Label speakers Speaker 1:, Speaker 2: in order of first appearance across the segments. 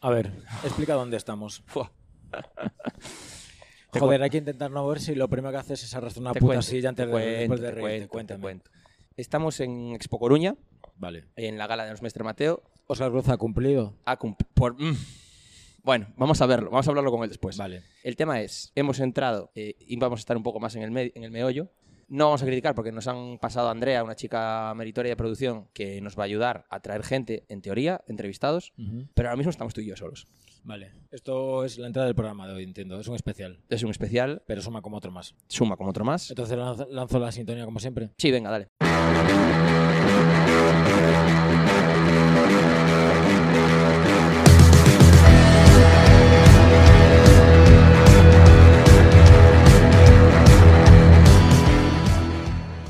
Speaker 1: A ver, explica dónde estamos.
Speaker 2: Fua. Te
Speaker 1: Joder, eh. hay que intentar no ver si lo primero que haces es arrastrar una
Speaker 2: Te
Speaker 1: puta
Speaker 2: cuento,
Speaker 1: silla antes
Speaker 2: te
Speaker 1: de,
Speaker 2: cuento,
Speaker 1: después de
Speaker 2: te
Speaker 1: reírte.
Speaker 2: cuento,
Speaker 1: Cuéntame.
Speaker 2: te cuento. Estamos en Expo Coruña,
Speaker 1: Vale.
Speaker 2: en la gala de los Mestre Mateo.
Speaker 1: Oscar Cruz ha cumplido.
Speaker 2: Ha cumpl- por- mm. Bueno, vamos a verlo, vamos a hablarlo con él después.
Speaker 1: Vale.
Speaker 2: El tema es, hemos entrado eh, y vamos a estar un poco más en el, me- en el meollo. No vamos a criticar porque nos han pasado a Andrea, una chica meritoria de producción, que nos va a ayudar a traer gente, en teoría, entrevistados. Pero ahora mismo estamos tú y yo solos.
Speaker 1: Vale. Esto es la entrada del programa de hoy, entiendo. Es un especial.
Speaker 2: Es un especial,
Speaker 1: Pero suma como otro más.
Speaker 2: suma como otro más.
Speaker 1: Entonces lanzo, lanzo la sintonía como siempre.
Speaker 2: Sí, venga, dale.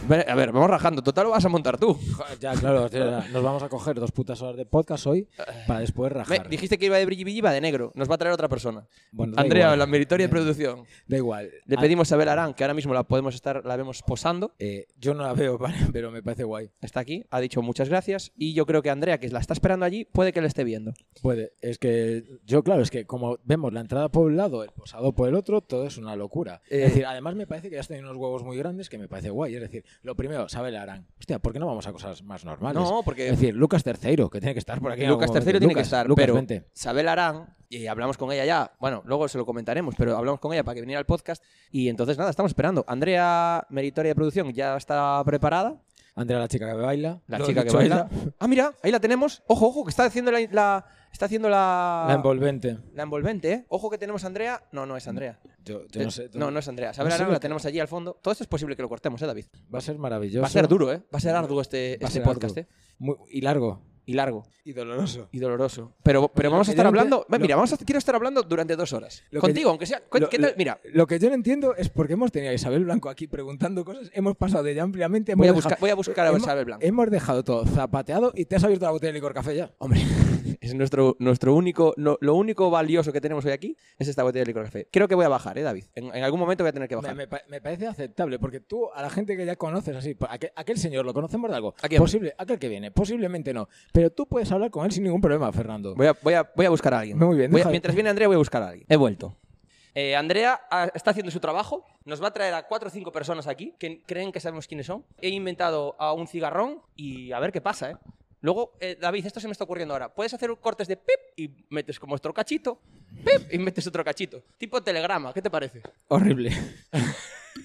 Speaker 2: Ve- A ver, vamos rajando. Total lo vas a montar tú.
Speaker 1: Ya, claro, hostia, ya. nos vamos a coger dos putas horas de podcast hoy para después
Speaker 2: Ve,
Speaker 1: rajar. ¿eh?
Speaker 2: dijiste que iba de brilli va de negro. Nos va a traer otra persona.
Speaker 1: Bueno, da
Speaker 2: Andrea,
Speaker 1: igual.
Speaker 2: la meritoria de producción.
Speaker 1: Da igual.
Speaker 2: Le
Speaker 1: Ah,
Speaker 2: pedimos a Bel Arán, que ahora mismo la podemos estar, la vemos posando.
Speaker 1: eh, yo no la veo, vale, pero me parece guay.
Speaker 2: Está aquí, ha dicho muchas gracias. Y yo creo que Andrea, que la está esperando allí, puede que la esté viendo.
Speaker 1: Puede, es que Eh, yo, claro, es que como vemos la entrada por un lado, el posado por el otro, todo es una locura.
Speaker 2: Eh,
Speaker 1: es decir, además me parece que ya has tenido unos huevos muy grandes que me parece guay. Es decir, lo primero, sabe la harán. Hostia, ¿por qué no vamos a cosas más normales?
Speaker 2: No, porque
Speaker 1: Es decir, Lucas Terceiro, que tiene que estar por aquí. en
Speaker 2: Lucas
Speaker 1: algún momento.
Speaker 2: tercero tiene que
Speaker 1: Lucas,
Speaker 2: estar,
Speaker 1: Lucas,
Speaker 2: pero
Speaker 1: vente.
Speaker 2: Isabel Arán, y hablamos con ella ya, bueno, luego se lo comentaremos, pero hablamos con ella para que viniera al podcast. Y entonces, nada, estamos esperando. Andrea, meritoria de producción, ya está preparada.
Speaker 1: Andrea, la chica que baila.
Speaker 2: La
Speaker 1: Lo he
Speaker 2: chica que
Speaker 1: dicho
Speaker 2: baila.
Speaker 1: ella.
Speaker 2: Ah, mira, ahí la tenemos. Ojo, ojo, que está haciendo la. la- está haciendo la.
Speaker 1: La envolvente.
Speaker 2: la envolvente, ¿eh? Ojo que tenemos a Andrea. No, no es Andrea.
Speaker 1: Yo, yo
Speaker 2: Eh,
Speaker 1: no sé. tú-
Speaker 2: no, no es Andrea. Isabel
Speaker 1: No sé
Speaker 2: Arán
Speaker 1: lo
Speaker 2: la
Speaker 1: que-
Speaker 2: tenemos allí al fondo. Todo esto es posible que lo cortemos, ¿eh, David?
Speaker 1: Va a ser maravilloso.
Speaker 2: Va a ser duro, ¿eh? Va a ser arduo este,
Speaker 1: Va a
Speaker 2: este
Speaker 1: ser
Speaker 2: podcast,
Speaker 1: arduo.
Speaker 2: ¿eh?
Speaker 1: Muy- y largo.
Speaker 2: Y largo.
Speaker 1: Y doloroso.
Speaker 2: y doloroso. Pero, pero vamos a
Speaker 1: que
Speaker 2: estar
Speaker 1: yo no
Speaker 2: hablando.
Speaker 1: entiendo-
Speaker 2: mira, vamos a, quiero estar hablando durante dos horas.
Speaker 1: Lo que
Speaker 2: Contigo,
Speaker 1: yo-
Speaker 2: aunque sea. cu-
Speaker 1: Lo-
Speaker 2: ¿qué tal?
Speaker 1: lo-
Speaker 2: mira,
Speaker 1: Lo que yo no entiendo es por qué hemos tenido a Isabel Blanco aquí preguntando cosas. Hemos pasado de ya ampliamente. hemos
Speaker 2: voy a,
Speaker 1: dejado-
Speaker 2: buscar, voy a buscar a
Speaker 1: hemos-
Speaker 2: Isabel Blanco.
Speaker 1: Hemos dejado todo zapateado y te has abierto la botella de licor café ya.
Speaker 2: Hombre, es nuestro, nuestro único. no- lo único valioso que tenemos hoy aquí es esta botella de licor café. Creo que voy a bajar, ¿eh, David? En, en algún momento voy a tener que
Speaker 1: Me,
Speaker 2: bajar.
Speaker 1: me pa- me parece aceptable porque tú a la gente que ya conoces así, pa- aquel, aquel señor lo conocemos de algo.
Speaker 2: ¿A quién?
Speaker 1: Posible, aquel que viene, posiblemente no. Pero tú puedes hablar con él sin ningún problema, Fernando.
Speaker 2: Voy a, voy a- voy a buscar a alguien.
Speaker 1: Muy bien,
Speaker 2: Voy a-
Speaker 1: deja-
Speaker 2: mientras viene Andrea, voy a buscar a alguien. He vuelto. Eh, Andrea ah, está haciendo su trabajo. Nos va a traer a cuatro o cinco personas aquí que creen que sabemos quiénes son. He inventado a un cigarrón y a ver qué pasa, ¿eh? Luego, eh, David, esto se me está ocurriendo ahora. Puedes hacer cortes de pip y metes como otro cachito, pip y metes otro cachito. Tipo telegrama, ¿qué te parece?
Speaker 1: Horrible.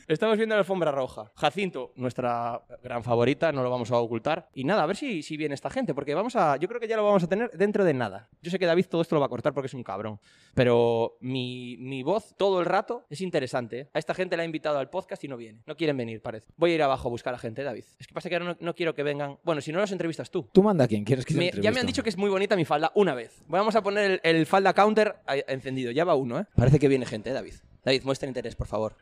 Speaker 2: Estamos viendo la alfombra roja. Jacinto, nuestra gran favorita, no lo vamos a ocultar. Y nada, a ver si, si viene esta gente, porque vamos a. Yo creo que ya lo vamos a tener dentro de nada. Yo sé que David todo esto lo va a cortar porque es un cabrón. Pero mi, mi voz todo el rato es interesante. ¿eh? A esta gente la he invitado al podcast y no viene. No quieren venir, parece. Voy a ir abajo a buscar a gente, David. Es que pasa que ahora no, no quiero que vengan. Bueno, si no los entrevistas tú.
Speaker 1: Tú manda a quien quieres que te
Speaker 2: Me- ya me han dicho que es muy bonita mi falda una vez. Vamos a poner el, el falda counter ahí, encendido. Ya va uno, ¿eh? Parece que viene gente, ¿eh, David. David, muestra interés, por favor.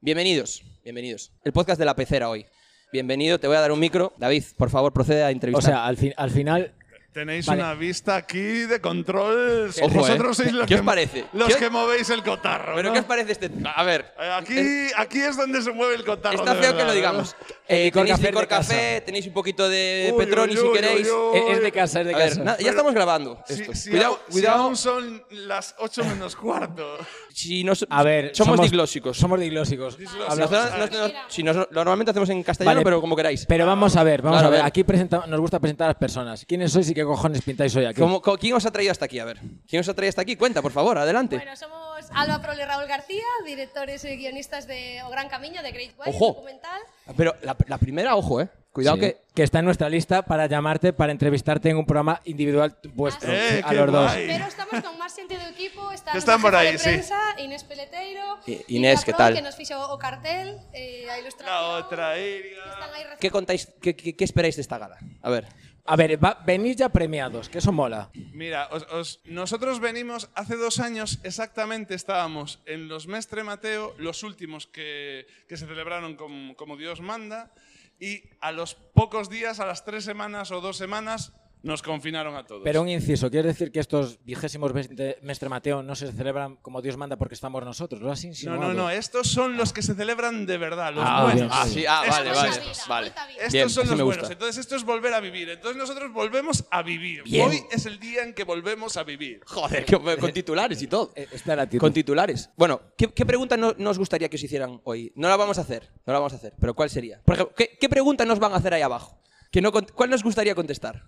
Speaker 2: Bienvenidos, bienvenidos. El podcast de la pecera hoy. Bienvenido, te voy a dar un micro. David, por favor, procede a
Speaker 1: O
Speaker 2: entrevistar.
Speaker 1: sea, al, fin- al final.
Speaker 3: Tenéis
Speaker 1: Vale.
Speaker 3: una vista aquí de control.
Speaker 2: Ojo,
Speaker 3: Vosotros
Speaker 2: eh.
Speaker 3: sois los
Speaker 2: ¿Qué
Speaker 3: que,
Speaker 2: os parece?
Speaker 3: Los
Speaker 2: ¿Qué os-
Speaker 3: que movéis el cotarro.
Speaker 2: ¿Pero
Speaker 3: ¿no?
Speaker 2: qué os parece este? A ver.
Speaker 3: Eh, Aquí,
Speaker 2: es-
Speaker 3: aquí es donde se mueve el cotarro.
Speaker 2: Está
Speaker 3: de
Speaker 2: feo
Speaker 3: verdad,
Speaker 2: que lo
Speaker 3: ¿no?
Speaker 2: digamos. Eh,
Speaker 1: licor
Speaker 2: tenéis
Speaker 1: café de
Speaker 2: licor
Speaker 1: casa.
Speaker 2: café, tenéis un poquito de
Speaker 3: Uy,
Speaker 2: Petroni
Speaker 3: uy,
Speaker 2: si
Speaker 3: uy,
Speaker 2: queréis.
Speaker 3: uy, uy.
Speaker 1: Es, es de casa, es de
Speaker 2: A ver,
Speaker 1: casa.
Speaker 2: na- ya estamos grabando.
Speaker 3: Si-
Speaker 2: esto.
Speaker 3: si
Speaker 2: cuidado,
Speaker 3: aún- si
Speaker 2: cuidado.
Speaker 3: aún son las 8 menos cuarto.
Speaker 2: Si no so-
Speaker 1: a ver,
Speaker 2: somos, diglósicos.
Speaker 1: Somos diglósicos.
Speaker 3: Diglósicos.
Speaker 1: Habla-
Speaker 2: Nosotros- nosotros- si nos- normalmente hacemos en castellano,
Speaker 1: Vale.
Speaker 2: pero como queráis.
Speaker 1: Pero vamos a ver, vamos
Speaker 2: Claro,
Speaker 1: a
Speaker 2: a
Speaker 1: ver.
Speaker 2: ver.
Speaker 1: Aquí presenta- nos gusta presentar a las personas. ¿Quiénes sois y qué cojones pintáis hoy aquí?
Speaker 2: ¿Cómo- co- ¿Quién os ha traído hasta aquí? A ver. ¿Quién os ha traído hasta aquí? Cuenta, por favor, adelante.
Speaker 4: Bueno, somos Alba Prole y Raúl García, directores y guionistas de O Gran Camino, de Great White,
Speaker 2: Ojo.
Speaker 4: documental.
Speaker 2: Pero la, la primera, ojo, eh. Cuidado
Speaker 1: Sí.
Speaker 2: que.
Speaker 1: está en nuestra lista para llamarte, para entrevistarte en un programa individual vuestro.
Speaker 5: Ah,
Speaker 3: Eh,
Speaker 1: a
Speaker 3: qué
Speaker 1: los dos.
Speaker 3: guay.
Speaker 4: Pero estamos con más gente de equipo, está
Speaker 3: Que están
Speaker 4: nuestra
Speaker 3: por
Speaker 4: jefa
Speaker 3: ahí,
Speaker 4: de
Speaker 3: sí.
Speaker 4: prensa, Inés Peleteiro,
Speaker 2: I- Inés,
Speaker 4: Lidia
Speaker 2: ¿qué
Speaker 4: Prol,
Speaker 2: tal?
Speaker 4: que nos fichó o cartel, eh, a ilustración.
Speaker 3: La otra
Speaker 4: Están
Speaker 3: iria.
Speaker 4: ahí
Speaker 2: ¿Qué contáis? Qué, qué- qué esperáis de esta gala? A ver.
Speaker 1: A ver, va- venís ya premiados, que eso mola.
Speaker 3: Mira, os- os- nosotros venimos hace dos años exactamente estábamos en los Mestre Mateo, los últimos que, que se celebraron com- como Dios manda, y a los pocos días, a las tres semanas o dos semanas,
Speaker 5: nos confinaron a todos.
Speaker 1: Pero un inciso, ¿quieres decir que estos vigésimos mes de Mestre Mateo no se celebran como Dios manda porque estamos nosotros? ¿Lo has
Speaker 5: no,
Speaker 1: insinuado?
Speaker 5: no, no, estos son los que se celebran de verdad, los
Speaker 1: Ah,
Speaker 5: buenos.
Speaker 1: bien,
Speaker 2: Ah, sí, ah,
Speaker 5: Estos
Speaker 2: vale,
Speaker 5: son
Speaker 2: vale.
Speaker 6: estos.
Speaker 2: vale.
Speaker 5: Estos
Speaker 7: Bien,
Speaker 5: son
Speaker 7: ese
Speaker 5: los
Speaker 7: me gusta.
Speaker 5: buenos. Entonces esto es volver a vivir. Entonces nosotros volvemos a vivir.
Speaker 2: Bien.
Speaker 5: Hoy es el día en que volvemos a vivir.
Speaker 2: Joder, que- con titulares y todo.
Speaker 1: Eh, Está la actitud.
Speaker 7: Con
Speaker 2: Con titulares. Bueno, ¿qué, qué pregunta no, nos gustaría que os hicieran hoy? No la vamos a hacer, no la vamos a hacer. Pero ¿cuál sería? Por ejemplo, ¿qué, qué pregunta nos van a hacer ahí abajo? Que no, cont- ¿Cuál nos gustaría contestar?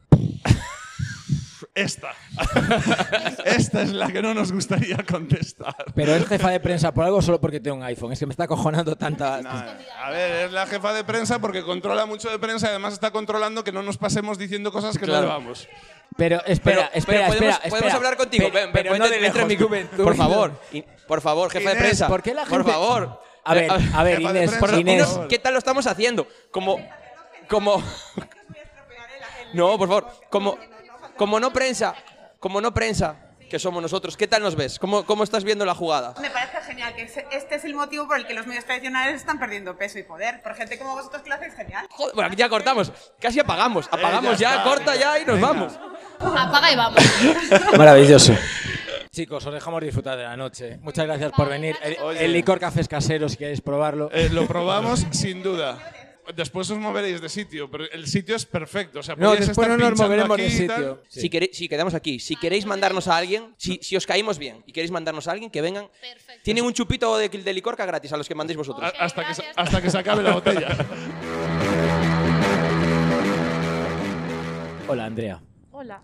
Speaker 5: Esta. Esta es la que no nos gustaría contestar.
Speaker 1: Pero es jefa de prensa por algo solo porque tiene un iPhone. Es que me está acojonando tanta...
Speaker 5: A ver, es la jefa de prensa porque controla mucho de prensa y además está controlando que no nos pasemos diciendo cosas que
Speaker 2: Claro.
Speaker 5: no debamos.
Speaker 1: Pero espera,
Speaker 2: Pero-
Speaker 1: espera,
Speaker 2: pero podemos,
Speaker 1: espera,
Speaker 2: podemos
Speaker 1: espera.
Speaker 2: hablar contigo.
Speaker 1: Pero-
Speaker 2: ven, ven,
Speaker 1: pero
Speaker 2: vente-
Speaker 1: no de
Speaker 2: entra en mi
Speaker 1: lejos.
Speaker 2: juventud. Por favor, in- por favor, jefe de
Speaker 5: Inés,
Speaker 2: prensa.
Speaker 1: ¿por qué la
Speaker 2: Por
Speaker 1: gente-
Speaker 2: favor. Eh,
Speaker 1: A ver, a ver,
Speaker 5: Jefa de
Speaker 1: Inés,
Speaker 5: prensa,
Speaker 2: Por-
Speaker 1: Inés.
Speaker 2: dinos ¿Qué tal lo estamos haciendo? Como. Como. No, por favor. Como, como no prensa. Como no prensa, que somos nosotros. ¿Qué tal nos ves? ¿Cómo, cómo estás viendo la jugada?
Speaker 8: Me parece genial que ese- este es el motivo por el que los medios tradicionales están perdiendo peso y poder. Por gente como vosotros que lo hacéis genial.
Speaker 2: Joder, bueno, aquí ya cortamos. Casi
Speaker 1: Eh,
Speaker 2: apagamos. Apagamos ya,
Speaker 5: está,
Speaker 2: corta ya y nos vamos.
Speaker 6: Apaga y vamos.
Speaker 1: Maravilloso. Chicos, os dejamos disfrutar de la noche. Muchas gracias por venir. El, el licor café es casero, si queréis probarlo.
Speaker 5: Eh, lo probamos sin duda. Después os moveréis de sitio, pero el sitio es perfecto. O sea,
Speaker 1: No,
Speaker 5: podéis
Speaker 1: después no
Speaker 5: estar
Speaker 1: nos
Speaker 5: pinchando
Speaker 1: moveremos
Speaker 5: aquí
Speaker 1: de
Speaker 5: y tal.
Speaker 1: sitio. Sí.
Speaker 2: Si, queréis, si quedamos aquí, si queréis mandarnos a alguien, si, si os caímos bien y queréis mandarnos a alguien, que vengan.
Speaker 6: Perfecto.
Speaker 2: Tienen un chupito de, de licorca gratis a los que mandéis vosotros.
Speaker 5: A- Hasta que, se-
Speaker 6: gracias.
Speaker 5: hasta que se acabe la botella.
Speaker 1: Hola, Andrea.
Speaker 9: Hola.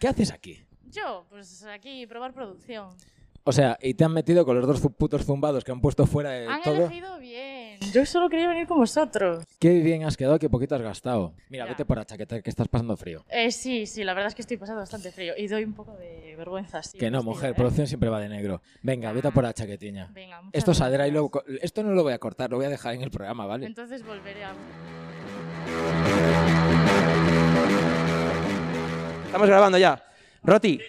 Speaker 1: ¿Qué haces aquí?
Speaker 9: Yo, pues aquí probar producción.
Speaker 1: O sea, y te han metido con los dos zu- putos zumbados que han puesto fuera de
Speaker 9: Han
Speaker 1: Eh, todo.
Speaker 9: elegido bien. Yo solo quería venir con vosotros.
Speaker 1: Qué bien has quedado, qué poquito has gastado. Mira,
Speaker 9: Ya.
Speaker 1: vete por la chaqueta que estás pasando frío.
Speaker 9: Eh, sí, sí, la verdad es que estoy pasando bastante frío y doy un poco de vergüenza. sí,
Speaker 1: que no,
Speaker 8: pues
Speaker 9: fastidio,
Speaker 1: mujer,
Speaker 9: ¿eh?
Speaker 1: producción siempre va de negro. Venga, vete a por la chaquetiña.
Speaker 9: Venga, muchas
Speaker 1: Esto saldrá y
Speaker 9: gracias.
Speaker 1: lo, co- esto no lo voy a cortar, lo voy a dejar en el programa, ¿vale?
Speaker 9: Entonces volveré a...
Speaker 2: Estamos grabando ya. Roti.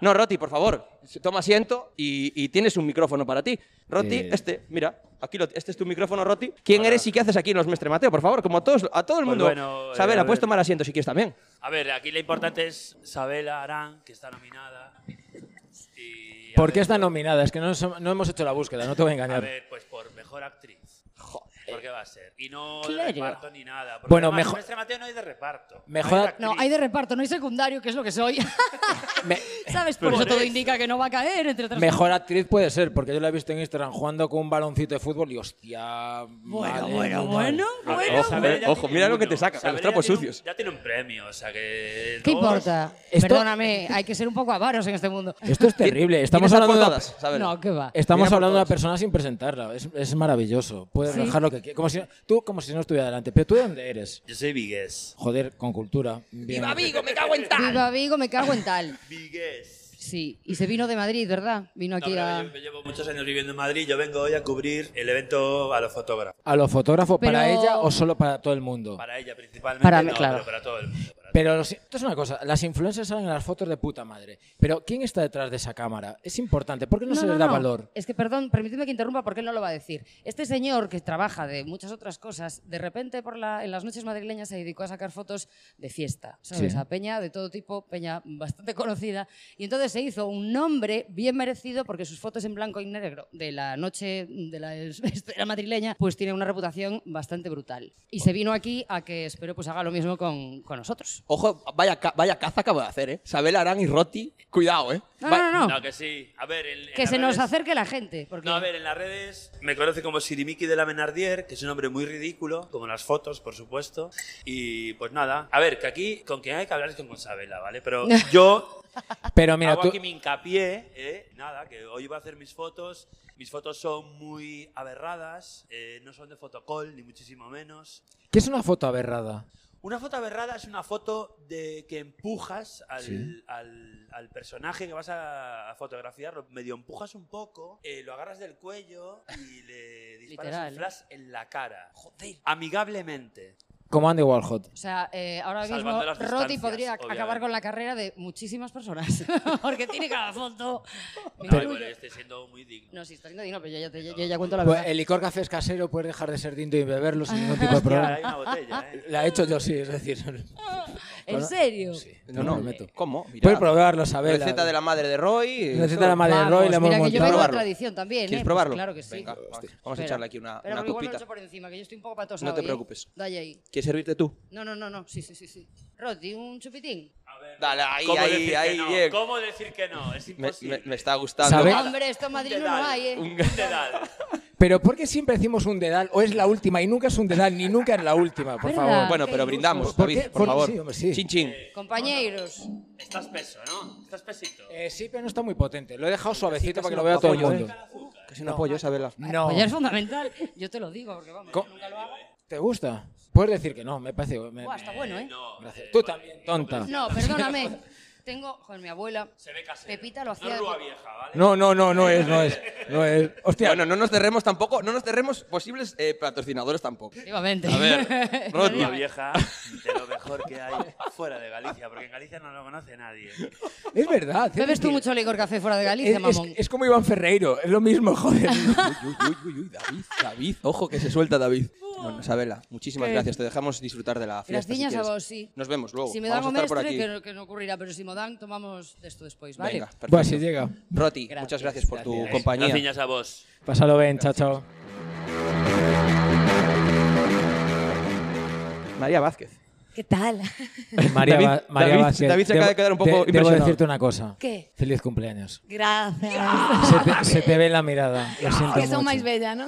Speaker 2: No, Roti, por favor. Toma asiento y, y tienes un micrófono para ti. Roti,
Speaker 1: Eh.
Speaker 2: este, mira, aquí lo- este es tu micrófono, Roti. ¿Quién eres y qué haces aquí en los Mestre Mateo? Por favor, como a, todos, a todo el
Speaker 10: Pues
Speaker 2: mundo.
Speaker 10: bueno, eh,
Speaker 2: Sabela,
Speaker 10: a
Speaker 2: puedes
Speaker 10: ver.
Speaker 2: tomar asiento si quieres también.
Speaker 10: A ver, aquí lo importante es Sabela Arán, que está nominada. Y, a
Speaker 1: ¿Por
Speaker 10: ver,
Speaker 1: qué está nominada? Es que no, nos- no hemos hecho la búsqueda, no te voy a
Speaker 10: A
Speaker 1: engañar.
Speaker 10: ver, pues por mejor actriz. Joder. ¿Por qué va a ser? Y no
Speaker 1: Claro.
Speaker 10: de reparto ni nada. porque
Speaker 1: Bueno,
Speaker 10: además,
Speaker 1: mejor-
Speaker 10: en Mestre Mateo no hay de reparto.
Speaker 1: Mejor
Speaker 10: Hay de
Speaker 1: ac-
Speaker 10: actriz.
Speaker 4: No, hay de reparto, no hay secundario, que es lo que soy.
Speaker 1: Me-
Speaker 4: ¿Sabes? Por
Speaker 10: Por
Speaker 4: eso todo
Speaker 10: eso.
Speaker 4: indica que no va a caer, entre otras
Speaker 1: mejor actriz puede ser, porque yo la he visto en Instagram jugando con un baloncito de fútbol y hostia.
Speaker 4: Bueno,
Speaker 1: madre
Speaker 4: bueno,
Speaker 1: mía.
Speaker 4: bueno,
Speaker 10: A ver,
Speaker 4: bueno.
Speaker 2: Ojo,
Speaker 10: Sabela ya
Speaker 2: ojo,
Speaker 10: tiene
Speaker 2: mira lo
Speaker 10: uno.
Speaker 2: que te saca,
Speaker 10: Sabela
Speaker 2: los trapos
Speaker 10: ya tiene un-
Speaker 2: sucios.
Speaker 10: ya tiene un premio, o sea que.
Speaker 4: ¿Qué
Speaker 10: dos-
Speaker 4: importa?
Speaker 1: Esto-
Speaker 4: Perdóname, hay que ser un poco avaros en este mundo.
Speaker 1: Esto es terrible. Estamos
Speaker 2: Vienes a
Speaker 1: hablando, de una,
Speaker 2: portadas, Sabela.
Speaker 4: No, qué va.
Speaker 1: estamos
Speaker 2: Mira por
Speaker 1: hablando de una
Speaker 2: todas.
Speaker 1: persona sin presentarla. Es, es maravilloso. Puedes
Speaker 4: Sí.
Speaker 1: dejar lo que quieras. Como si, tú, como si no estuviera delante. Pero tú de dónde eres?
Speaker 10: Yo soy Vigués.
Speaker 1: Joder, con cultura. Bien.
Speaker 2: me cago en
Speaker 4: Viva Vigo, me cago en tal.
Speaker 10: Vigués.
Speaker 4: Sí, y se vino de Madrid, ¿verdad? Vino
Speaker 10: No,
Speaker 4: aquí
Speaker 10: pero
Speaker 4: a...
Speaker 10: yo, yo llevo muchos años viviendo en Madrid. Yo vengo hoy a cubrir el evento a los fotógrafos.
Speaker 1: ¿A los fotógrafos para
Speaker 4: Pero-
Speaker 1: ella o solo para todo el mundo?
Speaker 10: Para ella principalmente.
Speaker 4: Para mí,
Speaker 10: no,
Speaker 4: claro.
Speaker 10: Pero para todo el mundo. para
Speaker 1: Pero los- esto es una cosa, las influencers salen en las fotos de puta madre, pero ¿quién está detrás de esa cámara? Es importante, ¿por qué no, se les da valor?
Speaker 4: Es que, perdón, permíteme que interrumpa porque él no lo va a decir. Este señor que trabaja de muchas otras cosas, de repente por la, en las noches madrileñas se dedicó a sacar fotos de fiesta, ¿sabes?
Speaker 1: Sí.
Speaker 4: A peña de todo tipo, peña bastante conocida. Y entonces se hizo un nombre bien merecido porque sus fotos en blanco y negro de la noche de la esfera madrileña, pues tiene una reputación bastante brutal. Y se vino aquí a que espero pues haga lo mismo con, con nosotros.
Speaker 2: Ojo, vaya, ca- vaya caza acabo de hacer, ¿eh? Sabela Arán y Roti, cuidado, ¿eh?
Speaker 4: No,
Speaker 2: Va-
Speaker 4: no, no, no.
Speaker 10: No, que sí. A ver, en, en
Speaker 4: Que
Speaker 10: las
Speaker 4: se nos
Speaker 10: redes-
Speaker 4: acerque la gente. Porque...
Speaker 10: No, a ver, en las redes me conoce como Sirimiki de la Menardier, que es un hombre muy ridículo, como en las fotos, por supuesto. Y pues nada, a ver, que aquí con quien hay que hablar es con Sabela, ¿vale? Pero yo
Speaker 1: Pero mira,
Speaker 10: hago
Speaker 1: tú,
Speaker 10: aquí mi hincapié, ¿eh? nada, que hoy voy a hacer mis fotos. Mis fotos son muy aberradas, eh, no son de fotocall, ni muchísimo menos.
Speaker 1: ¿qué es una foto aberrada?
Speaker 10: Una foto aberrada es una foto de que empujas al,
Speaker 1: Sí.
Speaker 10: al- al personaje que vas a, a fotografiar, lo medio empujas un poco, eh, lo agarras del cuello y le disparas
Speaker 4: Literal,
Speaker 10: un
Speaker 4: ¿eh?
Speaker 10: flash en la cara. Amigablemente.
Speaker 1: Como Andy Warhol.
Speaker 4: O sea, eh, ahora mismo
Speaker 10: Salvando las
Speaker 4: Roti
Speaker 10: distancias,
Speaker 4: podría
Speaker 10: obviamente.
Speaker 4: acabar con la carrera de muchísimas personas. porque tiene cada foto. Me
Speaker 10: No,
Speaker 4: incluyo.
Speaker 10: pero estoy este siendo muy digno.
Speaker 4: No, sí, está lindo, no, pero yo ya, te- yo- yo ya cuento la
Speaker 1: Pues
Speaker 4: verdad.
Speaker 1: el licor café es casero, puedes dejar de ser tinto y beberlo sin ningún tipo de
Speaker 10: Ahora
Speaker 1: problema.
Speaker 10: hay una botella, ¿eh?
Speaker 1: La he hecho yo, sí, es decir.
Speaker 4: ¿En serio?
Speaker 2: No, no, ¿Cómo? Mirad.
Speaker 1: Puedes probarlo, saber.
Speaker 2: Receta de la madre de Roy. eh,
Speaker 1: Receta de la madre de Roy, la hemos
Speaker 4: Vamos, mira que yo vengo de
Speaker 1: montado.
Speaker 2: Probarlo.
Speaker 4: tradición también,
Speaker 2: ¿Quieres
Speaker 4: ¿eh? Pues
Speaker 2: probarlo?
Speaker 4: claro que sí.
Speaker 2: Venga, vamos, vamos a
Speaker 4: Espera.
Speaker 2: echarle aquí una,
Speaker 4: Pero
Speaker 2: una
Speaker 4: porque igual me lo
Speaker 2: copita.
Speaker 4: echo por encima, que yo estoy un poco patosa
Speaker 2: No te
Speaker 4: hoy, ¿eh?
Speaker 2: preocupes.
Speaker 4: Dale ahí.
Speaker 2: ¿Quieres servirte tú?
Speaker 4: No, no, no, no. Sí, sí, sí, sí. Rodi, un chupitín.
Speaker 2: Dale, ahí,
Speaker 10: ¿Cómo decir
Speaker 2: ahí,
Speaker 10: que
Speaker 2: ahí,
Speaker 10: no?
Speaker 2: Diego.
Speaker 10: ¿Cómo decir que no? Es
Speaker 2: Me,
Speaker 10: imposible.
Speaker 2: me- me está gustando.
Speaker 1: ¿Sabes?
Speaker 2: Nada.
Speaker 4: Hombre, esto en Madrid
Speaker 10: Un
Speaker 4: no lo
Speaker 10: dedal,
Speaker 4: hay, ¿eh?
Speaker 10: Un dedal.
Speaker 1: Pero ¿por qué siempre decimos un dedal o es la última y nunca es un dedal ni nunca es la última, por
Speaker 4: ¿Verdad?
Speaker 1: favor?
Speaker 2: Bueno,
Speaker 4: qué
Speaker 2: pero
Speaker 4: injusto.
Speaker 2: brindamos,
Speaker 1: ¿Por
Speaker 2: David,
Speaker 1: qué?
Speaker 2: por,
Speaker 1: Por-
Speaker 2: favor.
Speaker 1: sí, hombre, sí.
Speaker 2: Chin, chin.
Speaker 4: Compañeros.
Speaker 10: Estás peso, ¿no? Estás pesito.
Speaker 1: Eh, sí, pero no está muy potente. Lo he dejado suavecito para que lo vea todo el
Speaker 2: apoyo, ¿eh?
Speaker 1: mundo.
Speaker 2: Casi un apoyo, Isabela.
Speaker 1: No.
Speaker 4: Apoyar Pues es fundamental. Yo te lo digo, porque vamos,
Speaker 1: Co-
Speaker 4: nunca lo hago.
Speaker 1: ¿Te gusta? Puedes decir que no, me parece. me-
Speaker 4: Buah, está bueno, ¿eh?
Speaker 10: No,
Speaker 1: gracias.
Speaker 10: eh,
Speaker 1: Tú
Speaker 10: vale.
Speaker 1: también, tonta.
Speaker 4: No, perdóname. Tengo, joder, mi abuela.
Speaker 10: Se ve casero.
Speaker 4: Pepita lo
Speaker 10: No
Speaker 4: hacía.
Speaker 10: es rúa vieja, ¿vale?
Speaker 1: No, no, no, no es, no es. No es. Hostia,
Speaker 2: Bueno, no nos cerremos tampoco, no nos cerremos posibles eh, patrocinadores tampoco.
Speaker 4: Efectivamente.
Speaker 2: A ver, Rodri.
Speaker 10: Rúa vieja, de lo mejor que hay fuera de Galicia, porque en Galicia no lo conoce nadie.
Speaker 1: es verdad. es
Speaker 4: Bebes tú
Speaker 1: decir,
Speaker 4: mucho licor café fuera de
Speaker 1: Es,
Speaker 4: Galicia,
Speaker 1: es-
Speaker 4: mamón.
Speaker 1: es como Iván Ferreiro, es lo mismo, joder.
Speaker 2: Uy, uy, uy, uy, David, David. Ojo que se suelta David. Bueno, Isabela, muchísimas gracias. Te dejamos disfrutar de la fiesta.
Speaker 4: Las
Speaker 2: si
Speaker 4: niñas a
Speaker 2: quieres.
Speaker 4: vos, sí.
Speaker 2: Nos vemos luego.
Speaker 4: Si me dan
Speaker 2: Vamos
Speaker 4: o
Speaker 2: a estar por
Speaker 4: mestre,
Speaker 2: aquí.
Speaker 4: que, no- que no ocurrirá, pero si me dan, tomamos de esto después, ¿vale?
Speaker 2: Venga, perfecto.
Speaker 1: Bueno, si llega.
Speaker 2: Roti,
Speaker 4: Gracias,
Speaker 2: muchas gracias por tu
Speaker 4: gracias.
Speaker 2: compañía.
Speaker 10: Las niñas a vos.
Speaker 1: Pásalo bien, chao, chao.
Speaker 2: María Vázquez.
Speaker 7: ¿Qué tal?
Speaker 1: María,
Speaker 2: David-
Speaker 1: Va- María
Speaker 2: David-
Speaker 1: Vázquez,
Speaker 2: David se acaba de
Speaker 1: debo-
Speaker 2: quedar un poco
Speaker 1: Debo
Speaker 2: impresionado.
Speaker 1: decirte una cosa.
Speaker 7: ¿Qué?
Speaker 1: Feliz cumpleaños.
Speaker 7: Gracias.
Speaker 1: Se te, se te ve en la mirada. Lo siento
Speaker 7: que son
Speaker 1: mucho.
Speaker 7: más bella, ¿no?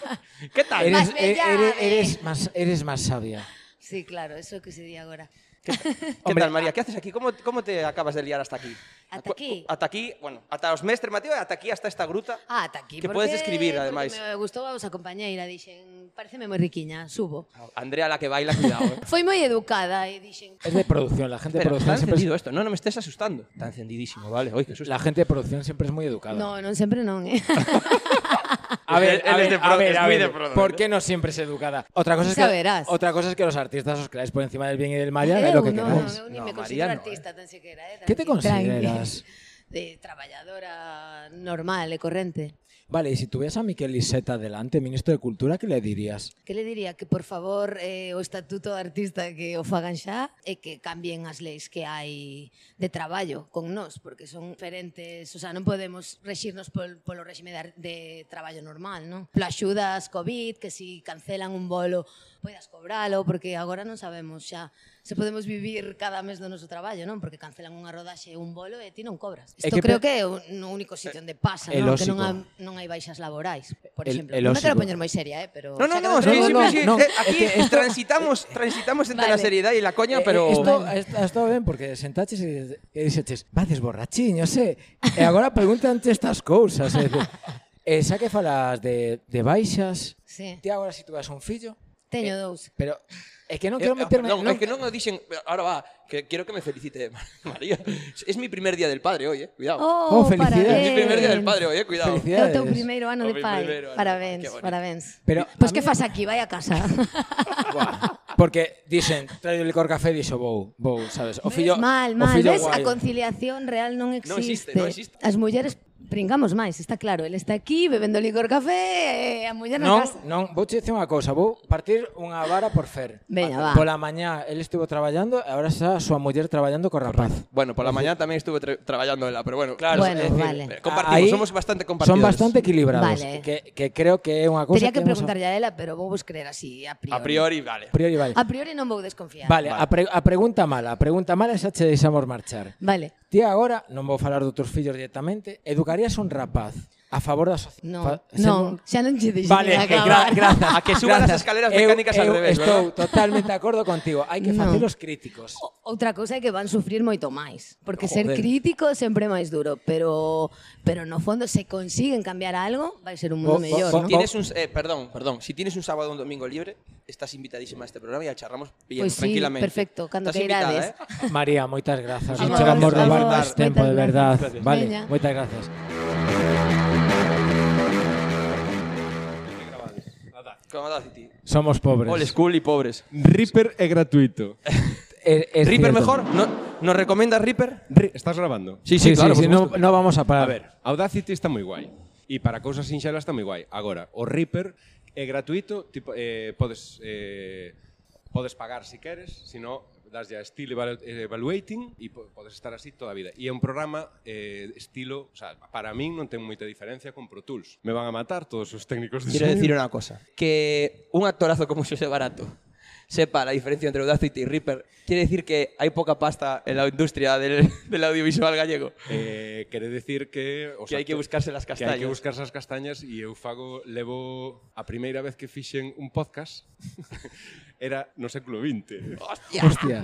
Speaker 2: ¿Qué tal?
Speaker 1: Eres, eh,
Speaker 7: Más bella
Speaker 1: eres-
Speaker 7: de-
Speaker 1: eres más, eres más sabia.
Speaker 7: sí, claro, eso que se di ahora.
Speaker 2: ¿Qué tal, María? ¿Qué haces aquí? ¿Cómo, cómo te acabas de liar hasta aquí?
Speaker 7: Hasta aquí.
Speaker 2: Hasta aquí, bueno, hasta os mestres, Mateo, hasta aquí, hasta esta gruta.
Speaker 7: Ah, ata aquí.
Speaker 2: Que
Speaker 7: porque-
Speaker 2: podes escribir,
Speaker 7: porque
Speaker 2: ademais.
Speaker 7: Me gustou a vosa compañeira, dixen, pareceme moi riquiña, subo.
Speaker 2: Ah, Andrea, la que baila, cuidado. eh.
Speaker 7: Foi moi educada e dixen,
Speaker 1: Es de producción, la gente de
Speaker 2: Espera,
Speaker 1: producción
Speaker 2: está
Speaker 1: siempre es,
Speaker 2: encendido esto. No, no me estés asustando. Está encendidísimo, vale. Oye, qué susto.
Speaker 1: la gente de producción siempre es muy educada.
Speaker 7: no, non sempre non, eh.
Speaker 1: A ver, a
Speaker 2: Él es
Speaker 1: ver,
Speaker 2: de pro-
Speaker 1: a ver,
Speaker 2: es
Speaker 1: a
Speaker 2: muy
Speaker 1: ver,
Speaker 2: de pro-
Speaker 1: ¿por qué no siempre es educada? Otra cosa es
Speaker 7: Ya
Speaker 1: que
Speaker 7: verás.
Speaker 1: otra cosa es que los artistas os creáis por encima del bien y del mal y hagáis lo que
Speaker 7: non,
Speaker 1: queráis.
Speaker 7: eu ni
Speaker 2: No,
Speaker 7: me
Speaker 2: María
Speaker 7: considero
Speaker 2: non,
Speaker 7: artista tan sequera, eh.
Speaker 1: ¿Qué te
Speaker 7: tranqui,
Speaker 1: consideras?
Speaker 7: tranqui. De traballadora normal e corrente.
Speaker 1: Vale, y si tuvieras a Miquel Iseta delante, ministro de Cultura, ¿qué le dirías?
Speaker 7: Que le diría que por favor eh, o estatuto de artista que o fagan xa e que cambien as leis que hai de traballo con nós, porque son diferentes, o sea, non podemos rexirnos pol, polo réxime de, ar- de traballo normal, non? Pola axudas COVID, que si cancelan un bolo poidas cobralo, porque agora non sabemos xa se podemos vivir cada mes do noso traballo, non? Porque cancelan unha rodaxe e un bolo e ti non cobras.
Speaker 1: É que
Speaker 7: Isto creo
Speaker 1: pe-
Speaker 7: que é o no único sitio onde pasa,
Speaker 1: el
Speaker 7: non? Que non,
Speaker 1: óxico.
Speaker 7: ha, non hai baixas laborais, por
Speaker 1: El-
Speaker 7: exemplo.
Speaker 1: el
Speaker 7: non me quero
Speaker 1: óxico.
Speaker 7: poñer moi seria, eh, pero
Speaker 2: No,
Speaker 7: xa
Speaker 2: no,
Speaker 7: que
Speaker 2: no,
Speaker 7: me
Speaker 1: no,
Speaker 2: es que
Speaker 7: preguntas-
Speaker 1: no,
Speaker 2: siempre sí,
Speaker 1: no,
Speaker 2: eh,
Speaker 1: es
Speaker 2: aquí
Speaker 1: que esto-
Speaker 2: transitamos, transitamos entre la
Speaker 7: Vale.
Speaker 2: seriedad y la coña,
Speaker 1: Eh,
Speaker 2: pero
Speaker 1: eh, Esto, esto, esto ben, porque sentaches e, e dixeches, vades borrachín, eu sé. Eh, E agora pregúntante estas cousas. E, e xa eh, que falas de, de baixas,
Speaker 7: Sí,
Speaker 1: ti agora si tuvas un fillo,
Speaker 7: teño dous.
Speaker 1: pero é que non
Speaker 2: Eh,
Speaker 1: quero
Speaker 2: ah,
Speaker 1: meterme...
Speaker 2: perdón, es que no nos dicen. eh, Ahora va, que quiero que me felicite María. Es mi primer día del padre hoy, eh. Cuidado.
Speaker 1: Oh, felicidades.
Speaker 2: es mi
Speaker 1: eh,
Speaker 2: primer día del padre hoy, eh. Cuidado.
Speaker 7: É o
Speaker 1: Felicidades.
Speaker 7: teu primeiro ano
Speaker 2: O
Speaker 7: ah, de
Speaker 2: mi
Speaker 7: pai.
Speaker 2: primeiro ano,
Speaker 7: Parabéns,
Speaker 2: qué bonito.
Speaker 7: parabéns.
Speaker 1: Pero
Speaker 7: Pois
Speaker 1: a
Speaker 7: que
Speaker 1: mí-
Speaker 7: fas aquí? Vai a casa.
Speaker 1: Buah, porque dicen, trae o licor café, dixo, vou, vou, sabes? O fillo,
Speaker 7: mal,
Speaker 1: o
Speaker 7: mal.
Speaker 1: fillo
Speaker 7: Ves?
Speaker 1: guai.
Speaker 7: A conciliación real non existe.
Speaker 2: Non existe, non existe.
Speaker 7: As mulleres pringamos máis, está claro. El está aquí bebendo licor café e a muller na
Speaker 1: Non,
Speaker 7: casa.
Speaker 1: non, vou te dicir unha cousa, vou partir unha vara por Fer.
Speaker 7: Veña, va.
Speaker 1: Pola mañá el estivo traballando e agora está a súa muller traballando co rapaz.
Speaker 2: Bueno, por la mañana también estuve tra- trabajando en la, pero bueno.
Speaker 1: Claro,
Speaker 7: Bueno,
Speaker 1: es decir, eh,
Speaker 7: vale.
Speaker 2: Compartimos,
Speaker 1: ahí
Speaker 2: somos bastante
Speaker 1: Son
Speaker 2: compartidores.
Speaker 1: bastante equilibrados,
Speaker 7: Vale.
Speaker 1: que, que creo que é unha cousa
Speaker 7: Tería que
Speaker 1: hemos-
Speaker 7: preguntarlle a ela, pero vou vos creer así, a
Speaker 2: A
Speaker 7: priori.
Speaker 2: priori, vale.
Speaker 1: A priori, vale.
Speaker 7: A priori non vou desconfiar.
Speaker 1: Vale, a, pre- a pregunta mala, a pregunta mala xa che deixamos marchar.
Speaker 7: Vale.
Speaker 1: Ti agora, non vou falar dos teus fillos directamente, educarías un rapaz a favor da sociedade?
Speaker 7: Non, non, xa non che deixei
Speaker 1: Vale, que gra
Speaker 7: acabar.
Speaker 1: grazas.
Speaker 2: A que suban as
Speaker 1: grazas.
Speaker 2: escaleras
Speaker 1: Eu-
Speaker 2: mecánicas al
Speaker 1: eu
Speaker 2: revés,
Speaker 1: Estou totalmente de acordo contigo. Hai que
Speaker 7: No.
Speaker 1: facelos críticos.
Speaker 7: O- Outra cousa é que van sufrir moito máis, porque ser
Speaker 1: Joder.
Speaker 7: crítico sempre é máis duro, pero pero no fondo se consiguen cambiar algo, vai ser un
Speaker 1: Bo-
Speaker 7: mundo
Speaker 1: bo-
Speaker 7: mellor,
Speaker 1: bo- bo-
Speaker 2: Oh,
Speaker 7: non?
Speaker 2: Tienes un, eh, perdón, perdón. Si tienes un sábado o un domingo libre, estás invitadísima a este programa y a charramos bien,
Speaker 7: Pois Pues sí,
Speaker 2: tranquilamente.
Speaker 7: perfecto, cando
Speaker 2: Estás
Speaker 7: queirades.
Speaker 2: invitada, ¿eh?
Speaker 1: María, moitas grazas. Non
Speaker 7: Amor,
Speaker 1: che vamos
Speaker 7: amor,
Speaker 1: roubar máis
Speaker 7: moitas
Speaker 1: tempo, de
Speaker 7: grazas.
Speaker 1: verdad.
Speaker 7: Gracias.
Speaker 1: Vale,
Speaker 7: Veña.
Speaker 1: moitas grazas.
Speaker 2: Como da City.
Speaker 1: Somos pobres.
Speaker 2: Old school y pobres.
Speaker 11: Reaper es gratuito.
Speaker 1: Es- es
Speaker 2: ¿Reaper
Speaker 1: cierto.
Speaker 2: mejor? ¿No- ¿Nos recomiendas Reaper?
Speaker 11: Ri- ¿Estás grabando?
Speaker 1: Sí, sí, claro, no, no vamos a parar.
Speaker 11: A ver, Audacity está moi guai. E para cousas sinxelas está moi guai. Agora, o Reaper é gratuito, tipo, eh, podes, eh, podes pagar se queres, se non, daslle a Still Evalu- Evaluating e po- podes estar así toda a vida. E é un programa eh, estilo, o sea, para min non ten moita diferencia con Pro Tools. Me van a matar todos os técnicos de
Speaker 2: Quiero
Speaker 11: sonido.
Speaker 2: decir una cosa. Que un actorazo como José Barato sepa la diferencia entre Audacity y Reaper, quiere decir que hay poca pasta en la industria del, del audiovisual gallego.
Speaker 11: Eh, quere decir que... os
Speaker 2: Que hai que
Speaker 11: acto-
Speaker 2: buscarse las
Speaker 11: Que hai que
Speaker 2: castañas.
Speaker 11: buscarse as castañas e eu fago, levo a primeira vez que fixen un podcast era no século XX.
Speaker 2: Hostia.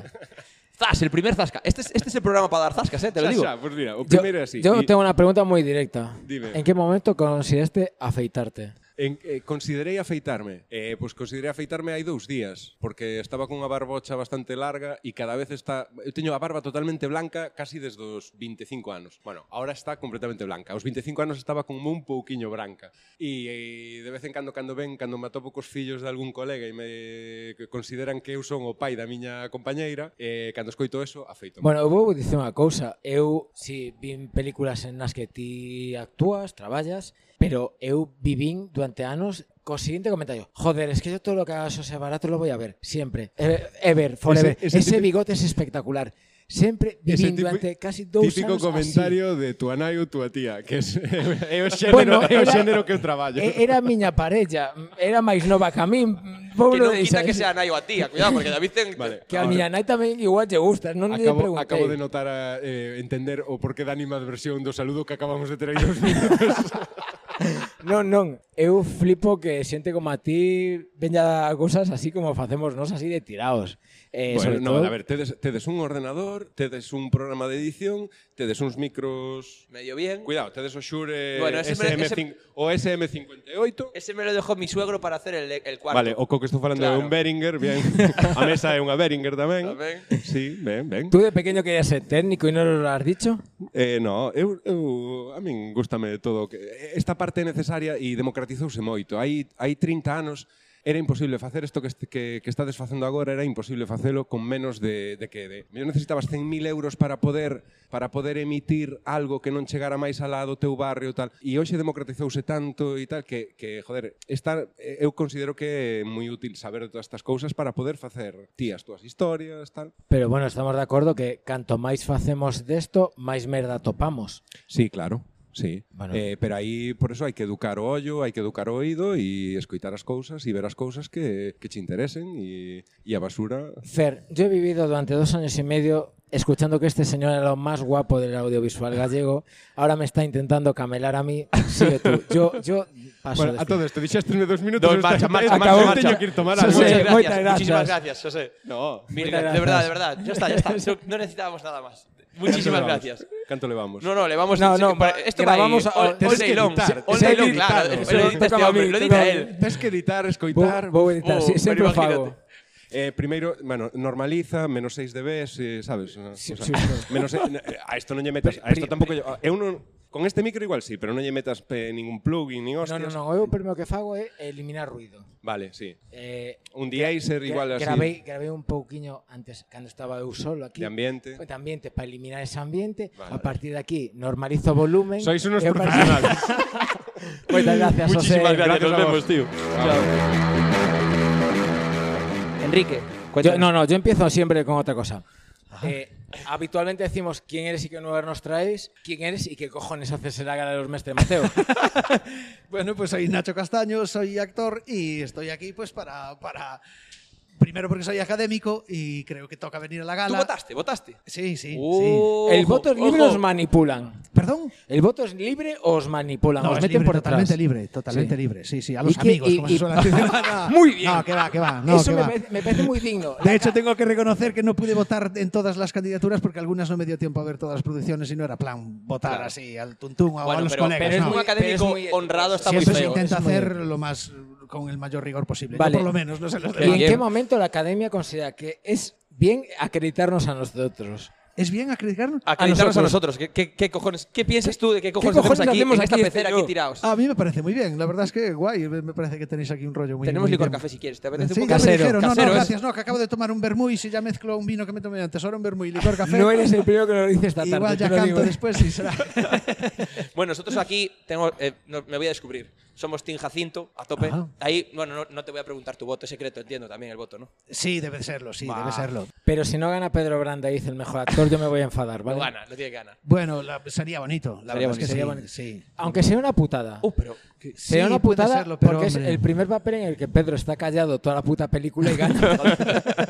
Speaker 2: Zas, el primer zasca. Este es, este es el programa para dar zascas, eh, te lo
Speaker 11: Xa,
Speaker 2: digo.
Speaker 11: xa, pues mira, o
Speaker 1: Yo,
Speaker 11: primeiro é así.
Speaker 1: yo
Speaker 11: E-
Speaker 1: tengo una pregunta muy directa.
Speaker 11: Dime.
Speaker 1: ¿En qué momento consideraste afeitarte?
Speaker 11: En, eh, considerei afeitarme. Eh, pois considerei afeitarme hai dous días, porque estaba cunha barbocha bastante larga e cada vez está... Eu teño a barba totalmente blanca casi desde os 25 anos. Bueno, ahora está completamente blanca. Aos 25 anos estaba como un pouquiño branca. E eh, de vez en cando, cando ven, cando me atopo cos fillos de algún colega e me que consideran que eu son o pai da miña compañeira, eh, cando escoito eso, afeito.
Speaker 1: Bueno, eu vou dicir unha cousa. Eu, si vin películas en nas que ti actúas, traballas, pero eu vivín durante anos co siguiente comentario. Joder, es que yo todo lo que haga Xosé Barato lo voy a ver, siempre. Eh, Ever, forever.
Speaker 11: Ese- ese
Speaker 1: Ese,
Speaker 11: típico-
Speaker 1: bigote es espectacular. Sempre
Speaker 11: Ese
Speaker 1: vivín
Speaker 11: tipo-
Speaker 1: durante casi dous
Speaker 11: Típico
Speaker 1: anos
Speaker 11: comentario así. de tu anai ou tua tía, que es, é o
Speaker 1: así.
Speaker 11: xénero, bueno, é o xénero que eu traballo.
Speaker 1: e- Era a miña parella, era máis nova que a min.
Speaker 2: Que
Speaker 1: Voulo
Speaker 2: no
Speaker 1: deixar
Speaker 2: quita que
Speaker 1: así.
Speaker 2: sea Nai o a tía, cuidado, porque David ten...
Speaker 1: Que a miña nai tamén igual lle gusta, non lle
Speaker 11: Acabo,
Speaker 1: preguntei.
Speaker 11: acabo de notar, a, eh, entender o porqué da animadversión do saludo que acabamos de ter aí dos minutos.
Speaker 1: Non, non, eu flipo que xente como a ti veña cousas así como facemos nos así de tirados. Eh, sobre
Speaker 11: bueno, no,
Speaker 1: todo,
Speaker 11: a ver, tedes, tedes un ordenador, tedes un programa de edición, tedes uns micros... eh,
Speaker 2: Medio bien.
Speaker 11: Cuidado, tedes o Shure
Speaker 2: Bueno, ese me-
Speaker 11: SM5,
Speaker 2: ese-
Speaker 11: o SM58.
Speaker 2: Ese me lo dejó mi suegro para hacer el, el cuarto.
Speaker 11: Vale, o co que estou falando claro. é un Behringer, bien. A mesa é unha Behringer tamén.
Speaker 2: Tamén.
Speaker 11: Sí, ben, ben.
Speaker 1: Tú de pequeño querías ser técnico e non o has dicho?
Speaker 11: Eh, no, eu, eu a min gustame todo o que esta parte é necesaria e democratizouse moito. Hai hai 30 anos era imposible facer isto que, este, que, que estades facendo agora, era imposible facelo con menos de, de que... De, eu necesitabas 100.000 euros para poder para poder emitir algo que non chegara máis alá do teu barrio tal. E hoxe democratizouse tanto e tal que, que joder, estar, eu considero que é moi útil saber todas estas cousas para poder facer ti as túas historias tal.
Speaker 1: Pero bueno, estamos de acordo que canto máis facemos desto, máis merda topamos.
Speaker 11: Sí, claro. Sí. Eh, pero aí, por eso, hai que educar o ollo, hai que educar o oído e escoitar as cousas e ver as cousas que, que che interesen e, e a basura...
Speaker 1: Fer, yo he vivido durante dos años y medio escuchando que este señor era lo más guapo del audiovisual gallego. Ahora me está intentando camelar a mí. Sigue tú. Yo, yo paso de
Speaker 11: bueno, a todo esto, dixésteme dos minutos.
Speaker 2: Dos, marcha,
Speaker 11: esta-
Speaker 2: marcha,
Speaker 11: esta-
Speaker 2: marcha,
Speaker 11: eu
Speaker 2: marcha.
Speaker 11: teño que ir tomar
Speaker 2: Muchas
Speaker 11: algo.
Speaker 2: gracias, Muchísimas gracias, José.
Speaker 11: No,
Speaker 2: Mil
Speaker 11: muchas
Speaker 2: gra- de verdad, de
Speaker 11: gracias.
Speaker 2: verdad. Ya está, ya está. No- No necesitábamos nada más. Muchísimas
Speaker 11: Canto
Speaker 2: gracias.
Speaker 11: levamos? Canto le vamos?
Speaker 2: No, no, le vamos
Speaker 11: No,
Speaker 2: a...
Speaker 11: no,
Speaker 2: para-
Speaker 11: va-
Speaker 2: esto va
Speaker 11: grabamos
Speaker 2: a...
Speaker 11: a-
Speaker 2: All,
Speaker 11: tienes
Speaker 2: all
Speaker 11: que
Speaker 2: day long.
Speaker 11: editar, eh,
Speaker 2: All
Speaker 11: tienes
Speaker 2: day
Speaker 11: que
Speaker 2: long, claro.
Speaker 11: editarlo.
Speaker 2: Lo edita este
Speaker 11: Tócame a mí,
Speaker 2: hombre, lo
Speaker 11: tócame
Speaker 2: edita
Speaker 11: a mí.
Speaker 2: él.
Speaker 11: Tienes que editar, escoitar.
Speaker 1: Vou, vou editar,
Speaker 2: Oh,
Speaker 1: sí,
Speaker 2: pero
Speaker 1: sempre o
Speaker 2: imagínate.
Speaker 1: fago.
Speaker 11: Eh, primeiro, bueno, normaliza, menos 6 dB, eh, sabes?
Speaker 1: Sí,
Speaker 11: o sea,
Speaker 1: sí, sí.
Speaker 11: menos, eh, a isto non lle metas, a isto tampouco lle, eu non, con este micro igual sí, pero non lle metas eh, ningún plugin, nin
Speaker 1: No,
Speaker 11: hostias.
Speaker 1: no, no. Eu o primeiro que fago é eliminar ruido.
Speaker 11: Vale, sí.
Speaker 1: Eh,
Speaker 11: Un de-acer
Speaker 1: gra-
Speaker 11: igual así.
Speaker 1: Grabei, grabei un pouquiño antes, cando estaba eu solo aquí. Pues,
Speaker 11: De ambiente.
Speaker 1: De ambiente, para eliminar ese ambiente.
Speaker 11: Vale.
Speaker 1: A partir de aquí, normalizo o volumen.
Speaker 11: Sois unos
Speaker 1: E a partir-
Speaker 11: profesionales.
Speaker 1: Moitas gracias, José.
Speaker 2: Muchísimas gracias.
Speaker 11: Gracias
Speaker 2: Nos
Speaker 11: a vos.
Speaker 2: vemos, tío. Enrique,
Speaker 1: Yo-
Speaker 2: cuéntanos.
Speaker 1: no, no, yo empiezo siempre con otra cosa. Eh, habitualmente decimos quién eres y qué novedad nos traes, quién eres y qué cojones haces en la gala de los mestres Mateo.
Speaker 12: Bueno, pues soy Nacho Castaño, soy actor y estoy aquí pues para, para primero porque soy académico y creo que toca venir a la
Speaker 2: Tú
Speaker 12: gala.
Speaker 2: votaste, votaste. Uh,
Speaker 12: Sí, sí.
Speaker 2: Ojo,
Speaker 1: El voto es libre o os
Speaker 2: ojo.
Speaker 1: manipulan.
Speaker 12: ¿Perdón?
Speaker 1: ¿El voto es libre o os manipulan?
Speaker 12: No,
Speaker 1: os
Speaker 12: es
Speaker 1: meten
Speaker 12: libre,
Speaker 1: por detrás.
Speaker 12: totalmente libre, totalmente
Speaker 1: Sí.
Speaker 12: libre. Sí, sí, a
Speaker 1: ¿Y
Speaker 12: los
Speaker 1: qué-
Speaker 12: amigos,
Speaker 1: y-
Speaker 12: como se
Speaker 1: y-
Speaker 12: suele decir. No, no.
Speaker 1: Muy bien.
Speaker 12: No, que va, que va. No,
Speaker 1: Eso
Speaker 12: que
Speaker 1: me
Speaker 12: va.
Speaker 1: parece, me parece muy digno.
Speaker 12: De hecho, tengo que reconocer que no pude votar en todas las candidaturas porque algunas no me dio tiempo a ver todas las producciones y no era plan votar
Speaker 2: Claro.
Speaker 12: así al tuntún o a
Speaker 2: Bueno,
Speaker 12: los
Speaker 2: pero,
Speaker 12: colegas.
Speaker 2: pero es
Speaker 12: no.
Speaker 2: un académico
Speaker 1: pero es muy-
Speaker 2: honrado, está muy
Speaker 12: Siempre se
Speaker 2: feo.
Speaker 12: intenta
Speaker 1: es muy
Speaker 12: hacer
Speaker 1: ético.
Speaker 12: lo más con el mayor rigor posible.
Speaker 1: Vale.
Speaker 12: Yo por lo menos, no sé los
Speaker 1: ¿Y en
Speaker 12: demás.
Speaker 1: qué momento la academia considera que es bien acreditarnos a nosotros? Ah,
Speaker 12: es bien acreditarnos
Speaker 2: Acreditarnos a nosotros. ¿Qué, qué, qué cojones? ¿Qué piensas tú de qué cojones,
Speaker 12: cojones
Speaker 2: hacemos aquí,
Speaker 12: hacemos
Speaker 2: en esta
Speaker 12: aquí,
Speaker 2: pecera
Speaker 12: señor?
Speaker 2: aquí tirados?
Speaker 12: A mí me parece muy bien, la verdad es que guay, me me parece que tenéis aquí un rollo muy
Speaker 2: Tenemos
Speaker 12: muy
Speaker 2: licor
Speaker 12: bien.
Speaker 2: café si quieres, ¿te apetece
Speaker 12: Sí,
Speaker 2: un poco?
Speaker 12: ya me
Speaker 2: Casero,
Speaker 12: dijeron, no,
Speaker 2: casero,
Speaker 12: no,
Speaker 2: ¿eh?
Speaker 12: gracias, no, que acabo de tomar un vermú y si ya mezclo un vino que me tomé antes, ahora un vermú y licor café.
Speaker 1: Ah, No eres el primero que lo dice esta tarde.
Speaker 12: Igual ya
Speaker 1: te lo
Speaker 12: canto
Speaker 1: digo, ¿eh?
Speaker 12: después y será.
Speaker 2: Bueno, nosotros aquí tengo, eh, no- me voy a descubrir. Somos Team Jacinto, a tope.
Speaker 12: Ajá.
Speaker 2: Ahí, bueno, no, no te voy a preguntar tu voto, es secreto, entiendo también el voto, ¿no?
Speaker 12: Sí, debe serlo, sí,
Speaker 2: Va.
Speaker 12: debe serlo.
Speaker 1: Pero si no gana Pedro Branda y dice el mejor actor, yo me voy a enfadar, ¿vale?
Speaker 2: Lo gana, lo tiene que ganar.
Speaker 12: Bueno, la- sería bonito, la
Speaker 1: Sería
Speaker 12: verdad es que
Speaker 1: bonito, sería
Speaker 12: sí,
Speaker 1: bonito.
Speaker 12: sí.
Speaker 1: Aunque sea una putada.
Speaker 2: pero
Speaker 1: Sería
Speaker 12: Oh, Sí,
Speaker 1: una
Speaker 12: puede
Speaker 1: putada
Speaker 12: serlo, pero
Speaker 1: porque es
Speaker 12: hombre.
Speaker 1: el primer papel en el que Pedro está callado toda la puta película y gana.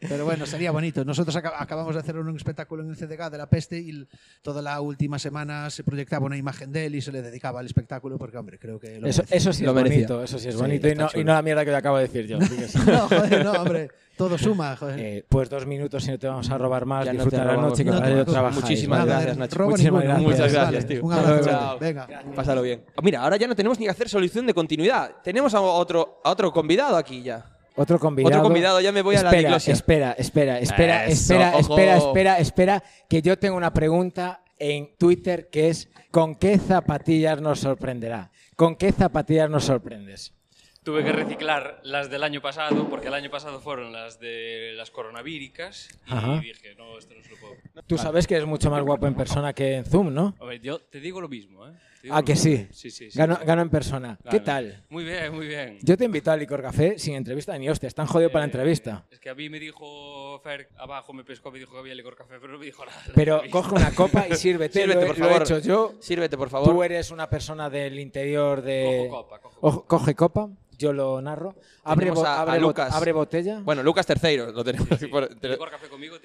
Speaker 12: Pero bueno, sería bonito. Nosotros aca- acabamos de hacer un espectáculo en el CDK de la peste y l- toda la última semana se proyectaba una imagen de él y se le dedicaba al espectáculo porque, hombre, creo que lo
Speaker 1: Eso,
Speaker 12: merecía.
Speaker 1: eso sí es bonito, eso sí es bonito y,
Speaker 12: está
Speaker 1: no, y
Speaker 12: chulo.
Speaker 1: no la mierda que te acabo de decir yo. así que sí.
Speaker 12: No, joder, no, hombre, todo suma, joder.
Speaker 1: Eh, pues dos minutos y no te vamos a robar más.
Speaker 2: Ya no
Speaker 1: Disfruta
Speaker 2: te
Speaker 1: la
Speaker 2: robamos
Speaker 1: noche que
Speaker 2: más.
Speaker 1: para
Speaker 2: No te
Speaker 1: ello trabajáis,
Speaker 2: Muchísimas
Speaker 1: ¿vale?
Speaker 2: gracias, Nacho.
Speaker 1: Muchísimas gracias.
Speaker 2: Muchas gracias, tío.
Speaker 12: un abrazo.
Speaker 2: Chao.
Speaker 12: Venga.
Speaker 2: Pásalo bien. Mira, ahora ya no tenemos ni que hacer solución de continuidad. Tenemos a otro, a otro convidado aquí ya.
Speaker 1: Otro convidado.
Speaker 2: Otro convidado, ya me voy a la
Speaker 1: Espera,
Speaker 2: diglosia.
Speaker 1: Espera, espera, espera,
Speaker 2: Eso,
Speaker 1: espera,
Speaker 2: ojo.
Speaker 1: espera, espera, espera, que yo tengo una pregunta en Twitter que es ¿con qué zapatillas nos sorprenderá? ¿Con qué zapatillas nos sorprendes?
Speaker 13: Tuve que reciclar las del año pasado, porque el añavíricas año pasado fueron las de las coronavíricas. Y
Speaker 1: Ajá.
Speaker 13: dije, no, esto no se lo puedo.
Speaker 1: Tú sabes que eres mucho más guapo en persona que en Zoom, ¿no?
Speaker 13: A ver, yo te digo lo mismo, ¿eh? Te digo
Speaker 1: Ah,
Speaker 13: lo
Speaker 1: que
Speaker 13: mismo.
Speaker 1: sí.
Speaker 13: Sí, sí, sí,
Speaker 1: gano,
Speaker 13: sí.
Speaker 1: gano en persona.
Speaker 13: Gano.
Speaker 1: ¿Qué tal?
Speaker 13: Muy bien, muy bien. Eh,
Speaker 1: Yo te invito a Licor Café sin entrevista ni hostia. Están jodido para la entrevista.
Speaker 13: Es que a mí me dijo Fer, abajo me pescó, me dijo que había licor café, pero no me dijo nada.
Speaker 1: Pero coge una copa y sírvete.
Speaker 2: Sírvete,
Speaker 1: lo he-
Speaker 2: por
Speaker 1: lo he
Speaker 2: favor.
Speaker 1: hecho yo.
Speaker 2: Sírvete, por favor.
Speaker 1: Tú eres una persona del interior de.
Speaker 2: Cojo copa, cojo
Speaker 1: Ojo- coge copa. Yo lo narro. Abre,
Speaker 2: Tenemos
Speaker 1: bo-
Speaker 2: a- a
Speaker 1: abre, bo-
Speaker 2: Lucas.
Speaker 1: abre botella.
Speaker 2: Bueno, Lucas Terceiro, lo tenemos. aquí por- te-
Speaker 13: Licor café conmigo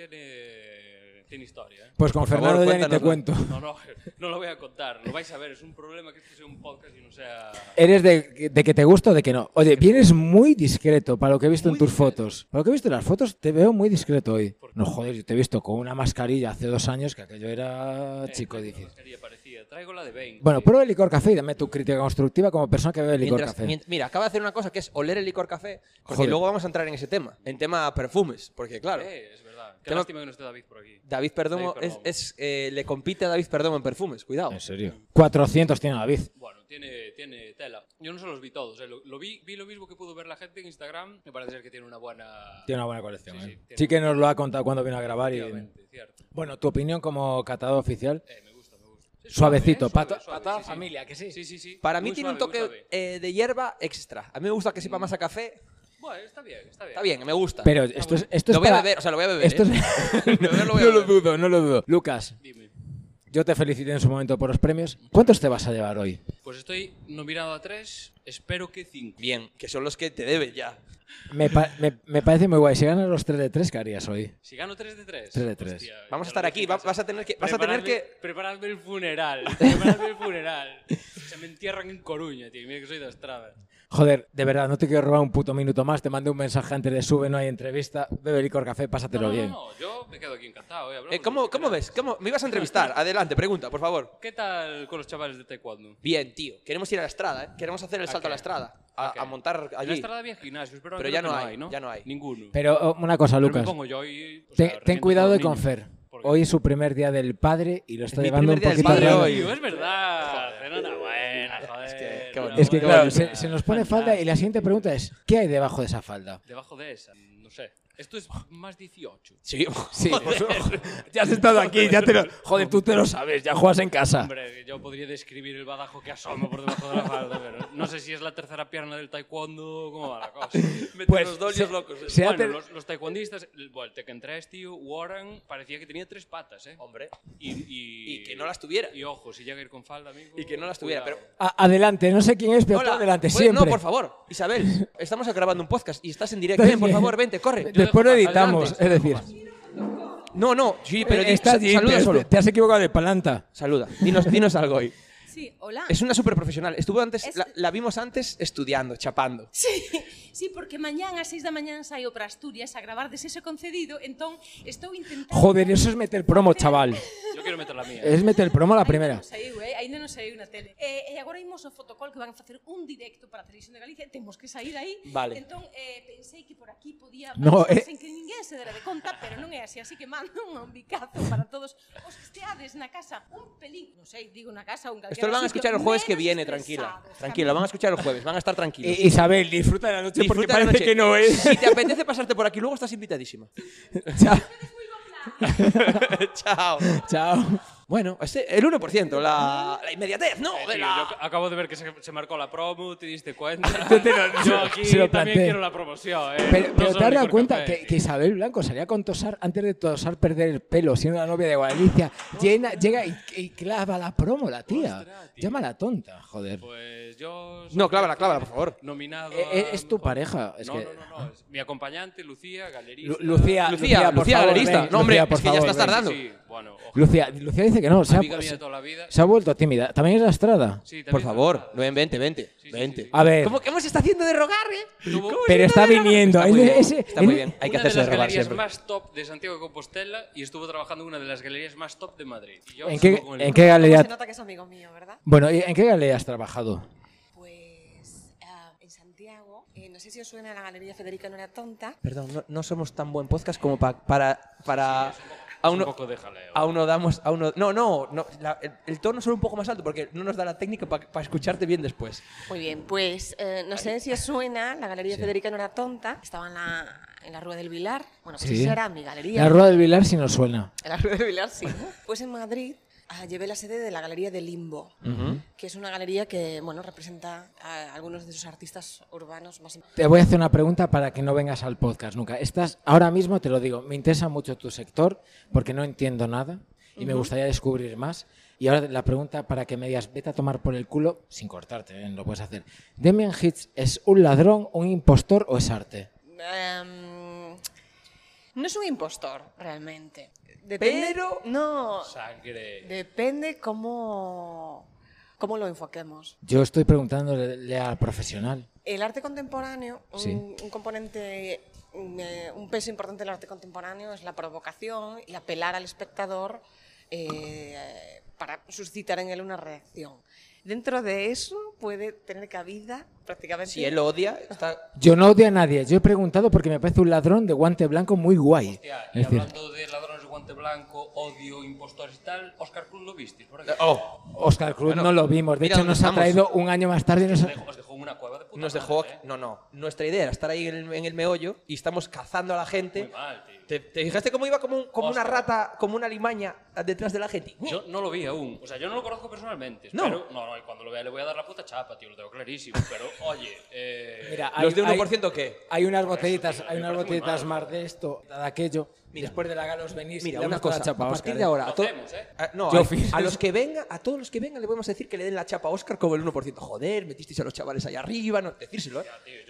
Speaker 13: tiene, tiene historia. ¿eh?
Speaker 1: Pues con
Speaker 2: Por favor,
Speaker 1: Fernando ya ni te
Speaker 2: cuéntanosla.
Speaker 1: cuento.
Speaker 13: No, no, no lo voy a contar, lo vais a ver. Es un problema que esto sea un podcast y no sea.
Speaker 1: ¿Eres de, de que te gusta o de que no? Oye, vienes muy discreto para lo que he visto en tus fotos. Para lo que he visto en las fotos, te veo muy discreto hoy. No, joder, yo te he visto con una mascarilla hace dos años que aquello era chico difícil.
Speaker 13: Sería parecida. Traigo la de Bane.
Speaker 1: Bueno, prueba el licor café y dame tu crítica constructiva como persona que bebe licor
Speaker 2: Mientras-
Speaker 1: café.
Speaker 2: mien- mira, acaba de hacer una cosa que es oler el licor café, porque
Speaker 1: Joder.
Speaker 2: luego vamos a entrar en ese tema, en tema perfumes, porque claro,
Speaker 13: Eh, es verdad. Qué
Speaker 2: Tema-
Speaker 13: lástima que no esté David por aquí.
Speaker 2: David Perdomo,
Speaker 13: David Perdomo.
Speaker 2: Es, es, eh, le compite a David Perdomo en perfumes, cuidado. En
Speaker 1: serio. 400 tiene David.
Speaker 13: Bueno, tiene, tiene tela. Yo no se los vi todos. eh, Lo, lo vi, vi lo mismo que pudo ver la gente en Instagram. Me parece ser que tiene una buena.
Speaker 1: Tiene una buena colección.
Speaker 13: Sí, sí,
Speaker 1: ¿eh? Sí,
Speaker 13: tiene-
Speaker 1: que nos lo ha contado cuando vino a grabar. Y...
Speaker 13: Efectivamente, cierto. Eh,
Speaker 1: Bueno, tu opinión como catador oficial.
Speaker 13: me gusta, me gusta.
Speaker 2: ¿eh?
Speaker 1: Suavecito,
Speaker 13: Suave,
Speaker 1: pato.
Speaker 13: suave, sí, sí.
Speaker 1: familia, que sí.
Speaker 13: Sí, sí, sí.
Speaker 2: Para
Speaker 13: Muy
Speaker 2: mí tiene un
Speaker 13: suave, muy
Speaker 2: toque
Speaker 13: suave. Mm.
Speaker 2: eh, de hierba extra. A mí me gusta que sepa más a café.
Speaker 13: Bueno, está bien, está bien.
Speaker 2: Está bien, me gusta.
Speaker 1: Pero
Speaker 2: Está
Speaker 1: esto es,
Speaker 2: bueno.
Speaker 1: esto es
Speaker 2: Lo voy a
Speaker 1: para-
Speaker 2: beber, o sea, lo voy a beber.
Speaker 1: Esto es-
Speaker 2: ¿eh? Lo voy a- lo voy a
Speaker 1: no lo
Speaker 2: beber.
Speaker 1: dudo, no lo dudo. Lucas,
Speaker 13: Dime.
Speaker 1: yo te felicité en su momento por los premios. ¿Cuántos te vas a llevar hoy?
Speaker 13: Pues estoy nominado a tres. Espero que cinco.
Speaker 2: Bien, que son los que te deben ya.
Speaker 1: Me, pa- me- me parece muy guay. Si ganas los 3 de 3, ¿qué harías hoy?
Speaker 13: Si gano tres de tres.
Speaker 1: Tres de tres.
Speaker 2: Vamos a estar aquí, va- vas a tener que... Vas a tener que...
Speaker 13: Preparadme el funeral. Preparadme el funeral. Se me entierran en Coruña, tío. y Mira que soy de Estrada.
Speaker 1: Joder, de verdad, no te quiero robar un puto minuto más. Te mandé un mensaje antes de sube, no hay entrevista. Bebe licor café, pásatelo
Speaker 13: no,
Speaker 1: bien.
Speaker 13: No, no, yo me quedo aquí encantado. eh, hablamos
Speaker 2: Eh, ¿cómo, ¿Cómo ves? ¿Cómo? Me ibas a entrevistar. Adelante, pregunta, por favor.
Speaker 13: ¿Qué tal con los chavales de Taekwondo? Ah,
Speaker 2: Bien, tío. Queremos ir a la estrada, ¿eh? Queremos hacer el salto a la estrada. A, a montar
Speaker 13: En la
Speaker 2: allí.
Speaker 13: Estrada había gimnasios, pero,
Speaker 2: Pero
Speaker 13: creo
Speaker 2: ya
Speaker 13: que
Speaker 2: no
Speaker 13: no
Speaker 2: hay,
Speaker 13: ¿no?
Speaker 2: ya no hay.
Speaker 13: Ninguno.
Speaker 1: Pero oh, una cosa,
Speaker 13: Pero
Speaker 1: Lucas.
Speaker 13: me pongo yo ahí,
Speaker 1: ten,
Speaker 13: o sea,
Speaker 1: ten
Speaker 13: reviento
Speaker 1: cuidado
Speaker 13: todo
Speaker 1: hoy
Speaker 13: el
Speaker 1: con
Speaker 13: niño.
Speaker 1: Fer. Hoy es su primer día del padre y lo está
Speaker 2: mi
Speaker 1: llevando un
Speaker 2: primer día del
Speaker 1: poquito
Speaker 2: padre
Speaker 1: raro.
Speaker 2: hoy.
Speaker 13: Tío, es verdad. Enhorabuena, joder.
Speaker 2: que- qué
Speaker 13: enhorabuena.
Speaker 1: Es que claro, se, se nos pone falda y la siguiente pregunta es, ¿qué hay debajo de esa falda?
Speaker 13: Debajo de esa, mm, no sé. Esto es más 18.
Speaker 2: Sí,
Speaker 1: sí.
Speaker 13: Joder.
Speaker 1: Ya has estado aquí, ya te lo... Joder, tú te lo sabes, ya juegas en casa.
Speaker 13: Hombre, yo podría describir el badajo que asoma por debajo de la falda, pero no sé si es la tercera pierna del taekwondo o cómo va la cosa.
Speaker 2: Pues, los dolios se- locos, eh. se ha
Speaker 13: bueno,
Speaker 2: ter-
Speaker 13: los, los taekwondistas, el- bueno, el en 3, tío, Warren, parecía que tenía tres patas, ¿eh?
Speaker 2: Hombre.
Speaker 13: Y, y,
Speaker 2: Y que no las tuviera.
Speaker 13: Y ojo, si llega a ir con falda, amigo.
Speaker 2: Y que no las tuviera,
Speaker 13: cuidado.
Speaker 2: pero-
Speaker 1: A- adelante, no sé quién es, pero tú adelante,
Speaker 2: Pues,
Speaker 1: siempre.
Speaker 2: No, por favor, Isabel, estamos grabando un podcast y estás en directo.
Speaker 1: Está
Speaker 2: Ven, por
Speaker 1: bien.
Speaker 2: favor, vente, corre.
Speaker 1: Después lo editamos, es decir... Eh,
Speaker 2: No, no, sí, pero di-
Speaker 1: Estás
Speaker 2: sa-
Speaker 1: allí,
Speaker 2: saluda
Speaker 1: te-
Speaker 2: solo.
Speaker 1: Te has equivocado de palanta.
Speaker 2: Saluda, dinos, dinos algo hoy.
Speaker 14: Sí, hola.
Speaker 2: Es una super profesional. Estuvo antes,
Speaker 14: Es-
Speaker 2: la, la vimos antes estudiando, chapando.
Speaker 14: Sí, sí, porque mañán ás 6 da mañán saio para Asturias a gravar desexo concedido, entón estou intentando...
Speaker 1: Joder, eso es meter promo, chaval.
Speaker 13: Yo quiero meter la mía.
Speaker 1: Es meter promo a la primera.
Speaker 14: Saiu, eh? Hai aínda non saiu na tele. Eh, E, e agora imos ao fotocol que van facer un directo para a Televisión de Galicia, temos que sair aí.
Speaker 2: Vale.
Speaker 14: Entón, eh, pensei que por aquí podía
Speaker 1: No,
Speaker 14: pasar
Speaker 1: eh.
Speaker 14: sen que ninguén se dera de conta, pero non é así, así que mando un bicazo para todos os que esteades na casa un pelín, non sei, digo na casa un
Speaker 2: Esto lo van a escuchar el jueves que viene, tranquila. Tranquila, lo van a escuchar el jueves, van a estar tranquilos.
Speaker 1: I- Eh, Isabel, disfruta de la noche porque
Speaker 2: Disfruta de
Speaker 1: parece
Speaker 2: la noche.
Speaker 1: que no es.
Speaker 2: Si te apetece pasarte por aquí, luego estás invitadísima. Chao.
Speaker 1: Chao.
Speaker 2: Bueno, este, el 1%, la, la inmediatez, ¿no?
Speaker 13: Eh,
Speaker 2: De
Speaker 13: tío,
Speaker 2: la-
Speaker 13: yo acabo de ver que se, se marcó la promo, te diste cuenta.
Speaker 1: Yo te lo-
Speaker 13: yo aquí
Speaker 1: se lo
Speaker 13: también
Speaker 1: planteé.
Speaker 13: quiero la promoción. Eh.
Speaker 1: Pero,
Speaker 13: No
Speaker 1: pero
Speaker 13: solo
Speaker 1: te has dado
Speaker 13: licor
Speaker 1: cuenta
Speaker 13: café.
Speaker 1: que, que Isabel Blanco salía con tosar antes de tosar perder el pelo, siendo la novia de Galicia. Llena- llega y, y clava la promo, la tía. Llámala tonta, joder.
Speaker 13: Pues yo.
Speaker 1: No, clávala, clávala, por favor.
Speaker 13: Nominado.
Speaker 1: Eh, eh,
Speaker 13: a
Speaker 1: es tu
Speaker 13: mejor-
Speaker 1: pareja, es
Speaker 13: no,
Speaker 1: que-
Speaker 13: no, no, no, es mi acompañante, Lucía, galerista.
Speaker 1: Lu- Lucía, Lucía, Lucía, por Lucía, favor, galerista. ven. No, hombre, Lucía, por es que ya favor, estás ven. tardando.
Speaker 13: Sí, bueno, ojalá.
Speaker 1: Lucía, Lucía dice que no. pues, Se ha,
Speaker 13: Amiga mía de toda la vida.
Speaker 1: se ha vuelto tímida. ¿También es lastrada?
Speaker 2: por favor, ven, vente, vente. vente.
Speaker 1: A ver.
Speaker 2: ¿Cómo, ¿Cómo se está haciendo de rogar, eh?
Speaker 1: Pero está viniendo.
Speaker 2: Está muy
Speaker 1: Él-
Speaker 2: bien,
Speaker 1: ese-
Speaker 2: está muy
Speaker 1: él-
Speaker 2: bien. Hay que
Speaker 13: Una de
Speaker 2: hacerse de
Speaker 13: las
Speaker 2: rogar
Speaker 13: galerías
Speaker 2: siempre.
Speaker 13: más top de Santiago de Compostela y estuvo trabajando en una de las galerías más top de Madrid. Y yo
Speaker 1: ¿En qué,
Speaker 13: sigo con el-
Speaker 1: ¿en qué galería?
Speaker 15: se nota que es amigo mío, ¿verdad?
Speaker 1: Bueno, ¿y ¿en qué galería has trabajado?
Speaker 15: Pues ah, en Santiago, eh, no sé si os suena la Galería Federica No era tonta.
Speaker 2: Perdón, no, no somos tan buen podcast como pa- para. para a
Speaker 13: es un
Speaker 2: uno,
Speaker 13: poco de jaleo.
Speaker 2: A uno damos. A uno, no, no. no, la- el, el tono solo un poco más alto porque no nos da la técnica para escucharte bien después.
Speaker 15: Muy bien, pues eh, no sé si os suena, la Galería Federica no era tonta, estaba en la, en la Rúa del Vilar, bueno, sí. será mi galería.
Speaker 1: La Rueda del Vilar sí nos suena.
Speaker 15: En la Rúa del Vilar, sí. pues en Madrid ah, llevé la sede de la Galería de Limbo,
Speaker 1: Ujú.
Speaker 15: que es una galería que, bueno, representa a algunos de sus artistas urbanos más importantes.
Speaker 1: Te voy a hacer una pregunta para que no vengas al podcast nunca. Estás, ahora mismo te lo digo, me interesa mucho tu sector porque no entiendo nada y me
Speaker 15: Ujú.
Speaker 1: gustaría descubrir más. Y ahora la pregunta para que me digas, vete a tomar por el culo, sin cortarte, ¿eh? lo puedes hacer. ¿Demian Hitch es un ladrón, un impostor o es arte?
Speaker 15: Em, no es un impostor, realmente. Depende, Pero... No,
Speaker 13: Sangre.
Speaker 15: depende cómo, cómo lo enfoquemos.
Speaker 1: Yo estoy preguntándole al profesional.
Speaker 15: El arte contemporáneo, un,
Speaker 1: Sí.
Speaker 15: un componente, un, eh, un peso importante del arte contemporáneo es la provocación y apelar al espectador eh, para suscitar en él una reacción. Dentro de eso puede tener cabida prácticamente.
Speaker 2: Si él lo odia, está.
Speaker 1: Yo no odio a nadie, yo he preguntado porque me parece un ladrón de guante blanco muy guay.
Speaker 13: Y
Speaker 1: Es decir,
Speaker 13: hablando de ladrones de guante blanco, odio, impostores y tal, Oscar Cruz lo visteis por aquí.
Speaker 1: Oscar Cruz
Speaker 2: Bueno,
Speaker 1: no lo vimos, de
Speaker 2: Oh. mira
Speaker 1: hecho
Speaker 2: dónde
Speaker 1: nos ha
Speaker 2: estamos.
Speaker 1: traído un año más tarde. y nos ha-
Speaker 2: Nos dejó.
Speaker 13: ¿eh?
Speaker 2: No, no. Nuestra idea era estar ahí en el, en el meollo y estamos cazando a la gente. ¿Te, te fijaste cómo iba como, un- como una rata, como una limaña detrás de la gente?
Speaker 13: Yo no lo vi aún. O sea, yo no lo conozco personalmente.
Speaker 2: No.
Speaker 13: Espero- no, no, y cuando lo vea le voy a dar la puta chapa, tío, lo tengo clarísimo. Pero, oye. Eh,
Speaker 1: Mira,
Speaker 2: ¿Los de 1% qué?
Speaker 1: Hay unas
Speaker 13: Por eso,
Speaker 1: botellitas,
Speaker 13: tío,
Speaker 1: hay
Speaker 13: me
Speaker 1: unas
Speaker 13: parece muy
Speaker 1: botellitas
Speaker 13: mal.
Speaker 1: más de esto, de aquello. Después de la gala os venís. y
Speaker 2: Mira,
Speaker 1: le
Speaker 2: una
Speaker 1: damos toda
Speaker 2: cosa.
Speaker 1: la chapa
Speaker 2: a
Speaker 1: Oscar,
Speaker 2: partir
Speaker 1: ¿eh?
Speaker 2: de ahora, a, to- a- no,
Speaker 1: Yo
Speaker 2: a-
Speaker 1: fíjate.
Speaker 2: a los que vengan, a todos los que vengan, le podemos decir que le den la chapa a Oscar como el 1%. Joder, metisteis a los chavales allá arriba, no, decírselo, ¿eh?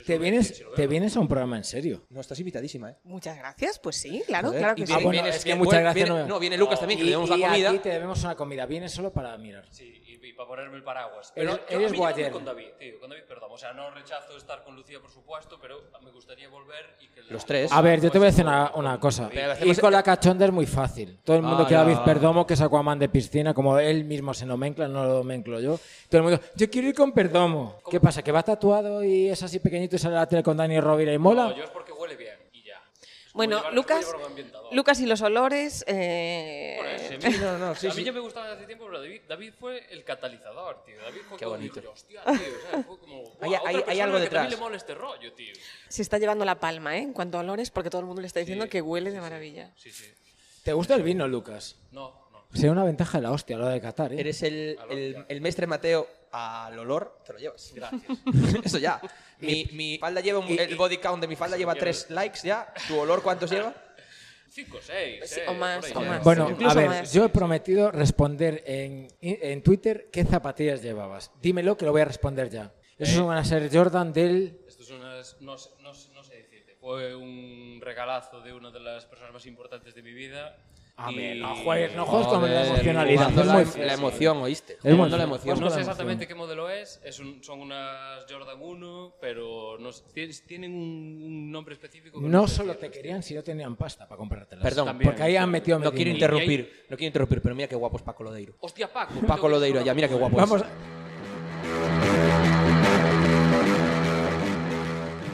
Speaker 1: Te vienes, te vienes a un programa en serio.
Speaker 2: No, estás invitadísima, ¿eh?
Speaker 15: Muchas gracias, pues sí, claro,
Speaker 2: Joder,
Speaker 15: claro
Speaker 2: y
Speaker 15: que sí.
Speaker 2: viene- Ah, bueno, vienes- es que viene- muchas gracias, viene- no me- no, viene Lucas también, que le damos la
Speaker 1: y
Speaker 2: comida.
Speaker 1: A ti te debemos una comida. Vienes solo para mirar.
Speaker 13: Sí, y, y para ponerme el paraguas.
Speaker 1: Eres-
Speaker 13: Pero yo-
Speaker 1: eres
Speaker 13: a mí llévame
Speaker 1: guayer.
Speaker 13: con David, tío, con David, perdón. O sea, no rechazo estar con Lucía, por supuesto, pero me gustaría volver y que... la-
Speaker 2: Los tres.
Speaker 1: A ver, yo te voy a decir una, una cosa.
Speaker 2: Pero hacemos-
Speaker 1: Ir con la cachonda es muy fácil. Todo el mundo
Speaker 2: Ah,
Speaker 1: quiere a
Speaker 2: ya.
Speaker 1: David Perdomo, que es Aquaman de piscina, como él mismo se nomencla, no lo nomenclo yo. Todo el mundo, yo quiero ir con Perdomo. ¿Qué pasa? ¿Que va tatuado y es así pequeñito y sale a la tele con Dani Rovira y mola?
Speaker 13: No, yo es porque huele bien y ya. Es como
Speaker 15: Bueno,
Speaker 13: llevar- es como
Speaker 15: Lucas,
Speaker 13: llevar un ambientador.
Speaker 15: Lucas y los olores. eh,
Speaker 13: a mí ya me gustaba desde hace tiempo, pero David, David fue el catalizador, tío. David fue
Speaker 2: Qué
Speaker 13: como
Speaker 2: bonito.
Speaker 13: dije, hostia, tío, o sea, fue como, "Buah,
Speaker 2: Hay- hay-
Speaker 13: otra
Speaker 2: hay
Speaker 13: persona
Speaker 2: algo
Speaker 13: que
Speaker 2: detrás.
Speaker 13: también le mola este rollo, tío.
Speaker 15: Se está llevando la palma, ¿eh? En cuanto a olores, porque todo el mundo le está diciendo que huele de maravilla.
Speaker 13: Sí, sí.
Speaker 1: ¿Te gusta el vino, Lucas?
Speaker 13: No, no.
Speaker 1: Sería una ventaja de la hostia a la hora de Qatar, ¿eh?
Speaker 2: Eres el, el, el mestre Mateo al olor, te lo llevas. Gracias. Eso ya. Mi, mi falda lleva un- el body count de mi falda lleva tres likes ya. ¿Tu olor cuántos lleva?
Speaker 13: Cinco, seis.
Speaker 15: Pues
Speaker 13: eh,
Speaker 15: Sí, o más, o más.
Speaker 1: Bueno,
Speaker 15: Incluso
Speaker 1: a ver,
Speaker 15: más.
Speaker 1: yo he prometido responder en, en Twitter qué zapatillas llevabas. Dímelo que lo voy a responder ya.
Speaker 2: Eh.
Speaker 1: Esos van a ser Jordan del...
Speaker 13: Esto es unas, no, sé- no, sé- no sé decirte. Fue un regalazo de una de las personas más importantes de mi vida.
Speaker 1: A
Speaker 2: Y-
Speaker 1: ver, Ah, no juegues, no juegues con la
Speaker 2: Joder,
Speaker 1: emocionalidad,
Speaker 2: jugando
Speaker 1: es
Speaker 2: la,
Speaker 1: muy fácil.
Speaker 2: la emoción, ¿oíste?
Speaker 1: Es muy
Speaker 2: Jugando la
Speaker 1: fácil.
Speaker 2: emoción.
Speaker 13: No sé exactamente qué modelo es, es un- son unas Jordan 1, pero no sé, tien- tienen un, un nombre específico. que
Speaker 1: No
Speaker 2: pues
Speaker 13: sé
Speaker 1: solo
Speaker 13: decir.
Speaker 1: te querían, sino tenían pasta para comprártelas.
Speaker 2: Perdón,
Speaker 1: porque ahí han metido
Speaker 2: No
Speaker 1: medio
Speaker 2: quiero
Speaker 1: dinero.
Speaker 2: interrumpir, no quiero interrumpir, pero mira qué guapo es Paco Lodeiro.
Speaker 13: Hostia, Paco.
Speaker 2: Paco Lodeiro allá, mira qué guapo
Speaker 1: Vamos,
Speaker 2: es.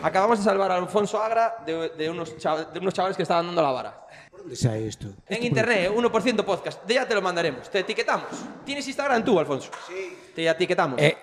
Speaker 2: Acabamos de salvar a Alfonso Agra de, de unos, chav- de unos chavales que estaban dando la vara.
Speaker 1: ¿Dónde sea esto?
Speaker 2: En internet, eh, 1% podcast. Ya te lo mandaremos, te etiquetamos. ¿Tienes Instagram tú, Alfonso? Sí. Te etiquetamos.
Speaker 1: Eh,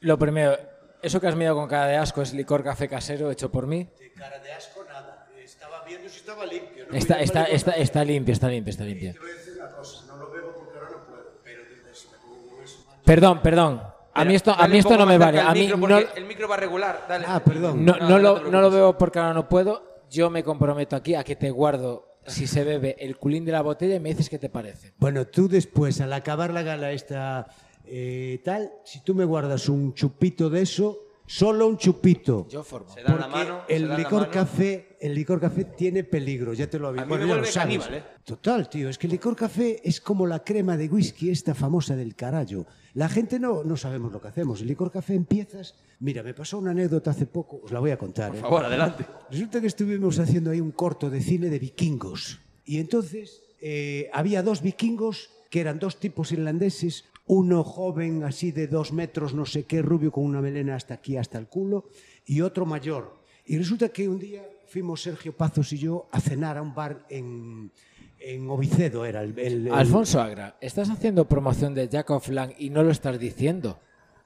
Speaker 1: lo primero, eso que has mirado con cara de asco es licor café casero hecho por mí.
Speaker 16: Cara de asco, nada. Estaba viendo si estaba limpio. ¿no?
Speaker 1: Está,
Speaker 16: Me
Speaker 1: está,
Speaker 16: llama el-
Speaker 1: está, está limpio, está limpio, está limpio.
Speaker 16: Te voy a decir una cosa, no lo veo porque ahora no puedo, pero desde si me pongo eso...
Speaker 1: Perdón, perdón. A mí esto, a
Speaker 2: Dale
Speaker 1: mí
Speaker 2: un
Speaker 1: esto
Speaker 2: poco
Speaker 1: no me
Speaker 2: más
Speaker 1: vale.
Speaker 2: cerca
Speaker 1: A
Speaker 2: el
Speaker 1: mí
Speaker 2: micro
Speaker 1: no,
Speaker 2: porque El micro va regular, dale.
Speaker 1: Ah, perdón. No, no,
Speaker 2: te
Speaker 1: lo, no lo
Speaker 2: preocupes.
Speaker 1: veo porque ahora no puedo. Yo me comprometo aquí a que te guardo si se bebe el culín de la botella y me dices qué te parece.
Speaker 16: Bueno, tú después, al acabar la gala esta eh, tal, si tú me guardas un chupito de eso, solo un chupito.
Speaker 1: Yo formo.
Speaker 2: Se dan la
Speaker 16: Porque
Speaker 2: mano, se dan
Speaker 16: el
Speaker 2: la
Speaker 16: licor
Speaker 2: mano.
Speaker 16: café, el licor café tiene peligro, ya te lo aviso.
Speaker 2: mí
Speaker 16: Bueno,
Speaker 2: me
Speaker 16: ya
Speaker 2: vuelve
Speaker 16: lo sabes.
Speaker 2: caníbal, ¿eh?
Speaker 16: Total, tío, es que el licor café es como la crema de whisky esta famosa del carallo. La gente no, no sabemos lo que hacemos. El licor café empiezas. Mira, me pasó una anécdota hace poco, os la voy a contar. Por
Speaker 2: favor, adelante.
Speaker 16: Resulta que estuvimos haciendo ahí un corto de cine de vikingos. Y entonces eh, había dos vikingos que eran dos tipos irlandeses, uno joven así de dos metros, no sé qué, rubio con una melena hasta aquí, hasta el culo, y otro mayor. Y resulta que un día fuimos Sergio Pazos y yo a cenar a un bar en, en Ovicedo, era el... el- el-
Speaker 1: Alfonso Agra, este- ¿estás haciendo promoción de Jacob Lang y no lo estás diciendo?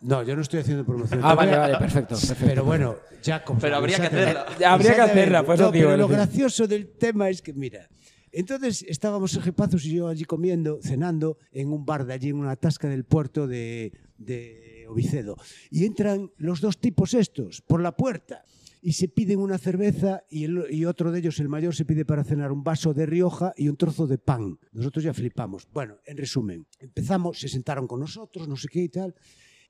Speaker 16: No, yo no estoy haciendo promoción.
Speaker 1: Ah, vale, vale, perfecto. perfecto.
Speaker 16: Pero bueno, Jacob.
Speaker 1: Pero habría que
Speaker 16: exactamente. Eh,
Speaker 1: hacerla. Ya, habría que
Speaker 16: Exactamente.
Speaker 1: hacerla, pues
Speaker 16: No,
Speaker 1: eso digo,
Speaker 16: Pero lo
Speaker 1: es decir.
Speaker 16: gracioso del tema es que, mira, entonces estábamos Sergio Pazos y yo allí comiendo, cenando en un bar de allí, en una tasca del puerto de, de Ovicedo. Y entran los dos tipos estos por la puerta y se piden una cerveza y, el- y otro de ellos, el mayor, se pide para cenar un vaso de Rioja y un trozo de pan. Nosotros ya flipamos. Bueno, en resumen, empezamos, se sentaron con nosotros, no sé qué y tal.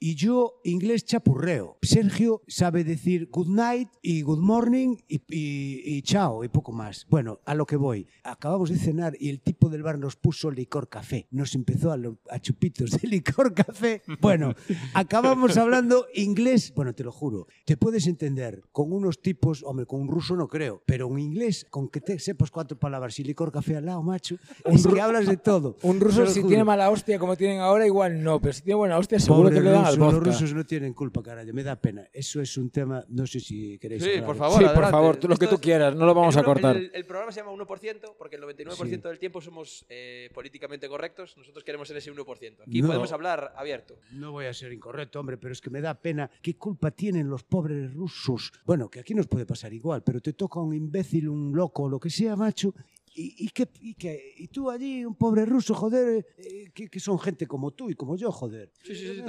Speaker 16: Y yo, inglés chapurreo. Sergio sabe decir good night y good morning y, y- y chao y poco más. Bueno, a lo que voy. Acabamos de cenar y el tipo del bar nos puso licor café. Nos empezó a, lo- a chupitos de licor café. Bueno, acabamos hablando inglés. Bueno, te lo juro. Te puedes entender con unos tipos, hombre, con un ruso no creo, pero un inglés con que te sepas cuatro palabras y licor café al lado, macho, es que hablas de todo.
Speaker 1: Un
Speaker 16: Te
Speaker 1: ruso,
Speaker 16: lo
Speaker 1: si
Speaker 16: juro.
Speaker 1: tiene mala hostia como tienen ahora, igual no. Pero si tiene buena hostia, seguro
Speaker 16: Pobre
Speaker 1: que le dan al
Speaker 16: ruso,
Speaker 1: vodka.
Speaker 16: Los rusos no tienen culpa, carajo, me da pena. Eso es un tema, no sé si queréis.
Speaker 2: Sí,
Speaker 16: hablar
Speaker 2: por
Speaker 16: de-
Speaker 2: favor,
Speaker 1: Sí, por
Speaker 2: adelante.
Speaker 1: favor, tú lo que
Speaker 2: Esto
Speaker 1: tú quieras, no lo vamos
Speaker 2: el
Speaker 1: a
Speaker 2: uno-
Speaker 1: cortar.
Speaker 2: El, el programa se llama 1% porque el 99% del tiempo somos eh, políticamente correctos. Nosotros queremos ser ese 1%. Aquí
Speaker 16: No.
Speaker 2: podemos hablar abierto.
Speaker 16: No voy a ser incorrecto, hombre, pero es que me da pena. ¿Qué culpa tienen los pobres rusos? Bueno, que aquí nos puede pasar igual, pero te toca un imbécil, un loco, lo que sea, macho. Y, y, que, y, que- y tú allí, un pobre ruso, joder, eh, que, que son gente como tú y como yo, joder. Sí, sí, sí,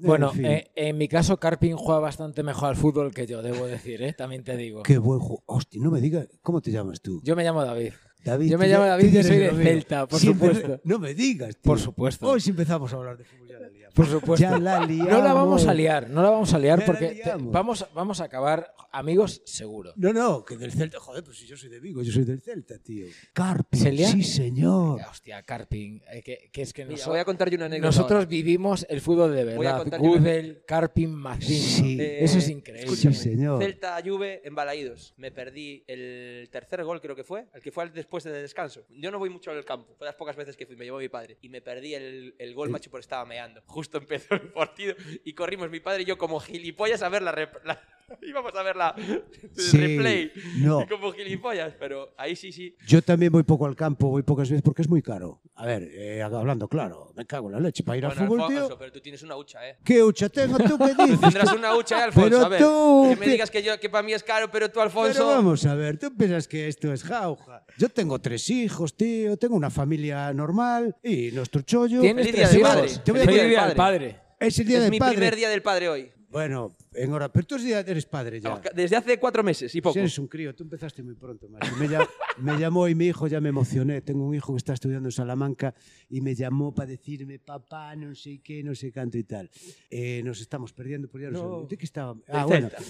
Speaker 1: Bueno, eh, en mi caso, Carpin juega bastante mejor al fútbol que yo, debo decir, ¿eh? también te digo.
Speaker 16: Qué buen juego. Hostia, no me digas, ¿cómo te llamas tú?
Speaker 1: Yo me llamo David.
Speaker 16: David,
Speaker 1: Yo me
Speaker 16: tú ya-
Speaker 1: llamo
Speaker 16: tú
Speaker 1: David
Speaker 16: ya
Speaker 1: y soy
Speaker 16: eres
Speaker 1: de
Speaker 16: lo mío.
Speaker 1: Celta, por
Speaker 16: Siempre-
Speaker 1: supuesto.
Speaker 16: No me digas, tío.
Speaker 1: Por supuesto.
Speaker 16: Hoy sí empezamos a hablar de fútbol, ya la liamos.
Speaker 1: Por supuesto.
Speaker 16: Ya la liamos.
Speaker 1: No la vamos a liar, no la vamos a liar
Speaker 16: Ya la
Speaker 1: porque te-
Speaker 16: liamos.
Speaker 1: vamos, vamos a acabar amigos seguro.
Speaker 16: No, no, que del Celta, joder, pues si yo soy de Vigo, yo soy del Celta, tío. Carpi,
Speaker 1: ¿Se le ha-
Speaker 16: sí señor.
Speaker 1: Hostia, Carpin, eh, que, que es que
Speaker 2: Mira,
Speaker 1: noso-
Speaker 2: voy a contar yo una anécdota
Speaker 1: Nosotros
Speaker 2: ahora.
Speaker 1: vivimos el fútbol de
Speaker 2: Voy a
Speaker 1: verdad.
Speaker 2: contar yo una-
Speaker 1: Google, Carpin, Martín.
Speaker 2: Eh,
Speaker 1: eso es increíble.
Speaker 2: escúchame.
Speaker 16: señor.
Speaker 2: Celta Juve en Balaídos. Me perdí el tercer gol, creo que fue, el que fue al- después del descanso. Yo no voy mucho al campo, fue las pocas veces que fui, me llevó mi padre. Y me perdí el, el gol, macho, porque estaba meando. Justo empezó el partido y corrimos mi padre y yo como gilipollas a ver la. rep- la- íbamos a ver la, el
Speaker 16: Sí,
Speaker 2: replay.
Speaker 16: no.
Speaker 2: Y como gilipollas, pero ahí sí, sí.
Speaker 16: Yo también voy poco al campo, voy pocas veces porque es muy caro. A ver, eh, hablando claro, me cago en la leche. Para ir al
Speaker 2: Bueno,
Speaker 16: fútbol,
Speaker 2: Alfonso,
Speaker 16: tío.
Speaker 2: pero tú tienes una hucha, ¿eh?
Speaker 16: ¿Qué hucha tengo tú? ¿Qué dices?
Speaker 2: Tendrás
Speaker 16: tú?
Speaker 2: una hucha, ¿eh, Alfonso?
Speaker 16: Pero
Speaker 2: a ver,
Speaker 16: tú,
Speaker 2: que me
Speaker 16: ¿qué?
Speaker 2: digas que, yo, que para mí es caro, pero tú, Alfonso...
Speaker 16: Pero vamos a ver, tú piensas que esto es jauja. Yo tengo tres hijos, tío, tengo una familia normal y nuestro chollo.
Speaker 1: Tienes
Speaker 16: Feliz
Speaker 1: tres
Speaker 16: día del
Speaker 1: hijos.
Speaker 16: Te voy a
Speaker 1: Feliz
Speaker 16: contar-
Speaker 1: día del padre.
Speaker 16: Es el día
Speaker 2: es
Speaker 16: del
Speaker 2: mi
Speaker 16: padre.
Speaker 2: primer día del padre hoy.
Speaker 16: Bueno, en hora. Pero tú eres padre ya.
Speaker 2: Desde hace cuatro meses y poco.
Speaker 16: Si eres un crío, tú empezaste muy pronto, macho. Me, llam- me llamó y mi hijo ya me emocioné. Tengo un hijo que está estudiando en Salamanca y me llamó para decirme, papá, no sé qué, no sé canto y tal. Eh, nos estamos perdiendo por ya no sé
Speaker 1: No.
Speaker 16: dónde. ¿De qué Ah, estábamos?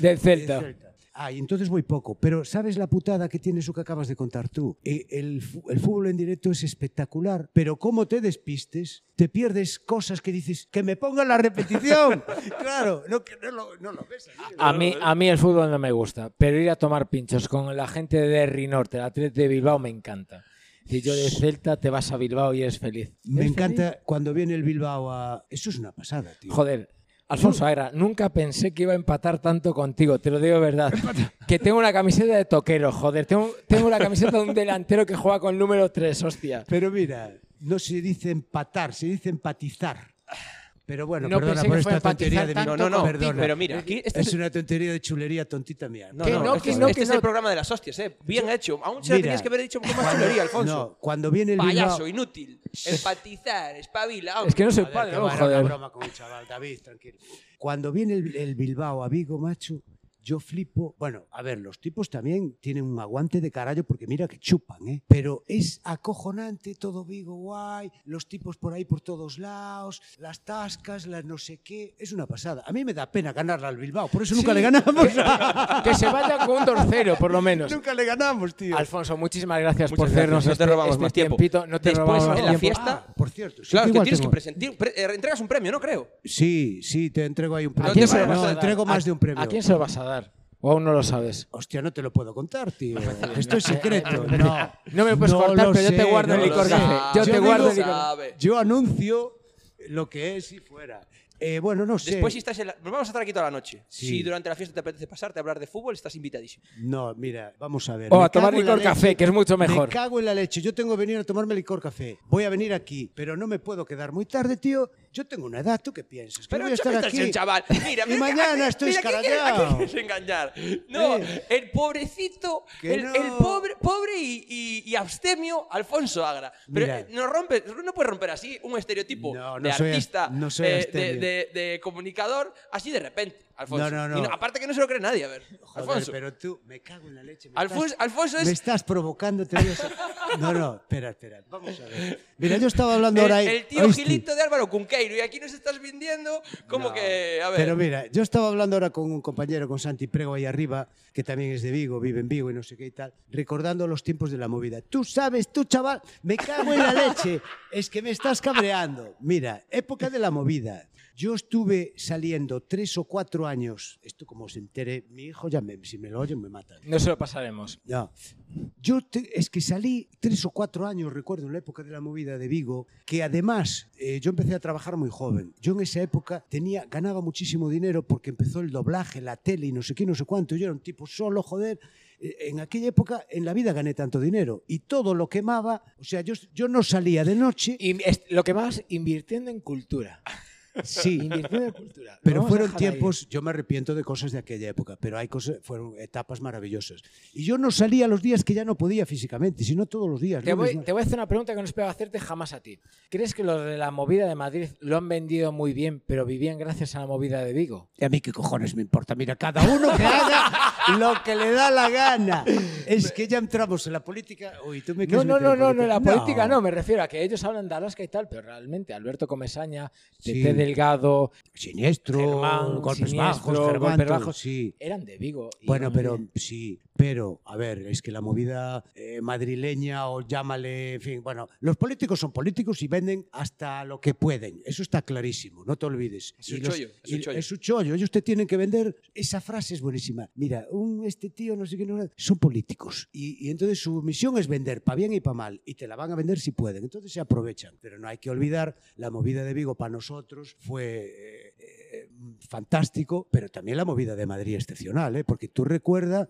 Speaker 1: Del Celta. Del Celta.
Speaker 16: Ah, y entonces muy poco. Pero ¿sabes la putada que tiene eso que acabas de contar tú? Eh, El, fu- el fútbol en directo es espectacular, pero como te despistes, te pierdes cosas que dices, que me pongan la repetición. claro, no, que no lo, no lo ves. ahí.
Speaker 1: A mí, a mí el fútbol no me gusta, pero ir a tomar pinchos con la gente de Rinorte, el Atleti de Bilbao, me encanta. Si yo de Celta te vas a Bilbao y eres feliz.
Speaker 16: Me
Speaker 1: ¿Eres
Speaker 16: encanta
Speaker 1: feliz?
Speaker 16: cuando viene el Bilbao a... Eso es una pasada, tío.
Speaker 1: Joder, Alfonso Agra, nunca pensé que iba a empatar tanto contigo, te lo digo de verdad. Que tengo una camiseta de toquero, joder. Tengo, tengo la camiseta de un delantero que juega con número 3, hostia.
Speaker 16: Pero mira, no se dice empatar, se dice empatizar. Pero bueno,
Speaker 1: No
Speaker 16: perdona
Speaker 1: pensé
Speaker 16: por
Speaker 1: que fuera
Speaker 16: esta tontería
Speaker 1: empatizar
Speaker 16: de mi
Speaker 1: tanto No, no, no,
Speaker 16: perdona.
Speaker 1: pero mira, aquí este
Speaker 16: es
Speaker 1: es-
Speaker 16: una tontería de chulería tontita mía.
Speaker 2: No, no, este, es- este es el programa de las hostias, eh. Bien hecho. Aún se lo
Speaker 16: Mira.
Speaker 2: tenías que haber dicho un poco más chulería, Alfonso.
Speaker 16: No, cuando viene el
Speaker 2: Payaso,
Speaker 16: Bilbao-
Speaker 2: inútil. Empatizar, espabila. hombre.
Speaker 16: Es que no soy padre,
Speaker 2: qué
Speaker 16: vamos,
Speaker 2: mala
Speaker 16: joder.
Speaker 2: broma
Speaker 16: con el chaval, David, tranquilo. Cuando viene el, el Bilbao a Vigo, macho, yo flipo. Bueno, a ver, los tipos también tienen un aguante de carajo porque mira que chupan, ¿eh? Pero es acojonante todo Vigo, guay, los tipos por ahí por todos lados, las tascas, las no sé qué. Es una pasada. A mí me da pena ganarla al Bilbao, por eso nunca
Speaker 1: Sí,
Speaker 16: le ganamos.
Speaker 1: Que, que se vaya con un torcero, por lo menos.
Speaker 16: Nunca le ganamos, tío.
Speaker 1: Alfonso, muchísimas gracias por
Speaker 2: Muchas gracias,
Speaker 1: hacernos
Speaker 2: no te robamos
Speaker 1: este
Speaker 2: más tiempo.
Speaker 1: tiempito, No te
Speaker 2: Después,
Speaker 1: robamos más
Speaker 2: en la
Speaker 1: tiempo.
Speaker 2: fiesta.
Speaker 16: Ah, por cierto, sí,
Speaker 2: Ah, claro, es que
Speaker 16: igual
Speaker 2: tienes que
Speaker 16: tengo-
Speaker 2: presentar. pre- eh, entregas un premio, ¿no? Creo.
Speaker 16: Sí, sí, te entrego ahí un premio.
Speaker 1: ¿A quién se lo
Speaker 16: Bueno,
Speaker 1: vas a
Speaker 16: no,
Speaker 1: dar?
Speaker 16: entrego más
Speaker 1: ¿A-
Speaker 16: de un premio.
Speaker 1: ¿A quién se lo vas a dar? ¿O aún no lo sabes?
Speaker 16: Hostia, no te lo puedo contar, tío. Esto es secreto. No,
Speaker 1: No me puedes cortar,
Speaker 16: lo
Speaker 1: pero yo te guardo el
Speaker 16: lo
Speaker 1: licor
Speaker 16: sé.
Speaker 1: café. Yo te guardo el licor.
Speaker 16: Yo anuncio lo que es si fuera. Eh, bueno, no sé.
Speaker 2: Después, si estás en la- Nos vamos a estar aquí toda la noche.
Speaker 16: Sí.
Speaker 2: Si durante la fiesta te apetece pasarte a hablar de fútbol, estás invitadísimo.
Speaker 16: No, mira, vamos a ver.
Speaker 1: O
Speaker 16: Me
Speaker 1: Oh, a tomar
Speaker 16: cago en la
Speaker 1: licor café,
Speaker 16: leche.
Speaker 1: que es mucho mejor.
Speaker 16: Me cago en la leche. Yo tengo que venir a tomarme licor café. Voy a venir aquí, pero no me puedo quedar muy tarde, tío. Yo tengo una edad, ¿tú qué piensas? Que
Speaker 2: Pero
Speaker 16: no voy a
Speaker 2: yo
Speaker 16: estar
Speaker 2: me estás
Speaker 16: aquí.
Speaker 2: un chaval. Mira,
Speaker 16: Y
Speaker 2: mira,
Speaker 16: mañana
Speaker 2: mira,
Speaker 16: estoy
Speaker 2: mira, ¿a quién quieres- a
Speaker 16: escarallao.
Speaker 2: quién quieres engañar? No, el pobrecito,
Speaker 16: Que
Speaker 2: el,
Speaker 16: no.
Speaker 2: el pobre, pobre y, y- y abstemio Alfonso Agra. Pero
Speaker 16: Mira.
Speaker 2: eh, no rompe, no puedes romper así un estereotipo
Speaker 16: no
Speaker 2: de
Speaker 16: soy ab-
Speaker 2: artista,
Speaker 16: no soy
Speaker 2: eh, de,
Speaker 16: abstemio.
Speaker 2: de- de comunicador, así de repente, Alfonso.
Speaker 16: No, no, no.
Speaker 2: Y aparte que no se lo cree nadie, a ver.
Speaker 16: Joder,
Speaker 2: Alfonso.
Speaker 16: pero tú, me cago en la leche. me
Speaker 2: Alfonso,
Speaker 16: estás-
Speaker 2: Alfonso
Speaker 16: Me
Speaker 2: es
Speaker 16: estás provocando. Te voy a hacer- No, no, espera, espera. Vamos a ver. Mira, yo estaba hablando
Speaker 2: el,
Speaker 16: ahora ahí.
Speaker 2: el tío
Speaker 16: ¿oíste?
Speaker 2: Gilito de Álvaro Cunqueiro y aquí nos estás vendiendo como que, a ver.
Speaker 16: Pero mira, yo estaba hablando ahora con un compañero, con Santi Prego ahí arriba, que también es de Vigo, vive en Vigo y no sé qué y tal, recordando los tiempos de la movida. Tú sabes, tú chaval, me cago en la leche, es que me estás cabreando. Mira, época de la movida. Yo estuve saliendo tres o cuatro años, esto como se entere mi hijo, ya me- si me lo oyen me matan.
Speaker 1: No se lo pasaremos.
Speaker 16: No. Yo te- es que salí tres o cuatro años, recuerdo, en la época de la movida de Vigo, que además eh, yo empecé a trabajar muy joven. Yo en esa época tenía, ganaba muchísimo dinero porque empezó el doblaje, la tele y no sé qué, no sé cuánto. Yo era un tipo solo, joder. Eh, En aquella época, en la vida gané tanto dinero y todo lo quemaba. O sea, yo, yo no salía de noche.
Speaker 1: Y lo que más, invirtiendo en cultura.
Speaker 16: Sí.
Speaker 1: Invirtiendo en cultura. Lo
Speaker 16: Pero
Speaker 1: vamos a
Speaker 16: fueron
Speaker 1: dejar ahí.
Speaker 16: tiempos, yo me arrepiento de cosas de aquella época, pero hay cosas, fueron etapas maravillosas. Y yo no salía los días que ya no podía físicamente, sino todos los días.
Speaker 1: Te
Speaker 16: lunes,
Speaker 1: voy,
Speaker 16: martes.
Speaker 1: te voy a hacer una pregunta que no espero hacerte jamás a ti. ¿Crees que los de la movida de Madrid lo han vendido muy bien, pero vivían gracias a la movida de Vigo?
Speaker 16: ¿Y a mí qué cojones me importa? Mira, cada uno que haga lo que le da la gana. Es que ya entramos en la política. Uy, tú me
Speaker 1: No,
Speaker 16: quieres
Speaker 1: no,
Speaker 16: meter
Speaker 1: no,
Speaker 16: en
Speaker 1: no, no, la política no. me refiero a que ellos hablan de Alaska y tal, pero realmente Alberto Comesaña,
Speaker 16: Sí.
Speaker 1: Tete Delgado,
Speaker 16: Siniestro,
Speaker 1: Germán,
Speaker 16: golpes
Speaker 1: Siniestro,
Speaker 16: bajos, Germán,
Speaker 1: golpes
Speaker 16: todo,
Speaker 1: bajos,
Speaker 16: sí.
Speaker 1: eran de Vigo. y
Speaker 16: Bueno,
Speaker 1: eran
Speaker 16: pero
Speaker 1: de-
Speaker 16: sí, pero, a ver, es que la movida eh, madrileña o llámale, en fin, bueno, los políticos son políticos y venden hasta lo que pueden, eso está clarísimo, no te olvides.
Speaker 2: Es un
Speaker 16: Y los-
Speaker 2: chollo, es
Speaker 16: y
Speaker 2: un chollo.
Speaker 16: Es un chollo, ellos te tienen que vender, esa frase es buenísima, mira, un, este tío no sé qué, no, sé- son políticos y, y entonces su misión es vender para bien y para mal y te la van a vender si pueden, entonces se aprovechan, pero no hay que olvidar, la movida de Vigo para nosotros fue... eh, eh, fantástico, pero también la movida de Madrid excepcional, ¿eh? porque tú recuerdas,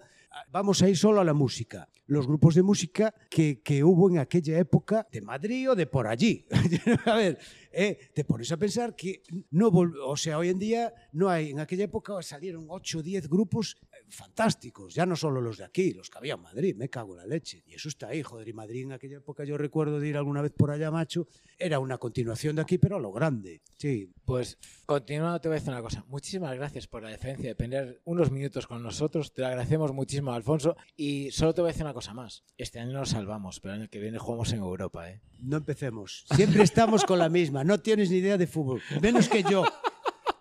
Speaker 16: vamos a ir solo a la música, los grupos de música que, que hubo en aquella época de Madrid o de por allí. a ver, ¿eh? te pones a pensar que no, vol- o sea, hoy en día no hay, en aquella época salieron 8 o 10 grupos eh, fantásticos, ya no solo los de aquí, los que había en Madrid, me cago en la leche. Y eso está ahí, joder, y Madrid en aquella época yo recuerdo de ir alguna vez por allá, macho, era una continuación de aquí, pero a lo grande. Sí.
Speaker 1: Pues continuando te voy a decir una cosa. Muchísimas gracias por la deferencia de tener unos minutos con nosotros. Te lo agradecemos muchísimo, Alfonso. Y solo te voy a decir una cosa más. Este año nos salvamos, pero el año que viene jugamos en Europa, ¿eh?
Speaker 16: No empecemos. Siempre estamos con la misma. No tienes ni idea de fútbol. Menos que yo.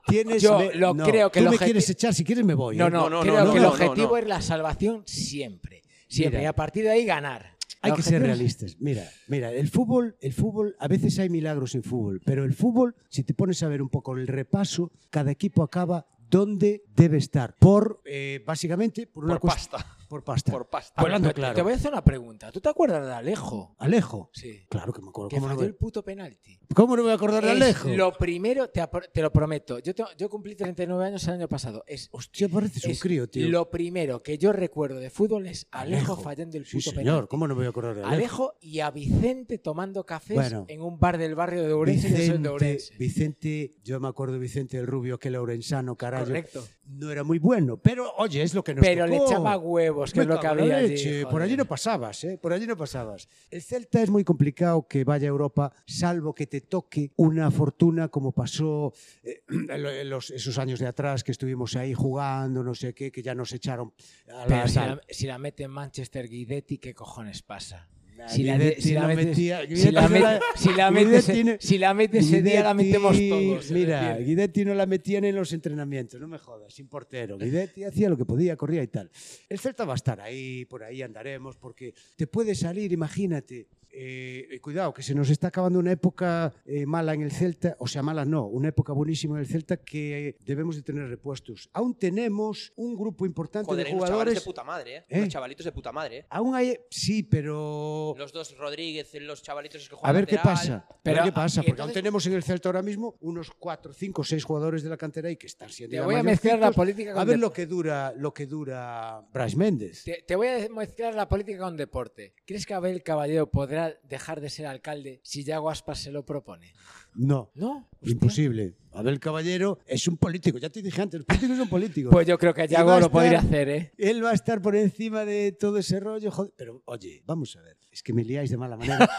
Speaker 16: Tienes,
Speaker 1: Yo
Speaker 16: me-
Speaker 1: lo
Speaker 16: no,
Speaker 1: creo que
Speaker 16: tú
Speaker 1: el
Speaker 16: me
Speaker 1: objeti-
Speaker 16: quieres echar, si quieres me voy.
Speaker 1: No,
Speaker 16: ¿eh?
Speaker 1: no, creo que el objetivo es la salvación siempre. Siempre.
Speaker 16: Mira.
Speaker 1: Y a partir de ahí ganar.
Speaker 16: Hay
Speaker 1: El
Speaker 16: que ser
Speaker 1: objetivo-
Speaker 16: realistas. Mira, mira, el fútbol, el fútbol, a veces hay milagros en fútbol, pero el fútbol, si te pones a ver un poco el repaso, cada equipo acaba donde debe estar. Por, eh, básicamente, por una
Speaker 1: Por
Speaker 16: cuest- Por pasta. Por
Speaker 2: pasta.
Speaker 16: Hablando
Speaker 1: Bueno,
Speaker 16: claro.
Speaker 1: Te voy a hacer una pregunta. ¿Tú te acuerdas de Alejo?
Speaker 16: Alejo.
Speaker 1: Sí.
Speaker 16: Claro que me acuerdo.
Speaker 1: Que
Speaker 16: ¿Cómo no
Speaker 1: falló
Speaker 16: me,
Speaker 1: el puto penalti.
Speaker 16: cómo no me voy a acordar de
Speaker 1: Es
Speaker 16: Alejo?
Speaker 1: Lo primero, te, apro- te lo prometo. Yo, tengo- yo cumplí 39 años el año pasado. Es,
Speaker 16: Hostia, pareces un
Speaker 1: es
Speaker 16: crío, tío.
Speaker 1: Lo primero que yo recuerdo de fútbol es Alejo,
Speaker 16: Alejo.
Speaker 1: fallando el puto
Speaker 16: Sí, señor.
Speaker 1: penalti.
Speaker 16: ¿Cómo no me voy a acordar de Alejo?
Speaker 1: Alejo y a Vicente tomando cafés
Speaker 16: Bueno.
Speaker 1: en un bar del barrio de Ourense. yo soy de
Speaker 16: Vicente,
Speaker 1: Ourense.
Speaker 16: Vicente, yo me acuerdo de Vicente el Rubio, aquel laurensano, carajo.
Speaker 1: Correcto.
Speaker 16: No era muy bueno, pero oye, es lo que nos
Speaker 1: Pero le
Speaker 16: tocó.
Speaker 1: echaba huevos, que
Speaker 16: Me
Speaker 1: es lo que
Speaker 16: cago en la
Speaker 1: había allí,
Speaker 16: leche,
Speaker 1: joder.
Speaker 16: Por allí no pasabas, ¿eh? Por allí no pasabas. El Celta es muy complicado que vaya a Europa, salvo que te toque una fortuna como pasó eh, en los- esos años de atrás que estuvimos ahí jugando, no sé qué, que ya nos echaron a la
Speaker 1: Pero si
Speaker 16: sal.
Speaker 1: la, si la mete en Manchester Guidetti, ¿qué cojones pasa?
Speaker 16: Nah,
Speaker 1: Si la,
Speaker 16: Guidetti
Speaker 1: si la
Speaker 16: no
Speaker 1: metes,
Speaker 16: metía-
Speaker 1: si la
Speaker 16: Guidetti no
Speaker 1: met-
Speaker 16: la-
Speaker 1: si la metes-
Speaker 16: Guidetti no-
Speaker 1: si la metes ese día, la metemos
Speaker 16: Guidetti,
Speaker 1: todos.
Speaker 16: Mira, Guidetti no la metían en los entrenamientos, no me jodas, sin portero. Guidetti hacía lo que podía, corría y tal. El Celta va a estar ahí, por ahí andaremos, porque te puede salir, imagínate. eh, eh, cuidado, que se nos está acabando una época eh, mala en el Celta, o sea, mala no, una época buenísima en el Celta que eh, debemos de tener repuestos. Aún tenemos un grupo importante
Speaker 2: Joder,
Speaker 16: de
Speaker 2: hay unos chavales de
Speaker 16: jugadores.
Speaker 2: puta madre, ¿eh?
Speaker 16: ¿Eh?
Speaker 2: Los chavalitos de puta madre, ¿eh?
Speaker 16: Aún hay, sí, pero
Speaker 2: Los dos Rodríguez, los chavalitos que juegan
Speaker 16: A ver qué
Speaker 2: lateral.
Speaker 16: pasa. a ver qué pasa. Porque aún tenemos en el Celta ahora mismo unos 4, 5, 6 jugadores de la cantera y que están siendo.
Speaker 1: Te
Speaker 16: ya
Speaker 1: voy a mezclar la
Speaker 16: mayorcitos.
Speaker 1: política con
Speaker 16: A ver
Speaker 1: dep-
Speaker 16: lo que dura, lo que dura Brais Méndez.
Speaker 1: Te, te voy a mezclar la política con deporte. ¿Crees que Abel Caballero podrá dejar de ser alcalde si Yago Aspas se lo propone?
Speaker 16: No.
Speaker 1: No.
Speaker 16: Imposible. Abel Caballero es un político. Ya te dije antes, los políticos son políticos.
Speaker 1: Pues yo creo que
Speaker 16: Y va
Speaker 1: Yago
Speaker 16: a
Speaker 1: lo
Speaker 16: estar-
Speaker 1: podría hacer, ¿eh?
Speaker 16: Él va a estar por encima de todo ese rollo. joder. Pero oye, vamos a ver. Es que me liáis de mala manera.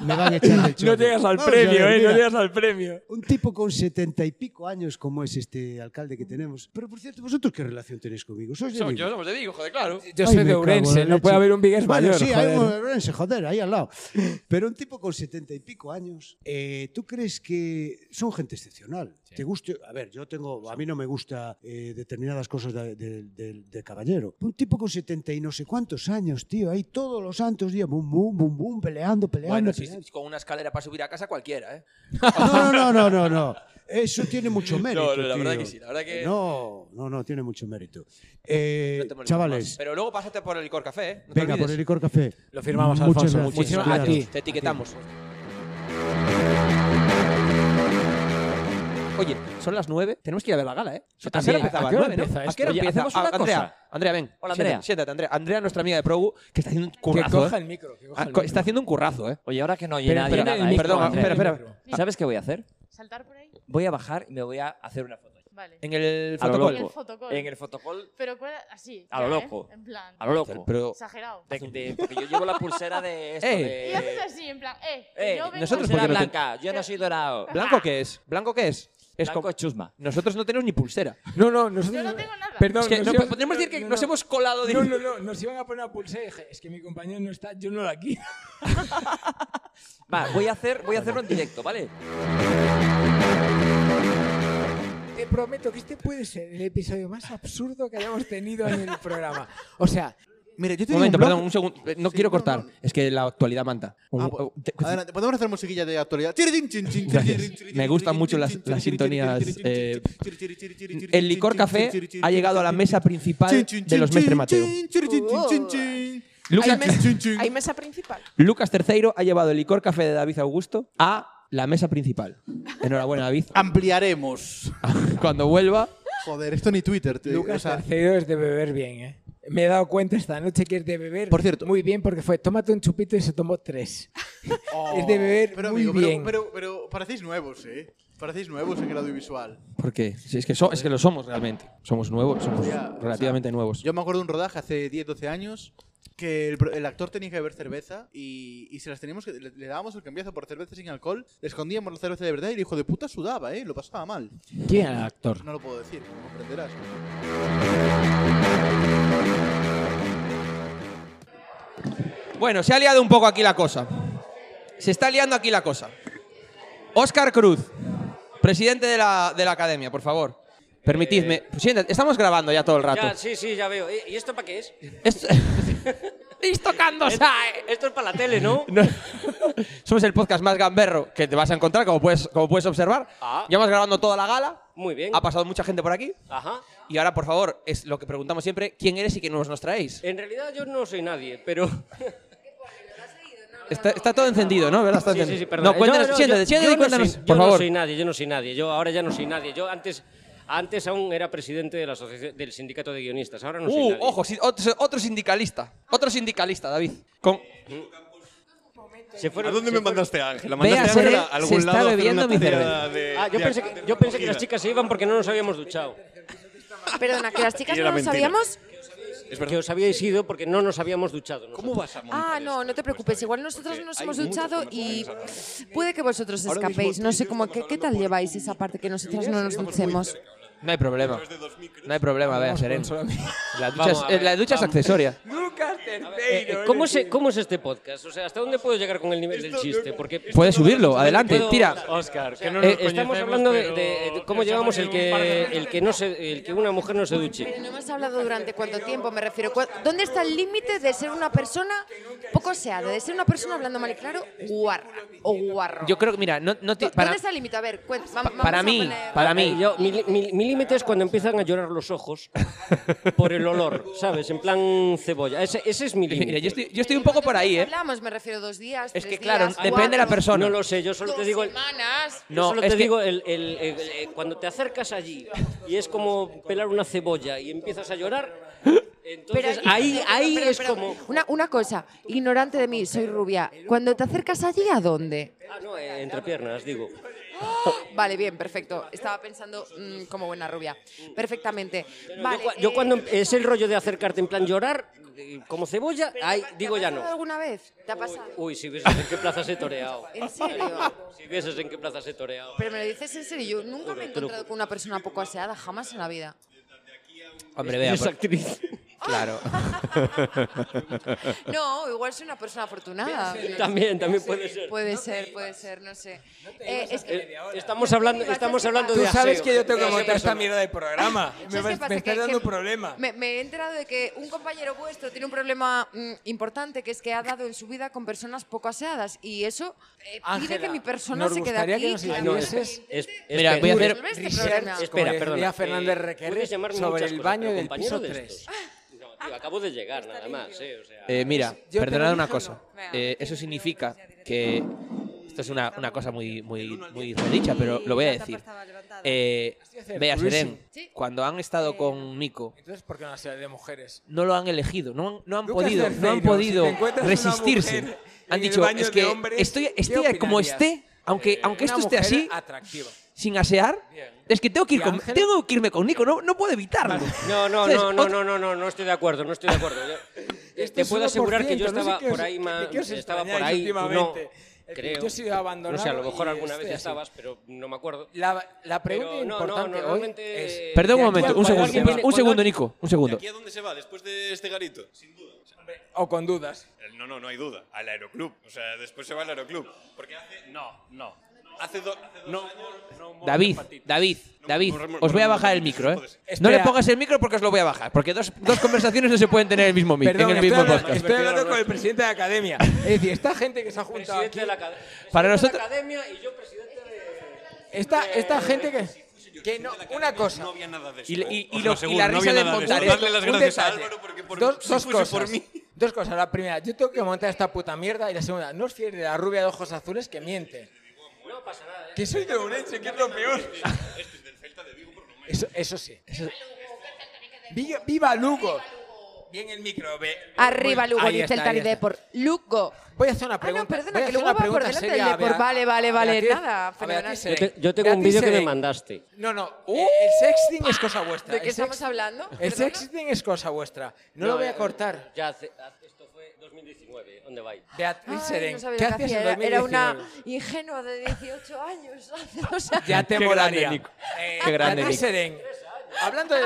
Speaker 16: me van a echar del chollo.
Speaker 2: No llegas al
Speaker 16: Vamos a
Speaker 2: premio,
Speaker 16: ver,
Speaker 2: ¿eh? No
Speaker 16: mira.
Speaker 2: llegas al premio.
Speaker 16: Un tipo con setenta y pico años como es este alcalde que tenemos. Pero por cierto, ¿vosotros qué relación tenéis conmigo? ¿Sois de Eh,
Speaker 2: Somos-
Speaker 16: Vigo?
Speaker 2: Yo somos de Vigo, joder, claro.
Speaker 1: Yo soy de Ourense, no puede haber un Vigués
Speaker 16: Vigues
Speaker 1: mayor.
Speaker 16: Sí, hay
Speaker 1: joder.
Speaker 16: un Ourense, joder, ahí al lado. Pero un tipo con setenta y pico años, eh, ¿tú crees que son gente excepcional? ¿Te guste? A ver, yo tengo, a mí no me gusta eh, determinadas cosas de, de- de- de caballero. Un tipo con setenta y no sé cuántos años, tío, ahí todos los santos días, bum, bum, bum, bum, peleando, peleando.
Speaker 2: Bueno, si,
Speaker 16: peleando.
Speaker 2: si con una escalera para subir a casa cualquiera, ¿eh?
Speaker 16: No, no, no, no, no. Eso tiene mucho mérito.
Speaker 2: No, no, la verdad
Speaker 16: tío.
Speaker 2: que sí, la verdad que-
Speaker 16: No, no, no, tiene mucho mérito. Eh,
Speaker 2: No te molestes más.
Speaker 16: chavales,
Speaker 2: Pero luego pásate por el licor café, ¿eh? No te
Speaker 16: venga,
Speaker 2: olvides.
Speaker 16: por el licor café.
Speaker 1: Lo firmamos,
Speaker 16: Muchas
Speaker 1: Alfonso.
Speaker 16: gracias.
Speaker 1: Muchísimas
Speaker 16: Cuidaros.
Speaker 1: a ti.
Speaker 2: Te etiquetamos. Oye, son las 9. Tenemos que ir a ver la gala, ¿eh?
Speaker 7: Yo
Speaker 2: ¿A qué hora
Speaker 7: también.
Speaker 2: empezaba?
Speaker 7: ¿A qué hora
Speaker 2: Nueve, ¿no?
Speaker 7: empieza
Speaker 2: ¿A
Speaker 7: esto?
Speaker 2: qué hora
Speaker 7: Oye,
Speaker 2: empieza?
Speaker 7: hacemos
Speaker 2: Ah,
Speaker 7: una cosa.
Speaker 2: Andrea, Andrea, ven.
Speaker 7: Hola,
Speaker 2: Siéntate,
Speaker 7: Andrea.
Speaker 2: Siéntate, Andrea. Andrea, nuestra amiga de Progu, que está haciendo un currazo.
Speaker 7: coja
Speaker 2: ¿eh?
Speaker 7: el micro, que coja
Speaker 2: Ah,
Speaker 7: el
Speaker 2: co-
Speaker 7: micro.
Speaker 2: Está haciendo un currazo, ¿eh?
Speaker 7: Oye, ahora que no oye
Speaker 2: Pero-
Speaker 7: nadie
Speaker 2: pero-
Speaker 7: nada,
Speaker 2: eh,
Speaker 7: ¿eh?
Speaker 2: Perdón,
Speaker 7: Andrea,
Speaker 2: espera,
Speaker 7: el
Speaker 2: espera.
Speaker 7: micro. ¿Sabes qué voy a hacer?
Speaker 14: ¿Saltar por ahí?
Speaker 7: Voy a bajar y me voy a hacer una foto.
Speaker 14: Vale.
Speaker 7: En el
Speaker 14: A lo
Speaker 7: fotocall.
Speaker 14: loco. En el fotocall.
Speaker 7: En el fotocall.
Speaker 14: Pero ¿cuál? así.
Speaker 7: A lo
Speaker 14: ya, ¿eh?
Speaker 7: loco.
Speaker 14: En plan.
Speaker 7: A lo loco.
Speaker 2: Pero-
Speaker 14: Exagerado.
Speaker 7: De- de- porque yo llevo la pulsera de esto.
Speaker 2: Ey.
Speaker 14: Y haces
Speaker 7: De...
Speaker 14: así, en plan, eh, que
Speaker 7: Eh,
Speaker 14: yo vengo
Speaker 7: nosotros
Speaker 14: a-
Speaker 7: pulsera
Speaker 14: Será
Speaker 7: blanca. Yo no soy dorado.
Speaker 2: ¿Blanco qué es? ¿Blanco qué es? Es
Speaker 7: Blanco
Speaker 2: como-
Speaker 7: es chusma.
Speaker 2: Nosotros no tenemos ni pulsera.
Speaker 1: No, no, nosotros.
Speaker 2: no
Speaker 1: tengo nada.
Speaker 2: Es que no, podríamos decir que nos hemos colado de-
Speaker 1: No, no, no, nos iban a poner a pulsar y dije, es que mi compañero no está, yo no la quiero.
Speaker 7: Va, voy a, hacer, voy a hacerlo en directo, ¿vale?
Speaker 1: Te prometo que este puede ser el episodio más absurdo que hayamos tenido en el programa. O sea,
Speaker 17: Mira, yo
Speaker 2: Un
Speaker 17: tenía
Speaker 2: momento,
Speaker 17: un blog-
Speaker 2: perdón, un segundo. Eh, No quiero cortar. Es que la actualidad manta. Un- oh,
Speaker 17: Ah, po-
Speaker 2: te-
Speaker 17: Adelante, podemos hacer musiquilla de actualidad. Chiririn, chin, chin,
Speaker 2: Gracias.
Speaker 17: chiririn, chiririn,
Speaker 2: Me gustan mucho las, las sintonías. eh, el licor café ha llegado a la mesa principal de los Mestre Mateo.
Speaker 17: chiririn, chin, chin.
Speaker 2: Lucas,
Speaker 15: ¿Hay mesa principal?
Speaker 2: Lucas Terceiro ha llevado el licor café de David Augusto a la mesa principal. Enhorabuena, David.
Speaker 17: Ampliaremos.
Speaker 2: Cuando vuelva.
Speaker 17: Joder, esto ni Twitter. te- o
Speaker 1: Lucas
Speaker 17: sea,
Speaker 1: Salcedo es de beber bien, ¿eh? Me he dado cuenta esta noche que es de beber Por cierto. muy bien porque fue tómate un chupito y se tomó tres.
Speaker 17: oh,
Speaker 1: es de beber
Speaker 17: pero,
Speaker 1: muy
Speaker 17: amigo, pero-
Speaker 1: bien.
Speaker 17: Pero, pero, parecéis nuevos, ¿eh? Parecéis nuevos en el audiovisual.
Speaker 2: ¿Por qué? Si es, que so- es que lo somos realmente. Somos nuevos, somos
Speaker 17: Ya, o
Speaker 2: relativamente nuevos.
Speaker 17: Yo me acuerdo de un rodaje hace 10, 12 años que el, pro- el actor tenía que beber cerveza y, y se las teníamos que, le, le dábamos el cambiazo por cerveza sin alcohol, le escondíamos la cerveza de verdad y el hijo de puta sudaba, ¿eh? Lo pasaba mal.
Speaker 1: ¿Quién era el actor?
Speaker 17: No lo puedo decir, como comprenderás.
Speaker 2: Bueno, se ha liado un poco aquí la cosa. Se está liando aquí la cosa. Óscar Cruz, presidente de la, de la academia, por favor. Permitidme.
Speaker 1: Eh,
Speaker 2: Siéntate, estamos grabando ya todo el rato.
Speaker 18: Ya, sí, sí, ya veo. ¿Y y esto para qué es?
Speaker 2: Esto,
Speaker 18: ¡Listo, Esto es para la tele, ¿no?
Speaker 2: No. Somos el podcast más gamberro que te vas a encontrar, como puedes, como puedes observar.
Speaker 18: Ah.
Speaker 2: Llevamos grabando toda la gala.
Speaker 18: Muy bien.
Speaker 2: Ha pasado mucha gente por aquí.
Speaker 18: Ajá.
Speaker 2: Y ahora, por favor, es lo que preguntamos siempre, ¿quién eres y qué nos, nos traéis?
Speaker 18: En realidad yo no soy nadie, pero...
Speaker 2: Está, está todo encendido, ¿no? ¿Verdad? Está
Speaker 18: Sí, sí, sí,
Speaker 2: encendido.
Speaker 18: perdón.
Speaker 2: No, cuéntanos,
Speaker 18: yo-
Speaker 2: siéntate,
Speaker 18: yo-
Speaker 2: siéntate
Speaker 18: yo
Speaker 2: y cuéntanos,
Speaker 18: No soy,
Speaker 2: por
Speaker 18: yo no
Speaker 2: favor.
Speaker 18: soy nadie, yo no soy nadie. Yo ahora ya no soy nadie. Yo antes, antes aún era presidente de la asociación, del sindicato de guionistas. Ahora no soy
Speaker 2: Uh,
Speaker 18: nadie.
Speaker 2: ojo, sí, otro, otro sindicalista. Otro sindicalista, David. Con,
Speaker 18: Se fueron-
Speaker 19: ¿A dónde
Speaker 18: se
Speaker 19: me
Speaker 18: fueron-
Speaker 19: mandaste, Ángel? ¿La
Speaker 2: Ve a
Speaker 19: mandaste Ángel
Speaker 2: ser-
Speaker 19: a
Speaker 2: se
Speaker 19: algún
Speaker 2: está
Speaker 19: lado a hacer
Speaker 2: bebiendo
Speaker 19: una
Speaker 2: mi
Speaker 19: tarea
Speaker 2: cerveza.
Speaker 19: de-
Speaker 18: Ah, yo
Speaker 19: de
Speaker 18: pensé, que, yo pensé que las chicas se iban porque no nos habíamos duchado.
Speaker 20: Perdona, que las chicas
Speaker 18: Y
Speaker 20: no
Speaker 18: era
Speaker 20: lo
Speaker 18: mentira.
Speaker 20: sabíamos.
Speaker 18: Es que os habíais ido porque no nos habíamos duchado. ¿Cómo
Speaker 19: vas a
Speaker 20: Ah, no, no te preocupes. Igual nosotros
Speaker 18: Porque
Speaker 20: nos
Speaker 18: hay
Speaker 20: hemos
Speaker 18: muchas
Speaker 20: duchado y puede que vosotros
Speaker 2: Ahora mismo
Speaker 20: escapéis. No sé cómo, ¿qué, qué tal lleváis esa parte que nosotras no nos duchemos?
Speaker 2: No hay problema. No hay problema, vea, sereno. La ducha,
Speaker 18: Vamos a
Speaker 2: es, eh,
Speaker 18: ver,
Speaker 2: la ducha es
Speaker 18: vamos.
Speaker 2: accesoria.
Speaker 18: Lucas Terceiro. Eh, ¿cómo, es, ¿Cómo es este podcast? O sea, ¿hasta dónde puedo llegar con el nivel del chiste? Porque
Speaker 2: Puedes subirlo, adelante, tira.
Speaker 18: Oscar,
Speaker 2: que no nos
Speaker 18: estamos
Speaker 2: conocemos,
Speaker 18: hablando de,
Speaker 2: pero
Speaker 18: de- de cómo llevamos el que, el que no se, el que una mujer no se duche.
Speaker 20: Pero no hemos hablado durante cuánto tiempo, me refiero. ¿Cuá- ¿Dónde está el límite de ser una persona, poco se ha, de ser una persona hablando mal y claro, guarra o guarro?
Speaker 2: Yo creo que, mira, no, no ti- para,
Speaker 20: ¿Dónde está el límite? A ver, cuen- va- vamos a poner-
Speaker 18: Eh, yo- mi, mi- mi límite es cuando empiezan a llorar los ojos por el olor, ¿sabes? En plan cebolla. Ese, ese es mi límite.
Speaker 2: Mira, yo estoy, yo estoy un poco por ahí, ¿eh?
Speaker 20: Hablamos, me refiero dos días.
Speaker 2: Es que,
Speaker 20: tres
Speaker 2: claro,
Speaker 20: días,
Speaker 2: depende de la
Speaker 20: cuatro,
Speaker 2: persona.
Speaker 18: No lo sé, yo solo te
Speaker 20: dos
Speaker 18: digo el-
Speaker 20: semanas.
Speaker 18: No,
Speaker 2: No,
Speaker 18: solo
Speaker 2: es
Speaker 18: te
Speaker 2: que-
Speaker 18: digo, el, el- el- el- cuando te acercas allí y es como pelar una cebolla y empiezas a llorar, entonces
Speaker 20: Pero
Speaker 18: ahí,
Speaker 20: pero,
Speaker 18: ahí
Speaker 20: pero,
Speaker 18: es
Speaker 20: pero,
Speaker 18: como...
Speaker 20: Una, una cosa, ignorante de mí, soy rubia. Cuando te acercas allí, ¿a dónde?
Speaker 18: Ah, no, eh, entre piernas, digo.
Speaker 20: Vale, bien, perfecto. Estaba pensando mm, como buena rubia. Perfectamente.
Speaker 18: Yo
Speaker 20: Vale, eh,
Speaker 18: cua- yo, cuando em, es el rollo de acercarte en plan llorar, eh, como cebolla, ahí digo ya no.
Speaker 20: ¿Alguna vez te ha pasado?
Speaker 18: Uy, si vieses en qué plazas he toreado.
Speaker 20: ¿En serio?
Speaker 18: Si vieses en qué plazas he toreado.
Speaker 20: Pero me lo dices en serio, yo nunca me he
Speaker 18: Juro, te lo
Speaker 20: encontrado con una persona poco aseada, jamás en la vida.
Speaker 2: Hombre, vea.
Speaker 18: Es
Speaker 2: por-
Speaker 18: actriz.
Speaker 2: Claro.
Speaker 20: No, igual soy una persona afortunada.
Speaker 18: También, también puede ser.
Speaker 20: Puede ser, puede ser, no sé. Eh, es que-
Speaker 18: Estamos hablando, estamos hablando
Speaker 20: Tú
Speaker 18: de
Speaker 20: sabes
Speaker 18: aseo.
Speaker 20: que yo tengo que
Speaker 18: De aseo
Speaker 20: montar esta
Speaker 18: personal.
Speaker 20: mierda de programa. ¿Sabes
Speaker 2: Me,
Speaker 20: qué
Speaker 2: me
Speaker 20: pasa?
Speaker 2: estás
Speaker 20: Que-
Speaker 2: dando
Speaker 20: que-
Speaker 2: problema.
Speaker 20: Me, me he enterado de que un compañero vuestro tiene un problema mm, importante, que es que ha dado en su vida con personas poco aseadas. Y eso eh, pide
Speaker 1: Ángela,
Speaker 20: que mi persona
Speaker 1: nos
Speaker 20: se quede
Speaker 1: gustaría
Speaker 20: aquí.
Speaker 1: que nos
Speaker 20: y
Speaker 18: No,
Speaker 1: Ese es-
Speaker 18: es-
Speaker 1: Mira, voy a hacer
Speaker 18: espera,
Speaker 1: research,
Speaker 18: espera,
Speaker 1: como
Speaker 18: espera,
Speaker 1: decía
Speaker 18: perdona.
Speaker 1: Fernández
Speaker 18: Eh,
Speaker 1: Requerre,
Speaker 18: puedes llamarme
Speaker 1: sobre
Speaker 18: muchas
Speaker 1: el
Speaker 18: cosas,
Speaker 1: baño
Speaker 18: pero
Speaker 1: del
Speaker 18: compañero
Speaker 1: piso
Speaker 18: de estos. No, tío, acabo de llegar, nada más, eh, o sea.
Speaker 2: Eh, mira,
Speaker 18: Yo te
Speaker 2: perdonad
Speaker 18: lo
Speaker 2: una
Speaker 18: dije,
Speaker 2: cosa. Eh, eso significa que. Esto es una, una cosa muy, muy, muy redicha, pero lo voy a decir. Eh, Bea Serén,
Speaker 1: Sí.
Speaker 2: cuando han estado con Nico,
Speaker 1: Entonces, ¿por qué no sea de mujeres?
Speaker 2: no lo han elegido, no han, no han
Speaker 1: Lucas
Speaker 2: podido, no han
Speaker 1: Terceiro,
Speaker 2: podido
Speaker 1: si te encuentras una
Speaker 2: resistirse.
Speaker 1: mujer en
Speaker 2: Han
Speaker 1: el
Speaker 2: dicho,
Speaker 1: baño
Speaker 2: es
Speaker 1: de
Speaker 2: que
Speaker 1: hombres,
Speaker 2: estoy,
Speaker 1: ¿qué
Speaker 2: estoy como
Speaker 1: opinarías?
Speaker 2: esté, aunque,
Speaker 1: Eh,
Speaker 2: aunque
Speaker 1: una
Speaker 2: esto esté
Speaker 1: mujer
Speaker 2: así,
Speaker 1: atractiva.
Speaker 2: sin asear, es que tengo que, ir
Speaker 1: ¿Y
Speaker 2: con-
Speaker 1: Ángela?
Speaker 2: tengo que irme con Nico, no, no puedo evitarlo.
Speaker 18: No, no,
Speaker 2: ¿Sabes?
Speaker 18: no, no,
Speaker 2: Otro-
Speaker 18: no, no, no, no estoy de acuerdo, no estoy de acuerdo. Yo- te-
Speaker 1: Este
Speaker 18: te puedo asegurar que yo
Speaker 1: 1%, no sé
Speaker 18: estaba
Speaker 1: qué os-
Speaker 18: por ahí
Speaker 1: de
Speaker 18: más,
Speaker 1: qué os
Speaker 18: estaba por
Speaker 1: extrañáis
Speaker 18: ahí, tú no,
Speaker 1: últimamente. Eh,
Speaker 18: creo.
Speaker 1: yo
Speaker 18: No
Speaker 1: he sido
Speaker 18: sé, a lo
Speaker 1: abandonado
Speaker 18: mejor
Speaker 1: y
Speaker 18: alguna vez
Speaker 1: estoy así.
Speaker 18: estabas, pero no me acuerdo.
Speaker 1: La, la pregunta
Speaker 18: Pero no, no,
Speaker 1: importante
Speaker 18: no,
Speaker 1: hoy
Speaker 18: realmente-
Speaker 1: es...
Speaker 2: Perdón un
Speaker 1: ¿de aquí a
Speaker 2: momento, un
Speaker 1: cuándo
Speaker 2: segundo.
Speaker 1: alguien viene-
Speaker 2: Un
Speaker 1: cuándo
Speaker 2: segundo,
Speaker 1: alguien-
Speaker 2: Nico, un segundo.
Speaker 19: ¿Aquí a dónde se va después de este garito? Sin duda.
Speaker 1: O con dudas.
Speaker 19: El- No, no, no hay duda. Al aeroclub. O sea, después se va al aeroclub. Porque hace. No, no. Hace, do- hace dos años. No,
Speaker 2: David, David, David,
Speaker 19: no, no,
Speaker 2: os voy a
Speaker 19: no, no,
Speaker 2: bajar
Speaker 19: no,
Speaker 2: el micro, ¿eh? No
Speaker 1: Espera.
Speaker 2: le pongas el micro porque os lo voy a bajar, porque dos, dos conversaciones no se pueden tener en el mismo, mi-
Speaker 1: Perdón,
Speaker 2: en el
Speaker 1: estoy
Speaker 2: mismo
Speaker 1: hablando-
Speaker 2: podcast.
Speaker 1: Estoy hablando con el presidente de la academia. Es decir, esta gente que se ha juntado aquí...
Speaker 2: Para
Speaker 18: De
Speaker 2: nosotros,
Speaker 18: la academia y yo presidente
Speaker 1: Esta, esta gente que... Que no, una cosa.
Speaker 19: había nada de eso.
Speaker 2: Y- y- y
Speaker 19: Os
Speaker 2: lo- y
Speaker 19: aseguro,
Speaker 2: la
Speaker 19: no
Speaker 2: risa
Speaker 19: había
Speaker 2: de
Speaker 19: nada de eso.
Speaker 2: montar, ¿eh?
Speaker 19: Darle las
Speaker 1: Un
Speaker 19: gracias a
Speaker 1: detalle.
Speaker 19: Álvaro porque por
Speaker 1: dos,
Speaker 19: si
Speaker 1: dos
Speaker 19: fuese
Speaker 1: cosas.
Speaker 19: por mí.
Speaker 1: Dos cosas. La primera, yo tengo que montar esta puta mierda. Y la segunda, no os fiéis de la rubia de ojos azules que miente.
Speaker 18: No pasa nada.
Speaker 1: Que soy de Urense, que es lo peor. Eso, eso sí. eso- ¡Viva, viva Lugo!
Speaker 21: Bien el micro, ve.
Speaker 20: Arriba Lugo,
Speaker 1: Ahí
Speaker 20: dice
Speaker 1: está,
Speaker 20: el
Speaker 1: ahí
Speaker 20: Talidepor. Lugo.
Speaker 1: Voy a hacer una
Speaker 20: pregunta.
Speaker 1: voy
Speaker 20: perdona,
Speaker 1: a
Speaker 20: que
Speaker 1: hacer
Speaker 20: Lugo
Speaker 1: una
Speaker 20: va por
Speaker 1: pregunta
Speaker 20: delante del
Speaker 1: seria a
Speaker 20: Depor.
Speaker 1: Bea-
Speaker 20: Vale, vale,
Speaker 1: a
Speaker 20: vale.
Speaker 1: Beatriz- a
Speaker 20: Nada,
Speaker 1: Beatriz
Speaker 20: fenomenal.
Speaker 18: Yo,
Speaker 1: Serén.
Speaker 18: te- yo tengo un
Speaker 1: Beatriz
Speaker 18: vídeo que me
Speaker 2: eh.
Speaker 1: Serén.
Speaker 18: mandaste.
Speaker 1: No, no, eh, el sexting es cosa vuestra.
Speaker 20: ¿De qué
Speaker 1: el sex-
Speaker 20: estamos hablando?
Speaker 1: El
Speaker 20: Perdona.
Speaker 1: sexting es cosa vuestra. No, lo voy
Speaker 2: eh,
Speaker 1: a cortar.
Speaker 18: Ya hace- esto fue 2019, ¿dónde vais?
Speaker 1: Beatriz
Speaker 20: Ay,
Speaker 1: Serén,
Speaker 20: no sabía
Speaker 1: ¿qué
Speaker 20: lo que
Speaker 1: hacías en
Speaker 20: hacía. Era, era una
Speaker 1: 2019?
Speaker 20: ingenua de 18 años. hace dos años.
Speaker 1: Ya te
Speaker 2: Qué
Speaker 1: molaría.
Speaker 2: grande, Nico.
Speaker 1: Eh,
Speaker 2: Qué grande,
Speaker 1: Beatriz
Speaker 2: Nico.
Speaker 1: Serén, hablando de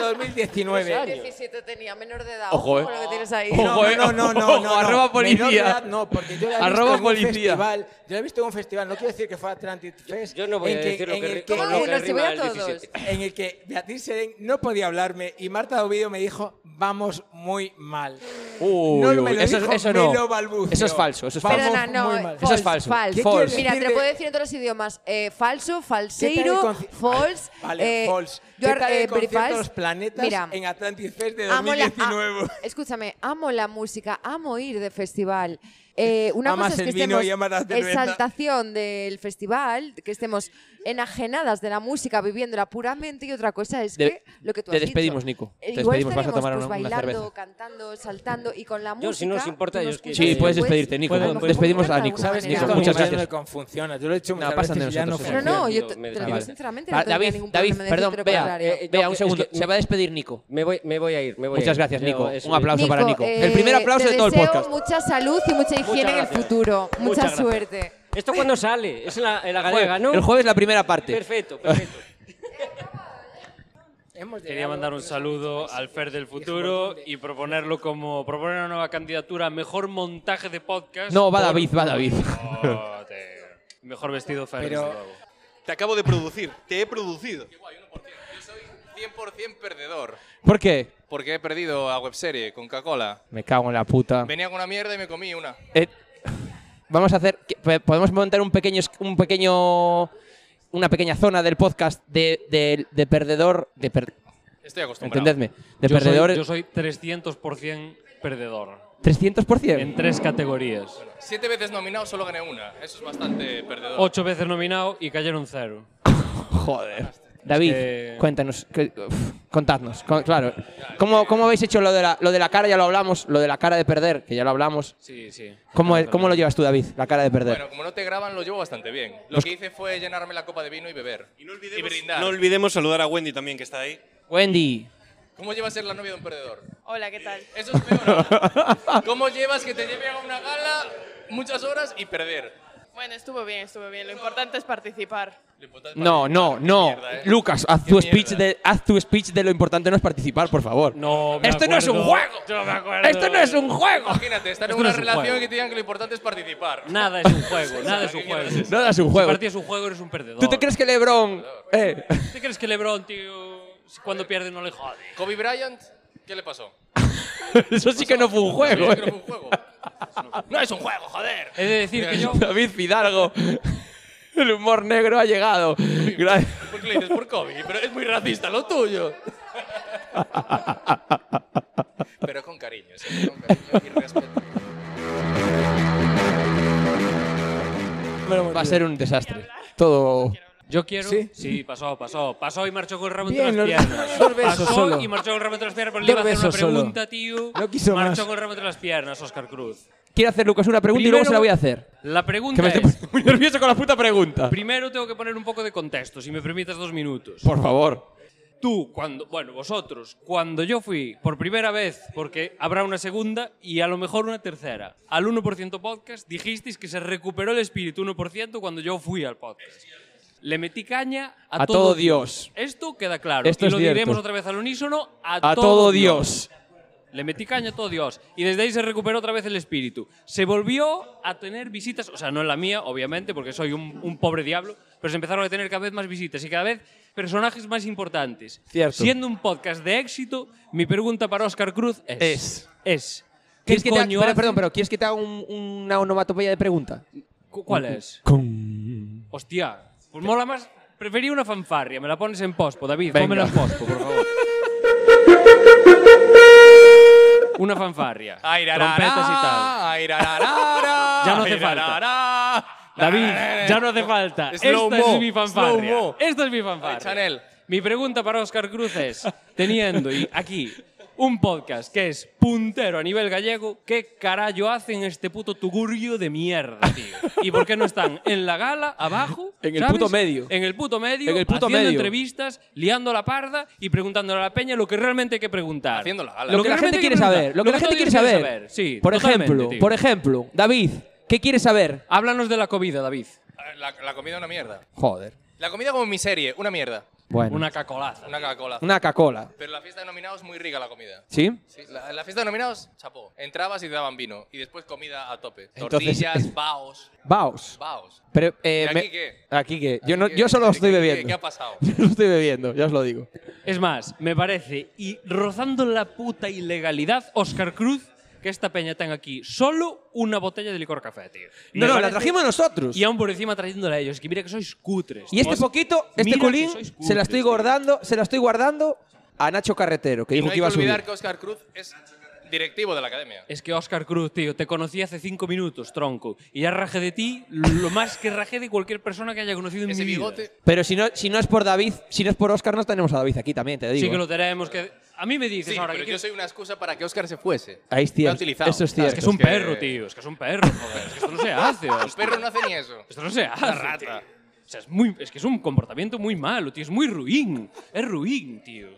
Speaker 1: 2019.
Speaker 20: 17 tenía, menor de edad.
Speaker 2: Ojo, eh.
Speaker 20: con lo que tienes ahí.
Speaker 2: Ojo, eh.
Speaker 1: No, no, no, no,
Speaker 2: Ojo,
Speaker 1: no.
Speaker 2: arroba
Speaker 1: Menor
Speaker 2: policía.
Speaker 1: de edad no, porque yo la he visto
Speaker 2: Arroba
Speaker 1: en
Speaker 2: policía.
Speaker 1: un festival. Yo la he visto en un festival. No quiero decir que fue Atlantic Fest. Yo
Speaker 18: no voy a decir lo que ri- con lo que Bueno, si voy a rima el todos. 17.
Speaker 1: En el que Beatriz Serén no podía hablarme y Marta Dovido me dijo, vamos muy mal.
Speaker 2: Uy,
Speaker 1: no me
Speaker 2: uy,
Speaker 1: lo
Speaker 2: eso,
Speaker 1: dijo,
Speaker 2: eso
Speaker 1: me
Speaker 2: no.
Speaker 1: lo balbuceó.
Speaker 2: Eso es falso. Eso es falso.
Speaker 20: Perdona, no. eh,
Speaker 2: Eso es
Speaker 20: false,
Speaker 2: falso.
Speaker 20: false.
Speaker 2: False.
Speaker 20: Mira, te lo puedo decir en todos los idiomas. Eh, falso,
Speaker 1: ¿Qué tal
Speaker 20: falseiro,
Speaker 1: el conci-
Speaker 20: false.
Speaker 1: Vale,
Speaker 20: eh,
Speaker 1: false.
Speaker 20: yo
Speaker 1: ¿Qué tal
Speaker 20: eh,
Speaker 1: el concierto
Speaker 20: verifals.
Speaker 1: de los planetas
Speaker 20: Mira,
Speaker 1: en Atlantic Fest de
Speaker 20: amo la-
Speaker 1: 2019?
Speaker 20: ah, escúchame, amo la música, amo ir de festival. Eh, una
Speaker 1: Amas
Speaker 20: cosa es que
Speaker 1: el vino
Speaker 20: estemos
Speaker 1: y amas la cerveza.
Speaker 20: exaltación del festival, que estemos enajenadas de la música, viviéndola puramente, y otra cosa es
Speaker 2: De-
Speaker 20: que lo que tú
Speaker 2: te
Speaker 20: has
Speaker 2: despedimos,
Speaker 20: dicho.
Speaker 2: Nico.
Speaker 20: Eh,
Speaker 2: Te
Speaker 20: igual
Speaker 2: despedimos, vas a
Speaker 20: estaríamos,
Speaker 2: tomar una-
Speaker 20: pues,
Speaker 2: una
Speaker 20: bailando,
Speaker 2: cerveza.
Speaker 20: cantando, saltando y con la música.
Speaker 18: Yo, si no os importa,
Speaker 20: tú
Speaker 18: yo
Speaker 20: nos
Speaker 18: es que-
Speaker 2: Sí,
Speaker 20: cuidas,
Speaker 2: puedes
Speaker 20: pues,
Speaker 2: despedirte, Nico.
Speaker 20: a lo mejor
Speaker 2: Despedimos a
Speaker 20: encuentras
Speaker 2: Nico.
Speaker 20: alguna
Speaker 1: ¿Sabes
Speaker 20: manera
Speaker 1: Nico,
Speaker 2: Nico,
Speaker 1: a mí
Speaker 2: muchas
Speaker 1: me
Speaker 2: gracias.
Speaker 1: no me funciona. Yo lo he hecho muchas
Speaker 2: pasan de
Speaker 1: veces y ya no
Speaker 2: nosotros, eh.
Speaker 1: funciona.
Speaker 20: No, no, yo te, te lo digo sinceramente. No
Speaker 2: Va,
Speaker 20: tendría
Speaker 2: David,
Speaker 20: ningún
Speaker 2: David,
Speaker 20: problema en
Speaker 2: perdón,
Speaker 20: decirte lo
Speaker 2: vea,
Speaker 20: contrario.
Speaker 18: eh,
Speaker 2: vea
Speaker 18: no,
Speaker 2: un
Speaker 18: es
Speaker 2: segundo.
Speaker 18: que-
Speaker 2: se va a despedir Nico.
Speaker 18: Me voy, me voy a ir, me voy
Speaker 2: Muchas
Speaker 18: a ir.
Speaker 2: gracias,
Speaker 18: Yo-
Speaker 2: Nico.
Speaker 18: eso
Speaker 2: Un aplauso para Nico. El primer
Speaker 20: eh,
Speaker 2: aplauso
Speaker 20: te
Speaker 2: de todo el
Speaker 20: deseo
Speaker 2: podcast.
Speaker 20: Mucha salud y mucha higiene en el
Speaker 18: gracias.
Speaker 20: futuro.
Speaker 18: Muchas
Speaker 20: Mucha
Speaker 18: gracias.
Speaker 20: suerte.
Speaker 18: ¿Esto cuándo sale? Es en la, en la galega,
Speaker 13: Ah,
Speaker 2: Jueves-
Speaker 18: ¿no?
Speaker 2: El jueves la primera parte.
Speaker 18: Perfecto, perfecto.
Speaker 13: Quería mandar un saludo al Fer del futuro y proponerlo como proponer una nueva candidatura a mejor montaje de podcast.
Speaker 2: No, va
Speaker 13: por-
Speaker 2: David, va David.
Speaker 13: Joder. Mejor vestido Fer.
Speaker 2: Pero-
Speaker 13: desde luego.
Speaker 21: Te acabo de producir, te he producido.
Speaker 22: 100% perdedor.
Speaker 2: ¿Por qué?
Speaker 22: Porque he perdido a webserie con Coca-Cola.
Speaker 2: Me cago en la puta.
Speaker 22: Venía con una mierda y me comí una.
Speaker 2: Eh, vamos a hacer. que- pe- Podemos montar un pequeño. es- Un pequeño una pequeña zona del podcast de, de- de perdedor. De per-
Speaker 22: Estoy acostumbrado.
Speaker 2: Entendedme. De
Speaker 13: Yo soy-
Speaker 2: perdedor.
Speaker 13: Yo soy 300% perdedor.
Speaker 2: 300%.
Speaker 13: En tres categorías.
Speaker 22: Siete veces nominado, solo gané una. Eso es bastante perdedor.
Speaker 13: Ocho veces nominado y cayeron cero.
Speaker 2: Joder. David,
Speaker 13: que-
Speaker 2: cuéntanos, que- uf, contadnos, co- claro. ¿Cómo, ¿Cómo habéis hecho lo de, la, lo de la cara? Ya lo hablamos, lo de la cara de perder, que ya lo hablamos.
Speaker 13: Sí, sí.
Speaker 2: ¿Cómo, cómo lo llevas tú, David, la cara de perder?
Speaker 22: Bueno, como no te graban, lo llevo bastante bien. Lo
Speaker 2: Pues-
Speaker 22: que hice fue llenarme la copa de vino y beber. Y, brindar.
Speaker 21: No olvidemos saludar a Wendy también, que está ahí.
Speaker 2: Wendy,
Speaker 22: ¿Cómo llevas ser la novia de un perdedor? Eh,
Speaker 23: Hola, ¿qué tal?
Speaker 22: Eso es peor. aún. ¿Cómo llevas que te lleven a una gala muchas horas y perder?
Speaker 23: Bueno, estuvo bien, estuvo bien. Lo importante es participar.
Speaker 2: no, no, no.
Speaker 22: mierda, eh.
Speaker 2: Lucas, haz
Speaker 22: Qué
Speaker 2: tu,
Speaker 22: mierda.
Speaker 2: speech de, haz tu speech de lo importante no es participar, por favor.
Speaker 13: No,
Speaker 22: me
Speaker 2: Esto no es un
Speaker 22: acuerdo.
Speaker 2: juego.
Speaker 13: Yo me acuerdo.
Speaker 2: Esto no es un juego.
Speaker 22: Imagínate, estar en
Speaker 2: Esto no
Speaker 22: una
Speaker 2: es un
Speaker 22: relación
Speaker 2: juego.
Speaker 22: y que te digan que lo importante es participar.
Speaker 13: Nada es un juego, nada es un juego.
Speaker 2: Nada es un juego.
Speaker 13: Si para ti es un juego, eres un perdedor.
Speaker 2: ¿Tú te crees que LeBron? eh,
Speaker 13: ¿Te crees que LeBron, tío, si cuando pierde no le jode?
Speaker 22: Kobe Bryant, ¿qué le pasó?
Speaker 2: eso sí que no fue un juego.
Speaker 22: Eso sí que no
Speaker 2: eh.
Speaker 22: fue un juego. No es un juego, joder.
Speaker 13: He de decir que yo.
Speaker 2: David Fidalgo. El humor negro ha llegado. Gracias.
Speaker 22: ¿Por qué le dices por Kobe? Pero es muy racista lo tuyo. Pero con cariño, siempre con cariño y respeto.
Speaker 2: Va a ser un desastre. Todo.
Speaker 13: Yo quiero.
Speaker 2: ¿Sí?
Speaker 13: ¿Sí? pasó, pasó. Pasó y marchó con el ramo
Speaker 2: Bien,
Speaker 13: entre
Speaker 2: no-
Speaker 13: las piernas.
Speaker 2: dos besos
Speaker 13: pasó
Speaker 2: solo.
Speaker 13: y marchó con el ramo entre las piernas porque
Speaker 2: Dos
Speaker 13: le iba a hacer una
Speaker 2: besos solo.
Speaker 13: pregunta, tío.
Speaker 2: No quiso
Speaker 13: marchó
Speaker 2: más.
Speaker 13: con el ramo entre las piernas, Oscar Cruz.
Speaker 2: Quiero hacer, Lucas, una pregunta y luego
Speaker 13: Primero,
Speaker 2: se la voy a hacer.
Speaker 13: La pregunta
Speaker 2: Que me estoy
Speaker 13: es-
Speaker 2: poniendo muy nervioso con la puta pregunta.
Speaker 13: Primero tengo que poner un poco de contexto, si me permitas dos minutos.
Speaker 2: Por favor.
Speaker 13: Tú, cuando, bueno, vosotros, cuando yo fui por primera vez, porque habrá una segunda y a lo mejor una tercera, al 1% podcast, dijisteis que se recuperó el espíritu 1% cuando yo fui al podcast. Le metí caña a,
Speaker 2: A todo Dios.
Speaker 13: Esto queda claro.
Speaker 2: Esto
Speaker 13: y
Speaker 2: es
Speaker 13: lo
Speaker 2: cierto.
Speaker 13: diremos otra vez al unísono. A,
Speaker 2: A todo Dios.
Speaker 13: Le metí caña a todo Dios. Y desde ahí se recuperó otra vez el espíritu. Se volvió a tener visitas, o sea, no en la mía, obviamente, porque soy un, un pobre diablo, pero se empezaron a tener cada vez más visitas y cada vez personajes más importantes.
Speaker 2: Cierto.
Speaker 13: Siendo un podcast de éxito, mi pregunta para Oscar Cruz es...
Speaker 2: Es.
Speaker 13: es, ¿Qué
Speaker 2: ¿Quieres que te haga,
Speaker 13: coño
Speaker 2: espera,
Speaker 13: hace-
Speaker 2: perdón, pero ¿quieres que te haga un- una onomatopeya de pregunta?
Speaker 13: cu- ¿Cuál es? Hostia, pues mola más... Preferí una fanfarria, me la pones en pospo, David,
Speaker 2: Venga.
Speaker 13: pónmela en pospo, por favor. Una fanfarria. Trompetas y tal. Ya no hace falta. David, ya no hace falta. Esta
Speaker 22: Slow-mo,
Speaker 13: es mi fanfarria.
Speaker 22: slow-mo.
Speaker 13: Esta es mi fanfarria.
Speaker 22: Ay, Chanel.
Speaker 13: Mi pregunta para Oscar Cruz es, teniendo y aquí un podcast que es puntero a nivel gallego. ¿Qué carallo hacen este puto tugurio de mierda, tío? ¿Y por qué no están en la gala, abajo?
Speaker 2: En el
Speaker 13: ¿sabes?
Speaker 2: puto medio.
Speaker 13: En el puto medio,
Speaker 2: En el puto
Speaker 13: haciendo
Speaker 2: medio.
Speaker 13: entrevistas, liando la parda y preguntándole a la peña lo que realmente hay que preguntar. Haciendo la gala.
Speaker 2: Lo que la gente quiere saber. Lo que la gente quiere saber.
Speaker 13: Sí,
Speaker 2: Por
Speaker 13: totalmente,
Speaker 2: ejemplo,
Speaker 13: tío.
Speaker 2: por ejemplo, David, ¿qué quieres saber?
Speaker 13: Háblanos de la comida, David.
Speaker 22: eh, La, la comida una mierda.
Speaker 2: Joder.
Speaker 22: La comida como mi serie, una mierda.
Speaker 2: Bueno.
Speaker 13: Una cacolaza.
Speaker 22: Una Coca-Cola.
Speaker 2: Una Coca-Cola.
Speaker 22: Pero la fiesta de nominados muy rica la comida.
Speaker 2: ¿Sí?
Speaker 22: la, la fiesta de nominados, chapó. Entrabas y te daban vino. Y después comida a tope.
Speaker 2: Entonces-
Speaker 22: Tortillas, baos.
Speaker 2: Baos.
Speaker 22: Baos.
Speaker 2: Pero, eh,
Speaker 22: ¿Y aquí
Speaker 2: me-
Speaker 22: qué?
Speaker 2: Aquí qué. Yo, no, yo solo estoy
Speaker 13: ¿Qué- qué-
Speaker 2: bebiendo.
Speaker 13: qué ha pasado?
Speaker 2: Yo solo estoy bebiendo, ya os lo digo.
Speaker 13: Es más, me parece, y rozando la puta ilegalidad, Oscar Cruz, que esta peña tenga aquí solo una botella de licor café, tío. Me
Speaker 2: No, no, la
Speaker 13: parece-
Speaker 2: trajimos nosotros.
Speaker 13: Y aún por encima trayéndola a ellos, que mira que sois cutres.
Speaker 2: Y este
Speaker 13: Os-
Speaker 2: poquito,
Speaker 13: mira
Speaker 2: este
Speaker 13: que
Speaker 2: colín,
Speaker 13: sois cutres.
Speaker 2: se la estoy guardando, se la estoy guardando a Nacho Carretero, que
Speaker 22: Y
Speaker 2: dijo
Speaker 22: no hay
Speaker 2: que
Speaker 22: que
Speaker 2: iba a subir.
Speaker 22: olvidar que Oscar Cruz es directivo de la academia.
Speaker 13: Es que Oscar Cruz, tío, te conocí hace cinco minutos, tronco. Y ya rajé de ti lo más que rajé de cualquier persona que haya conocido en mi vida.
Speaker 2: Pero si no, si no es por David, si no es por Oscar, no tenemos a David aquí también, te digo.
Speaker 13: Sí que lo tenemos que... A mí me dices
Speaker 22: Sí,
Speaker 13: ahora
Speaker 22: pero
Speaker 13: que
Speaker 22: yo soy una excusa para que Oscar se fuese.
Speaker 2: Ahí es cierto,
Speaker 22: Lo ha utilizado.
Speaker 2: eso es
Speaker 22: O sea,
Speaker 13: Ah, Es
Speaker 2: cierto.
Speaker 13: que es un perro, tío. Es que es un perro, joder. Es que esto no se hace.
Speaker 22: Un
Speaker 13: hostia.
Speaker 22: perro no hace ni eso.
Speaker 13: Esto no se hace.
Speaker 22: Una
Speaker 13: tío.
Speaker 22: rata.
Speaker 13: O sea, es, muy, es que es un comportamiento muy malo, tío. Es muy ruin. Es ruin, tío.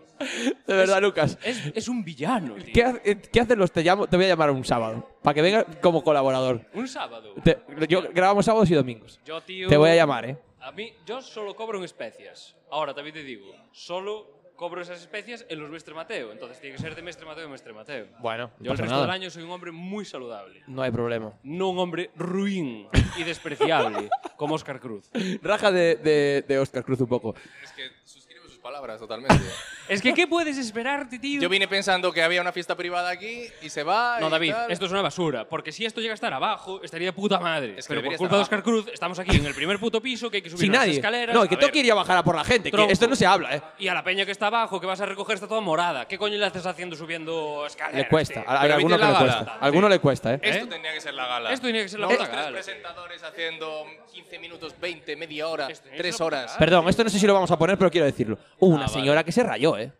Speaker 2: De verdad, Lucas.
Speaker 13: Es, es un villano, tío.
Speaker 2: ¿Qué, ha- eh, qué hacen los te llamo? Te voy a llamar un sábado, para que venga como colaborador.
Speaker 13: Un sábado.
Speaker 2: Te- yo grabamos sábados y domingos.
Speaker 13: Yo, tío.
Speaker 2: Te voy a llamar, ¿eh?
Speaker 13: A mí, yo solo cobro en especias. Ahora también te digo, solo cobro esas especias en los Mestre Mateo. Entonces tiene que ser de Mestre Mateo a Mestre Mateo.
Speaker 2: Bueno, no
Speaker 13: yo el
Speaker 2: pasa
Speaker 13: resto
Speaker 2: nada.
Speaker 13: del año soy un hombre muy saludable.
Speaker 2: No hay problema.
Speaker 13: No un hombre ruin y despreciable como Oscar Cruz.
Speaker 2: Raja de, de, de Oscar Cruz un poco.
Speaker 22: Es que Eh, suscribo sus palabras totalmente.
Speaker 13: Es que, ¿qué puedes esperarte, tío?
Speaker 22: Yo vine pensando que había una fiesta privada aquí y se va.
Speaker 13: No,
Speaker 22: y
Speaker 13: David,
Speaker 22: tal.
Speaker 13: esto es una basura. Porque si esto llega a estar abajo, estaría de puta madre.
Speaker 22: que
Speaker 13: Pero
Speaker 22: debería
Speaker 13: por
Speaker 22: estar
Speaker 13: culpa de
Speaker 22: abajo.
Speaker 13: Oscar Cruz, estamos aquí en el primer puto piso que hay que subir
Speaker 2: Sin
Speaker 13: unas
Speaker 2: nadie.
Speaker 13: escaleras.
Speaker 2: No, que
Speaker 13: A ver,
Speaker 2: tengo que ir a bajar a por la gente, que
Speaker 13: Tronco.
Speaker 2: esto no se habla, ¿eh?
Speaker 13: Y a la peña que está abajo, que vas a recoger, está toda morada. ¿Qué coño le haces haciendo subiendo escaleras?
Speaker 2: Le cuesta.
Speaker 13: tío?
Speaker 2: A, a alguno que le cuesta. A alguno le cuesta, ¿eh?
Speaker 13: Este
Speaker 22: Esto tendría que ser la gala.
Speaker 13: Esto tenía que ser la
Speaker 22: No
Speaker 13: puta
Speaker 22: los
Speaker 13: gala,
Speaker 22: tres
Speaker 13: tío.
Speaker 22: presentadores haciendo 15 minutos, 20, media hora, 3 horas.
Speaker 2: Ah, Perdón, esto no sé si lo vamos a poner, pero quiero decirlo.
Speaker 13: Ah,
Speaker 2: Hubo una señora que se rayó, ¿eh?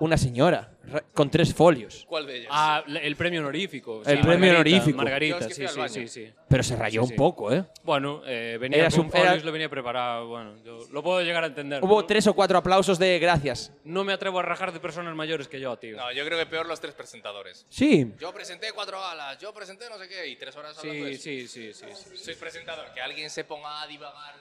Speaker 2: Una señora ra- con tres folios.
Speaker 22: ¿Cuál de ellas?
Speaker 13: Ah, la- el premio honorífico. sí,
Speaker 2: El premio
Speaker 13: Margarita,
Speaker 2: honorífico.
Speaker 13: Margarita,
Speaker 2: Yo es que
Speaker 13: sí,
Speaker 2: fui al
Speaker 13: sí,
Speaker 2: baño.
Speaker 13: sí, sí.
Speaker 2: Pero se rayó
Speaker 13: Sí,
Speaker 2: un
Speaker 13: sí.
Speaker 2: poco, ¿eh?
Speaker 13: Bueno, eh, venía
Speaker 2: Eras
Speaker 13: con
Speaker 2: un- era-
Speaker 13: folios, lo venía preparado. Bueno, yo lo puedo llegar a entender.
Speaker 2: Hubo
Speaker 13: ¿no?
Speaker 2: tres o cuatro aplausos de gracias.
Speaker 13: No me atrevo a rajar de personas mayores que yo, tío.
Speaker 22: No, yo creo que peor los tres presentadores.
Speaker 2: Sí.
Speaker 22: Yo presenté cuatro galas, yo presenté no sé qué, y tres horas hablando de
Speaker 13: Sí,
Speaker 22: eso.
Speaker 13: sí, sí, sí, sí.
Speaker 22: Soy presentador, que alguien se ponga a divagar.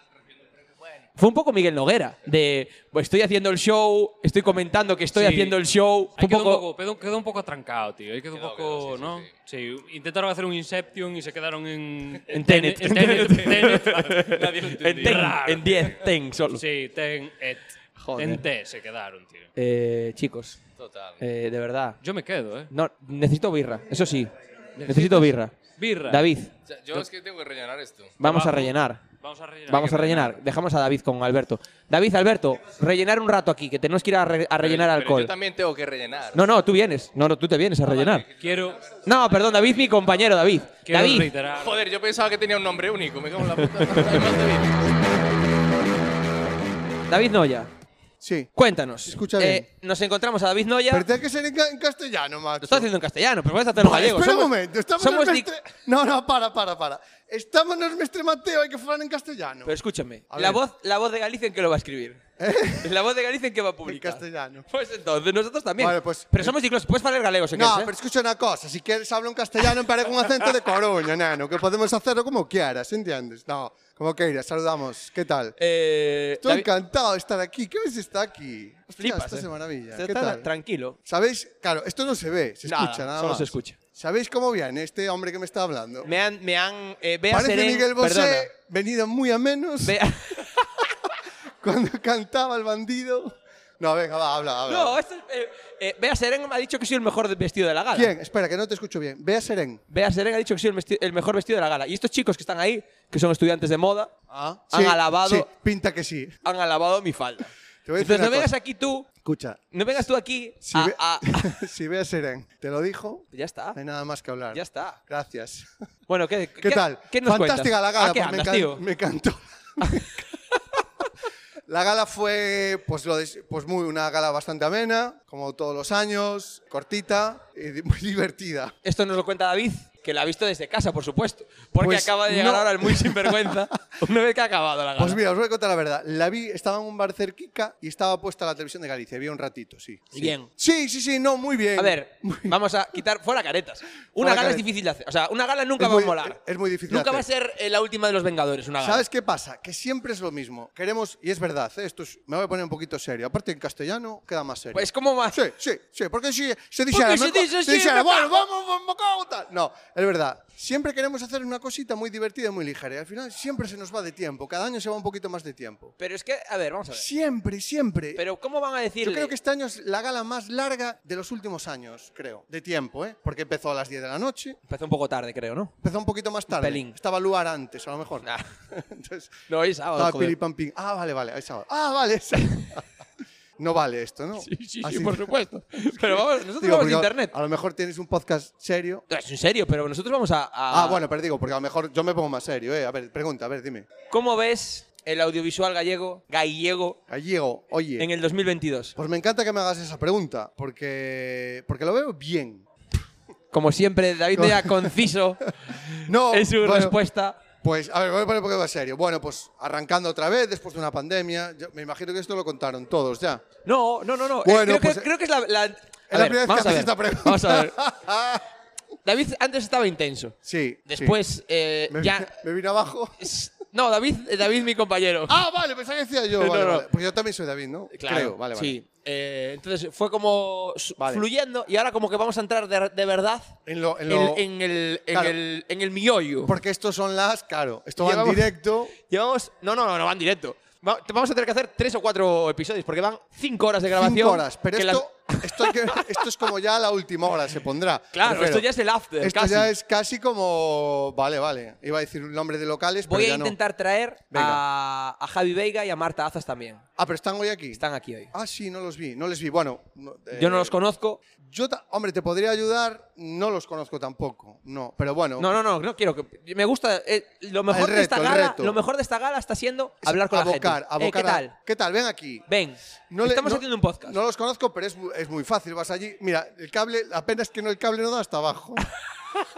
Speaker 2: Fue un poco Miguel Noguera, de pues, estoy haciendo el show, estoy comentando que estoy
Speaker 13: Sí.
Speaker 2: haciendo el show. Fue
Speaker 13: Ahí
Speaker 2: un
Speaker 13: quedó,
Speaker 2: poco,
Speaker 13: un poco, quedó, quedó un poco atrancado, tío. Ahí quedó, un poco, ¿no? Sí. intentaron hacer un Inception y se quedaron en...
Speaker 2: En Tenet.
Speaker 13: En Tenet.
Speaker 2: En
Speaker 13: Tenet. Nadie lo
Speaker 2: En
Speaker 13: entendió.
Speaker 2: Ten-
Speaker 13: Raro,
Speaker 2: en diez,
Speaker 13: tío.
Speaker 2: Ten solo.
Speaker 13: Sí, Ten, Et.
Speaker 2: Joder.
Speaker 13: Ten, Te se quedaron, tío.
Speaker 2: eh, chicos,
Speaker 13: Total.
Speaker 2: eh, de verdad.
Speaker 13: Yo me quedo, ¿eh?
Speaker 2: No, necesito birra, eso sí. Necesito
Speaker 13: ¿Necesitas
Speaker 2: birra.
Speaker 13: birra?
Speaker 2: David.
Speaker 22: Ya, Yo es que tengo que rellenar esto.
Speaker 2: Vamos a rellenar.
Speaker 13: Vamos a rellenar.
Speaker 2: Vamos a rellenar. Dejamos a David con Alberto. David, Alberto, rellenar un rato aquí, que tenemos que ir a, re- a rellenar
Speaker 22: Pero
Speaker 2: alcohol.
Speaker 22: yo también tengo que rellenar.
Speaker 2: No, no, tú vienes. No, no, tú te vienes a rellenar.
Speaker 13: Quiero...
Speaker 2: No, perdón, David, mi compañero, David.
Speaker 13: Quiero
Speaker 2: David.
Speaker 13: reiterar.
Speaker 22: Joder, yo pensaba que tenía un nombre único. Me cago en la puta. Hay más de mí.
Speaker 2: David Noya.
Speaker 24: Sí.
Speaker 2: Cuéntanos.
Speaker 24: Escucha bien.
Speaker 2: Eh, nos encontramos a David Noya.
Speaker 24: Pero tiene que ser en, ca- en castellano, macho.
Speaker 2: Lo estás haciendo en castellano, pero puedes hacerlo en gallego.
Speaker 24: Espera
Speaker 2: Somos-
Speaker 24: un momento. Estamos
Speaker 2: somos
Speaker 24: en
Speaker 2: di-
Speaker 24: mestre... No, no, para, para, para. Estamos en mestre Mateo, hay que fueran en castellano.
Speaker 2: Pero escúchame,
Speaker 24: A
Speaker 2: la
Speaker 24: ver. ¿Eh?
Speaker 2: voz, la voz de Galicia en que lo va a escribir. La voz de Galicia en que va a publicar. En
Speaker 24: castellano.
Speaker 2: Pues entonces, nosotros también.
Speaker 24: Vale, pues-
Speaker 2: pero somos incluso, puedes hablar galego si
Speaker 24: no,
Speaker 2: quieres, ¿eh?
Speaker 24: pero escucha una cosa. Si quieres hablo en castellano, pero con acento de Coruña, nano. Que podemos hacerlo como quieras, ¿entiendes? No, como quieras. Saludamos. ¿Qué tal?
Speaker 2: Eh,
Speaker 24: Estoy
Speaker 2: David-
Speaker 24: encantado de estar aquí. ¿Qué ves está aquí? Hostia,
Speaker 2: Flipas,
Speaker 24: esto es
Speaker 2: eh.
Speaker 24: de maravilla.
Speaker 2: Está
Speaker 24: ¿Qué tal?
Speaker 2: tranquilo.
Speaker 24: ¿Sabéis? Claro, esto no se ve, se
Speaker 2: Nada,
Speaker 24: escucha nada
Speaker 2: solo
Speaker 24: más.
Speaker 2: se escucha.
Speaker 24: ¿Sabéis cómo viene este hombre que me está hablando?
Speaker 2: Me han, me han, eh, Bea
Speaker 24: Parece
Speaker 2: Serén-
Speaker 24: Miguel Bosé,
Speaker 2: perdona.
Speaker 24: venido muy a menos. Cuando cantaba el bandido. No, venga, va, habla, habla.
Speaker 2: No, esto es, eh, eh, Bea Serén me ha dicho que soy el mejor vestido de la gala.
Speaker 24: ¿Quién? Espera, que no te escucho bien. Bea Serén.
Speaker 2: Bea Serén ha dicho que soy el, mesti- el mejor vestido de la gala. Y estos chicos que están ahí, que son estudiantes de moda, han
Speaker 24: Ah, Sí,
Speaker 2: alabado,
Speaker 24: sí, pinta que sí.
Speaker 2: han alabado mi falda.
Speaker 24: Te voy a decir
Speaker 2: Entonces
Speaker 24: una
Speaker 2: no vengas
Speaker 24: cosa.
Speaker 2: aquí tú,
Speaker 24: Escucha,
Speaker 2: no vengas tú aquí
Speaker 24: si,
Speaker 2: a-
Speaker 24: ve-
Speaker 2: a-
Speaker 24: si Bea Serén te lo dijo,
Speaker 2: ya está.
Speaker 24: No hay nada más que hablar.
Speaker 2: Ya está.
Speaker 24: Gracias.
Speaker 2: Bueno, ¿qué,
Speaker 24: ¿Qué, tal?
Speaker 2: ¿Qué nos
Speaker 24: Fantástica
Speaker 2: cuentas?
Speaker 24: la gala,
Speaker 2: ¿A qué
Speaker 24: pues me
Speaker 2: andas,
Speaker 24: encan-
Speaker 2: tío?
Speaker 24: me encantó. La gala fue, pues, lo de- pues muy, una gala bastante amena, como todos los años, cortita y di- muy divertida.
Speaker 2: Esto nos lo cuenta David, que la ha visto desde casa, por supuesto. Porque
Speaker 24: Pues
Speaker 2: acaba de llegar
Speaker 24: no.
Speaker 2: ahora el muy sinvergüenza, una vez que ha acabado la gala.
Speaker 24: Pues mira, os voy a contar la verdad. La vi, estaba en un bar cerquica y estaba puesta la televisión de Galicia. Vi un ratito, sí. sí.
Speaker 2: Bien.
Speaker 24: Sí, sí, sí, no, muy bien.
Speaker 2: A ver, vamos a quitar fuera caretas. Una
Speaker 24: Fuera
Speaker 2: gala
Speaker 24: caretas.
Speaker 2: es difícil de hacer. O sea, una gala nunca
Speaker 24: Es
Speaker 2: va
Speaker 24: muy-
Speaker 2: a molar.
Speaker 24: Es muy difícil.
Speaker 2: Nunca va a
Speaker 24: hacer.
Speaker 2: ser eh, la última de los Vengadores, una gala.
Speaker 24: ¿Sabes qué pasa? Que siempre es lo mismo. Queremos, y es verdad, ¿eh? esto es- me voy a poner un poquito serio. Aparte, en castellano queda más serio.
Speaker 2: Pues como más.
Speaker 24: Sí, sí, sí. Porque si se
Speaker 2: Porque
Speaker 24: dijera, me-
Speaker 2: se dice así,
Speaker 24: dijera,
Speaker 2: me
Speaker 24: bueno,
Speaker 2: cago".
Speaker 24: vamos, vamos, vamos, tal. No, es verdad. Siempre queremos hacer una cosita muy divertida y muy ligera. Y al final siempre se nos va de tiempo. Cada año se va un poquito más de tiempo.
Speaker 2: Pero es que, a ver, vamos a ver.
Speaker 24: Siempre, siempre.
Speaker 2: Pero ¿cómo van a decirle?
Speaker 24: Yo creo que este año es la gala más larga de los últimos años, creo. De tiempo, ¿eh? Porque empezó a las 10 de la noche.
Speaker 2: Empezó un poco tarde, creo, ¿no?
Speaker 24: Empezó un poquito más tarde.
Speaker 2: pelín.
Speaker 24: Estaba Luar antes, a lo mejor. Entonces,
Speaker 2: No, hoy es sábado,
Speaker 24: Estaba
Speaker 2: joder.
Speaker 24: Piripam Pim. Ah, vale, vale, hoy es sábado. Ah, vale. es- no vale esto, ¿no? Sí,
Speaker 2: sí, por supuesto. Pero vamos, nosotros
Speaker 24: Digo,
Speaker 2: vamos a
Speaker 24: porque
Speaker 2: internet.
Speaker 24: A lo mejor tienes un podcast serio.
Speaker 2: Es en serio, pero nosotros vamos a, a-
Speaker 24: Ah, bueno, pero digo, porque a lo mejor yo me pongo más serio, ¿eh? A ver, pregunta, a ver, dime.
Speaker 2: ¿Cómo ves el audiovisual gallego, gallego,
Speaker 24: Gallego, oye.
Speaker 2: en el 2022?
Speaker 24: Pues me encanta que me hagas esa pregunta, porque, porque lo veo bien.
Speaker 2: Como siempre, David ya conciso
Speaker 24: No,
Speaker 2: en su
Speaker 24: bueno,
Speaker 2: respuesta.
Speaker 24: Pues, a ver, voy a poner un poquito más serio. Bueno, pues arrancando otra vez, después de una pandemia. Yo me imagino que esto lo contaron todos ya.
Speaker 2: No, no, no, no. eh,
Speaker 24: Bueno,
Speaker 2: creo, que-
Speaker 24: pues,
Speaker 2: creo que es la. la- a
Speaker 24: la
Speaker 2: ver,
Speaker 24: primera vez
Speaker 2: vamos
Speaker 24: que
Speaker 2: a
Speaker 24: haces
Speaker 2: ver,
Speaker 24: esta pregunta.
Speaker 2: Vamos a ver. David antes estaba intenso.
Speaker 24: Sí.
Speaker 2: Después, eh,
Speaker 24: Me
Speaker 2: ya.
Speaker 24: vine- me vino abajo.
Speaker 2: No, David, eh, David, mi compañero.
Speaker 24: Ah, vale, pensaba que decía yo.
Speaker 2: No,
Speaker 24: Vale,
Speaker 2: no.
Speaker 24: vale. Pues yo también soy David, ¿no?
Speaker 2: Claro,
Speaker 24: Creo, vale, vale.
Speaker 2: Sí. Eh, entonces fue como su-
Speaker 24: Vale.
Speaker 2: fluyendo y ahora como que vamos a entrar de, de verdad
Speaker 24: En, lo- en lo-
Speaker 2: en- en el, en
Speaker 24: Claro.
Speaker 2: el- en el miollo.
Speaker 24: Porque estos son las, claro, esto va
Speaker 2: Llevamos-
Speaker 24: en directo.
Speaker 2: Llevamos. No, no, no, no van directo. Va- te- Vamos a tener que hacer tres o cuatro episodios porque van cinco horas de grabación.
Speaker 24: Cinco horas, pero
Speaker 2: que
Speaker 24: esto,
Speaker 2: las-
Speaker 24: esto, hay que- esto es como ya la última hora, se pondrá.
Speaker 2: Claro,
Speaker 24: Prefiero.
Speaker 2: esto ya es el after,
Speaker 24: Esto
Speaker 2: casi.
Speaker 24: ya es casi como. Vale, vale. Iba a decir un nombre de locales,
Speaker 2: Voy
Speaker 24: pero
Speaker 2: a
Speaker 24: ya no.
Speaker 2: intentar traer
Speaker 24: Venga.
Speaker 2: a, a Javi Veiga y a Marta Azas también.
Speaker 24: Ah, pero están hoy aquí.
Speaker 2: Están aquí hoy.
Speaker 24: Ah, sí, no los vi, no les vi. Bueno, no, eh,
Speaker 2: Yo no los conozco.
Speaker 24: yo ta- hombre, te podría ayudar, no los conozco tampoco. No, pero bueno.
Speaker 2: No, no, no, no quiero que. Me gusta. eh, lo, mejor
Speaker 24: El
Speaker 2: de esta
Speaker 24: reto, el
Speaker 2: gala,
Speaker 24: reto.
Speaker 2: lo mejor de esta gala está siendo hablar con
Speaker 24: abocar,
Speaker 2: la gente. Eh,
Speaker 24: abocar
Speaker 2: ¿Qué
Speaker 24: a-
Speaker 2: tal?
Speaker 24: ¿Qué tal? Ven aquí.
Speaker 2: Ven.
Speaker 24: No le-
Speaker 2: Estamos
Speaker 24: no-
Speaker 2: haciendo un podcast.
Speaker 24: No los conozco, pero es, mu- es muy fácil. Vas allí. Mira, el cable, apenas que no el cable no da hasta abajo.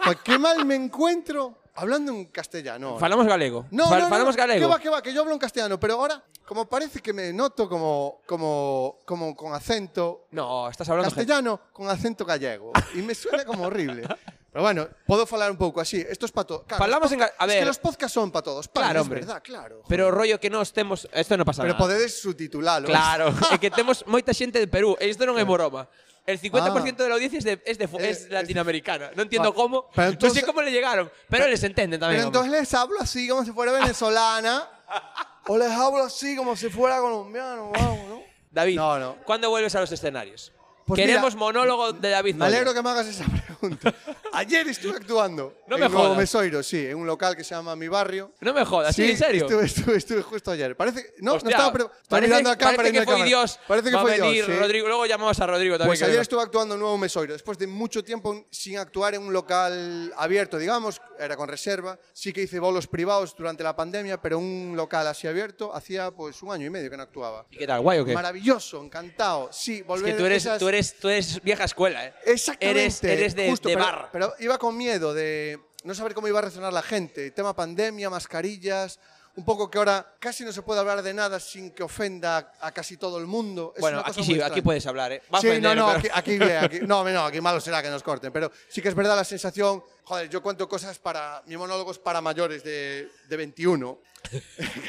Speaker 24: Pues qué mal me encuentro hablando en castellano. ahora.
Speaker 2: Falamos galego.
Speaker 24: No,
Speaker 2: Fal-
Speaker 24: no, no,
Speaker 2: falamos
Speaker 24: no.
Speaker 2: galego.
Speaker 24: Que va, que va, que yo hablo en castellano, pero ahora, como parece que me noto como, como, como con acento.
Speaker 2: No, estás hablando
Speaker 24: castellano con acento gallego. Y me suena como horrible. Pero bueno, puedo hablar un poco así. Esto es para todos.
Speaker 2: Falamos en ga- a
Speaker 24: Es
Speaker 2: ver.
Speaker 24: que los podcasts son para todos. Para,
Speaker 2: Claro,
Speaker 24: es
Speaker 2: hombre.
Speaker 24: verdad, claro.
Speaker 2: Pero rollo que no estemos, esto no pasa
Speaker 24: Pero ¿eh?
Speaker 2: nada.
Speaker 24: podedes subtitulalo.
Speaker 2: Claro, é que temos moita xente de Perú, e isto non é
Speaker 24: Eh.
Speaker 2: broma. El 50%
Speaker 24: Ah.
Speaker 2: de la audiencia es, de, es, de, fu- es latinoamericana. No entiendo
Speaker 24: Va,
Speaker 2: cómo.
Speaker 24: pero
Speaker 2: no
Speaker 24: entonces-
Speaker 2: sé cómo le llegaron, pero, les entienden también.
Speaker 24: Pero entonces les hablo así como si fuera venezolana. o les hablo así como si fuera colombiano. Vamos, ¿no?
Speaker 2: hombre. David, ¿cuándo vuelves a los escenarios?
Speaker 24: Pues
Speaker 2: Queremos
Speaker 24: mira,
Speaker 2: monólogo de David
Speaker 24: Me alegro
Speaker 2: Moya.
Speaker 24: que me hagas esa pregunta. Ayer estuve actuando.
Speaker 2: No
Speaker 24: en
Speaker 2: me
Speaker 24: Nuevo
Speaker 2: jodas.
Speaker 24: Mesoiro, sí, en un local que se llama Mi Barrio.
Speaker 2: No me jodas, ¿sí? ¿En serio?
Speaker 24: Estuve, estuve- estuve justo ayer. Parece, no,
Speaker 2: Hostia,
Speaker 24: no estaba, pre- estaba
Speaker 2: parece-
Speaker 24: mirando a cámara.
Speaker 2: Parece
Speaker 24: y no hay
Speaker 2: que fue
Speaker 24: cámara.
Speaker 2: Dios.
Speaker 24: Parece que
Speaker 2: Va a
Speaker 24: fue
Speaker 2: venir
Speaker 24: Dios. sí.
Speaker 2: Rodrigo. Luego llamamos a Rodrigo también.
Speaker 24: Pues
Speaker 2: que
Speaker 24: ayer
Speaker 2: venga.
Speaker 24: estuve actuando en Nuevo Mesoiro, después de mucho tiempo sin actuar en un local abierto, digamos, era con reserva. Sí que hice bolos privados durante la pandemia, pero un local así abierto hacía pues un año y medio que no actuaba.
Speaker 2: ¿Y qué tal? ¿Guay o qué?
Speaker 24: Maravilloso, encantado. Sí,
Speaker 2: Es
Speaker 24: volver
Speaker 2: que tú eres,
Speaker 24: esas-
Speaker 2: tú, eres, tú eres vieja escuela, ¿eh?
Speaker 24: Exactamente.
Speaker 2: Eres, eres de,
Speaker 24: justo,
Speaker 2: de
Speaker 24: pero-
Speaker 2: bar.
Speaker 24: Pero, iba con miedo de no saber cómo iba a reaccionar la gente. Tema pandemia, mascarillas, un poco que ahora casi no se puede hablar de nada sin que ofenda a casi todo el mundo. Es
Speaker 2: bueno,
Speaker 24: una cosa muy
Speaker 2: aquí sí, aquí
Speaker 24: extraña.
Speaker 2: puedes hablar, ¿eh? Va a
Speaker 24: sí,
Speaker 2: ofender,
Speaker 24: no, no,
Speaker 2: pero-
Speaker 24: aquí, aquí, bien, aquí- no, hombre, no, aquí malo será que nos corten, pero sí que es verdad la sensación, joder, yo cuento cosas para, mi monólogo es para mayores de, de 21.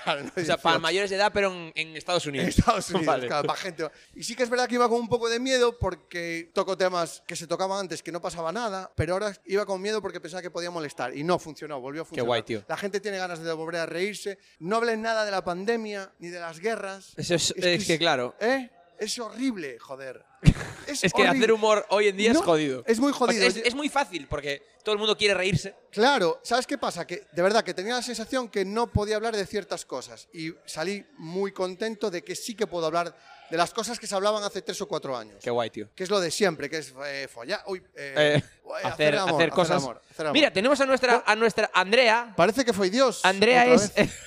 Speaker 24: Claro, no
Speaker 2: O sea, para
Speaker 24: 18.
Speaker 2: mayores de edad, pero en, en Estados Unidos.
Speaker 24: En Estados Unidos,
Speaker 2: Vale.
Speaker 24: claro, para gente. Y sí que es verdad que iba con un poco de miedo porque toco temas que se tocaban antes, que no pasaba nada, pero ahora iba con miedo porque pensaba que podía molestar. Y no funcionó, volvió a funcionar.
Speaker 2: guay, tío.
Speaker 24: La gente tiene ganas de volver a reírse. No hablen nada de la pandemia ni de las guerras.
Speaker 2: Eso es- es que, claro.
Speaker 24: ¿Eh? Es horrible, joder. Es,
Speaker 2: Es que
Speaker 24: horrible.
Speaker 2: hacer humor hoy en día
Speaker 24: No,
Speaker 2: es jodido.
Speaker 24: Es muy
Speaker 2: O sea,
Speaker 24: jodido.
Speaker 2: es, es muy fácil porque todo el mundo quiere reírse.
Speaker 24: Claro, ¿sabes qué pasa? Que de verdad que tenía la sensación que no podía hablar de ciertas cosas y salí muy contento de que sí que puedo hablar de las cosas que se hablaban hace tres o cuatro años.
Speaker 2: Qué guay, tío.
Speaker 24: Que es lo de siempre, que es eh, follar, uy, eh,
Speaker 2: Eh,
Speaker 24: uy,
Speaker 2: hacer, hacer cosas.
Speaker 24: amor, hacer amor.
Speaker 2: Mira, tenemos a nuestra, a nuestra Andrea.
Speaker 24: Parece que fue Dios.
Speaker 2: Andrea
Speaker 24: otra
Speaker 2: es.
Speaker 24: vez.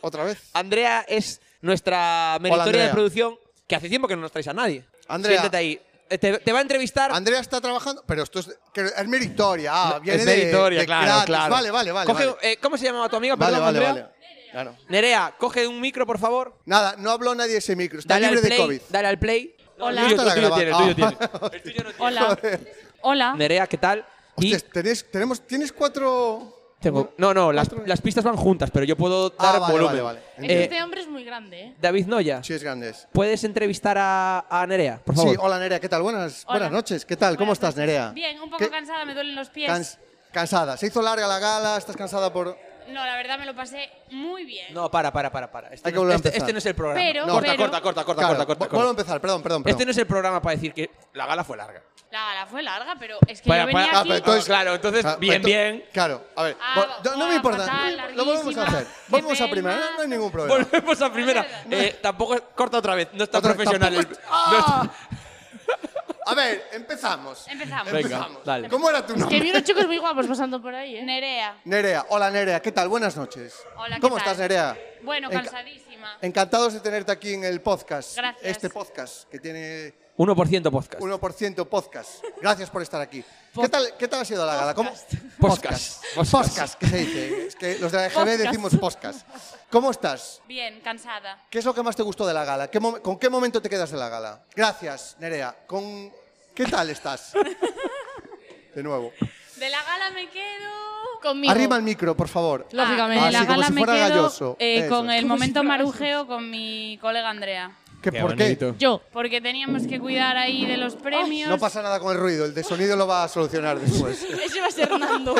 Speaker 24: Otra vez.
Speaker 2: Andrea es nuestra meritoria de
Speaker 24: Andrea.
Speaker 2: producción, que hace tiempo que no nos traes a nadie.
Speaker 24: Andrea.
Speaker 2: Siéntate ahí. Eh, Te, te va a entrevistar.
Speaker 24: Andrea está trabajando, pero esto es, que es meritoria. Ah, viene
Speaker 2: es
Speaker 24: de-
Speaker 2: meritoria,
Speaker 24: de
Speaker 2: claro,
Speaker 24: gratis.
Speaker 2: claro.
Speaker 24: Vale, vale, vale.
Speaker 2: Coge-
Speaker 24: vale.
Speaker 2: eh, ¿Cómo se llamaba tu amiga?
Speaker 24: Vale,
Speaker 2: Perdón,
Speaker 24: vale,
Speaker 2: Andrea.
Speaker 24: vale. Claro.
Speaker 2: Nerea, coge un micro, por favor.
Speaker 24: Nada, no habló nadie ese micro. Está
Speaker 2: Dale al
Speaker 24: libre de
Speaker 2: play,
Speaker 24: COVID.
Speaker 2: Dale al play.
Speaker 24: Hola.
Speaker 2: El tuyo,
Speaker 24: Esto la
Speaker 2: el tuyo
Speaker 24: graba-
Speaker 2: tiene, el tuyo
Speaker 24: Ah.
Speaker 2: tiene.
Speaker 8: Hola. Hola.
Speaker 2: Nerea, ¿qué tal?
Speaker 24: Hostias, tenés, tenemos, tienes cuatro.
Speaker 2: Tengo- no, no, las, las pistas van juntas, pero yo puedo
Speaker 7: Ah,
Speaker 2: dar
Speaker 24: Ah, vale,
Speaker 2: volumen.
Speaker 24: vale,
Speaker 2: Eh,
Speaker 8: Este hombre es muy grande, ¿eh?
Speaker 2: David Noya.
Speaker 24: Sí, es grande.
Speaker 2: ¿Puedes entrevistar a, a Nerea, por favor?
Speaker 24: Sí, hola Nerea, ¿qué tal? Buenas,
Speaker 8: Hola.
Speaker 24: buenas noches, ¿qué tal? ¿Cómo estás,
Speaker 2: ah.
Speaker 24: Nerea?
Speaker 8: Bien, un poco
Speaker 24: ¿Qué?
Speaker 8: cansada, me duelen los pies.
Speaker 24: Cans- cansada. ¿Se hizo larga la gala? ¿Estás cansada por.?
Speaker 8: No, la verdad me lo pasé muy bien.
Speaker 2: No, para, para, para. para. Este,
Speaker 24: Hay que
Speaker 2: no,
Speaker 24: volver a
Speaker 2: este-
Speaker 24: empezar.
Speaker 2: este no es el programa.
Speaker 8: Pero,
Speaker 2: corta,
Speaker 8: pero-
Speaker 2: corta, corta, corta,
Speaker 24: Claro,
Speaker 2: corta, corta,
Speaker 24: vu- vuelvo a empezar, perdón, perdón. perdón.
Speaker 2: Este no es el programa para decir que la gala fue larga.
Speaker 8: La gala fue larga, pero es que
Speaker 2: Para-
Speaker 8: yo
Speaker 2: para-
Speaker 8: venía
Speaker 2: ah,
Speaker 8: aquí...
Speaker 2: pero entonces- claro, entonces,
Speaker 24: Ah,
Speaker 2: bien,
Speaker 24: ento-
Speaker 2: bien.
Speaker 24: Claro, a ver.
Speaker 8: Ah,
Speaker 24: vol- no- no, me
Speaker 8: guapa,
Speaker 24: importa.
Speaker 8: tal,
Speaker 24: lo volvemos a
Speaker 8: larguísima,
Speaker 24: hacer. Volvemos a primera, no, no hay ningún problema.
Speaker 2: Volvemos a primera. Eh, tampoco corta otra vez. No está
Speaker 24: Otra-
Speaker 2: profesional. el-
Speaker 24: tampoco es- ¡Ah! A ver, empezamos.
Speaker 8: Empezamos.
Speaker 24: Empezamos.
Speaker 2: dale.
Speaker 24: ¿Cómo era tu
Speaker 8: Que vi
Speaker 24: nombre?
Speaker 8: unos chicos muy guapos pasando por ahí, ¿eh? Nerea.
Speaker 24: Nerea, hola Nerea, ¿qué tal? Buenas noches.
Speaker 8: Hola, ¿qué
Speaker 24: ¿Cómo
Speaker 8: tal?
Speaker 24: estás, Nerea?
Speaker 8: Bueno,
Speaker 24: Enca-
Speaker 8: cansadísima.
Speaker 24: Encantados de tenerte aquí en el podcast.
Speaker 8: Gracias.
Speaker 24: Este podcast que tiene
Speaker 2: 1% podcast.
Speaker 24: 1% podcast. Gracias por estar aquí. ¿Qué tal, qué tal ha sido la gala? ¿Cómo?
Speaker 2: Podcast.
Speaker 24: Podcast. Podcast, que se dice. Es que los de la EGB
Speaker 8: Podcast.
Speaker 24: decimos podcast. ¿Cómo estás?
Speaker 8: Bien, cansada.
Speaker 24: ¿Qué es lo que más te gustó de la gala? ¿Qué mom- ¿Con qué momento te quedas de la gala? Gracias, Nerea. ¿Con... ¿Qué tal estás? De nuevo.
Speaker 8: De la gala me quedo conmigo.
Speaker 24: Arriba el micro, por favor.
Speaker 8: Ah,
Speaker 24: Así,
Speaker 8: de la
Speaker 24: como
Speaker 8: gala
Speaker 24: si
Speaker 8: me
Speaker 24: fuera
Speaker 8: quedo
Speaker 24: galloso.
Speaker 8: eh,
Speaker 24: Eso.
Speaker 8: con el momento marujeo con mi colega Andrea.
Speaker 24: ¿Qué, ¿Por qué?
Speaker 8: Yo, porque teníamos que cuidar ahí de los premios.
Speaker 24: No pasa nada con el ruido, el de sonido lo va a solucionar después.
Speaker 8: Ese va a ser Nando.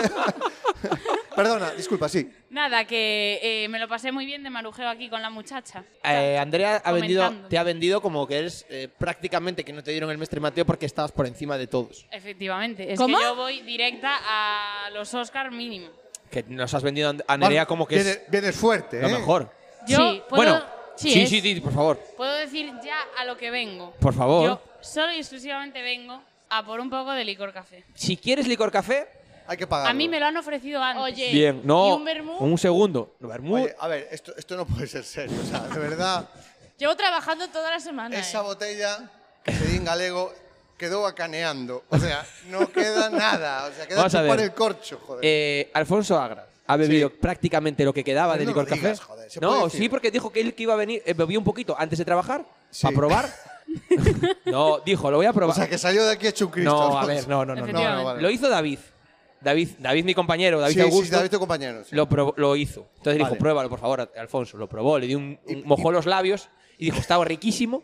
Speaker 24: Perdona, disculpa, sí.
Speaker 8: Nada, que eh, me lo pasé muy bien de marujeo aquí con la muchacha.
Speaker 2: Eh, Andrea ha vendido,
Speaker 8: Comentando.
Speaker 2: te ha vendido como que eres eh, prácticamente que no te dieron el mestre Mateo porque estabas por encima de todos.
Speaker 8: Efectivamente. Es
Speaker 2: ¿Cómo?
Speaker 8: que yo voy directa a los Oscar mínimo.
Speaker 2: Que nos has vendido a- a Nerea
Speaker 24: Vale,
Speaker 2: como que
Speaker 24: vienes-
Speaker 2: es
Speaker 24: vienes fuerte,
Speaker 2: lo
Speaker 24: ¿eh?
Speaker 2: mejor.
Speaker 8: Yo puedo-
Speaker 2: bueno,
Speaker 8: sí,
Speaker 2: sí,
Speaker 8: es-
Speaker 2: sí, sí, por favor.
Speaker 8: Puedo decir ya a lo que vengo.
Speaker 2: Por favor.
Speaker 8: Yo solo y exclusivamente vengo a por un poco de licor café.
Speaker 2: Si quieres licor café,
Speaker 24: hay que
Speaker 8: A mí me lo han ofrecido antes. Oye,
Speaker 2: Bien, no.
Speaker 8: Eh, un vermú?
Speaker 2: segundo. Vermú.
Speaker 24: Oye, a ver, esto, esto no puede ser serio, o sea, de verdad.
Speaker 8: Llevo trabajando toda la semana. eh.
Speaker 24: Esa botella que se di en galego quedó acaneando. O sea, no queda nada. O sea, queda
Speaker 2: Vamos a
Speaker 24: chupar
Speaker 2: ver.
Speaker 24: el corcho, joder.
Speaker 2: Eh, Alfonso Agra ha bebido prácticamente lo que quedaba
Speaker 24: Pero
Speaker 2: de
Speaker 24: no
Speaker 2: licor
Speaker 24: lo digas,
Speaker 2: café.
Speaker 24: joder, se puede
Speaker 2: no,
Speaker 24: decir.
Speaker 2: sí, porque dijo que él que iba a venir, eh, bebió un poquito antes de trabajar para probar. no, dijo, lo voy a probar.
Speaker 24: O sea, que salió de aquí hecho un Cristo.
Speaker 2: No, a
Speaker 24: Alfonso.
Speaker 2: ver, no, no, no. no,
Speaker 24: Efectivamente.
Speaker 2: no.
Speaker 24: No, vale.
Speaker 2: Lo hizo David. David, David, mi compañero, David
Speaker 24: Sí, sí,
Speaker 2: Augusto.
Speaker 24: David, tu compañero, sí.
Speaker 2: Lo, pro- lo hizo. Entonces
Speaker 24: Vale.
Speaker 2: dijo, pruébalo, por favor, Alfonso. Lo probó, le dio un, un- mojó los labios y dijo, estaba riquísimo.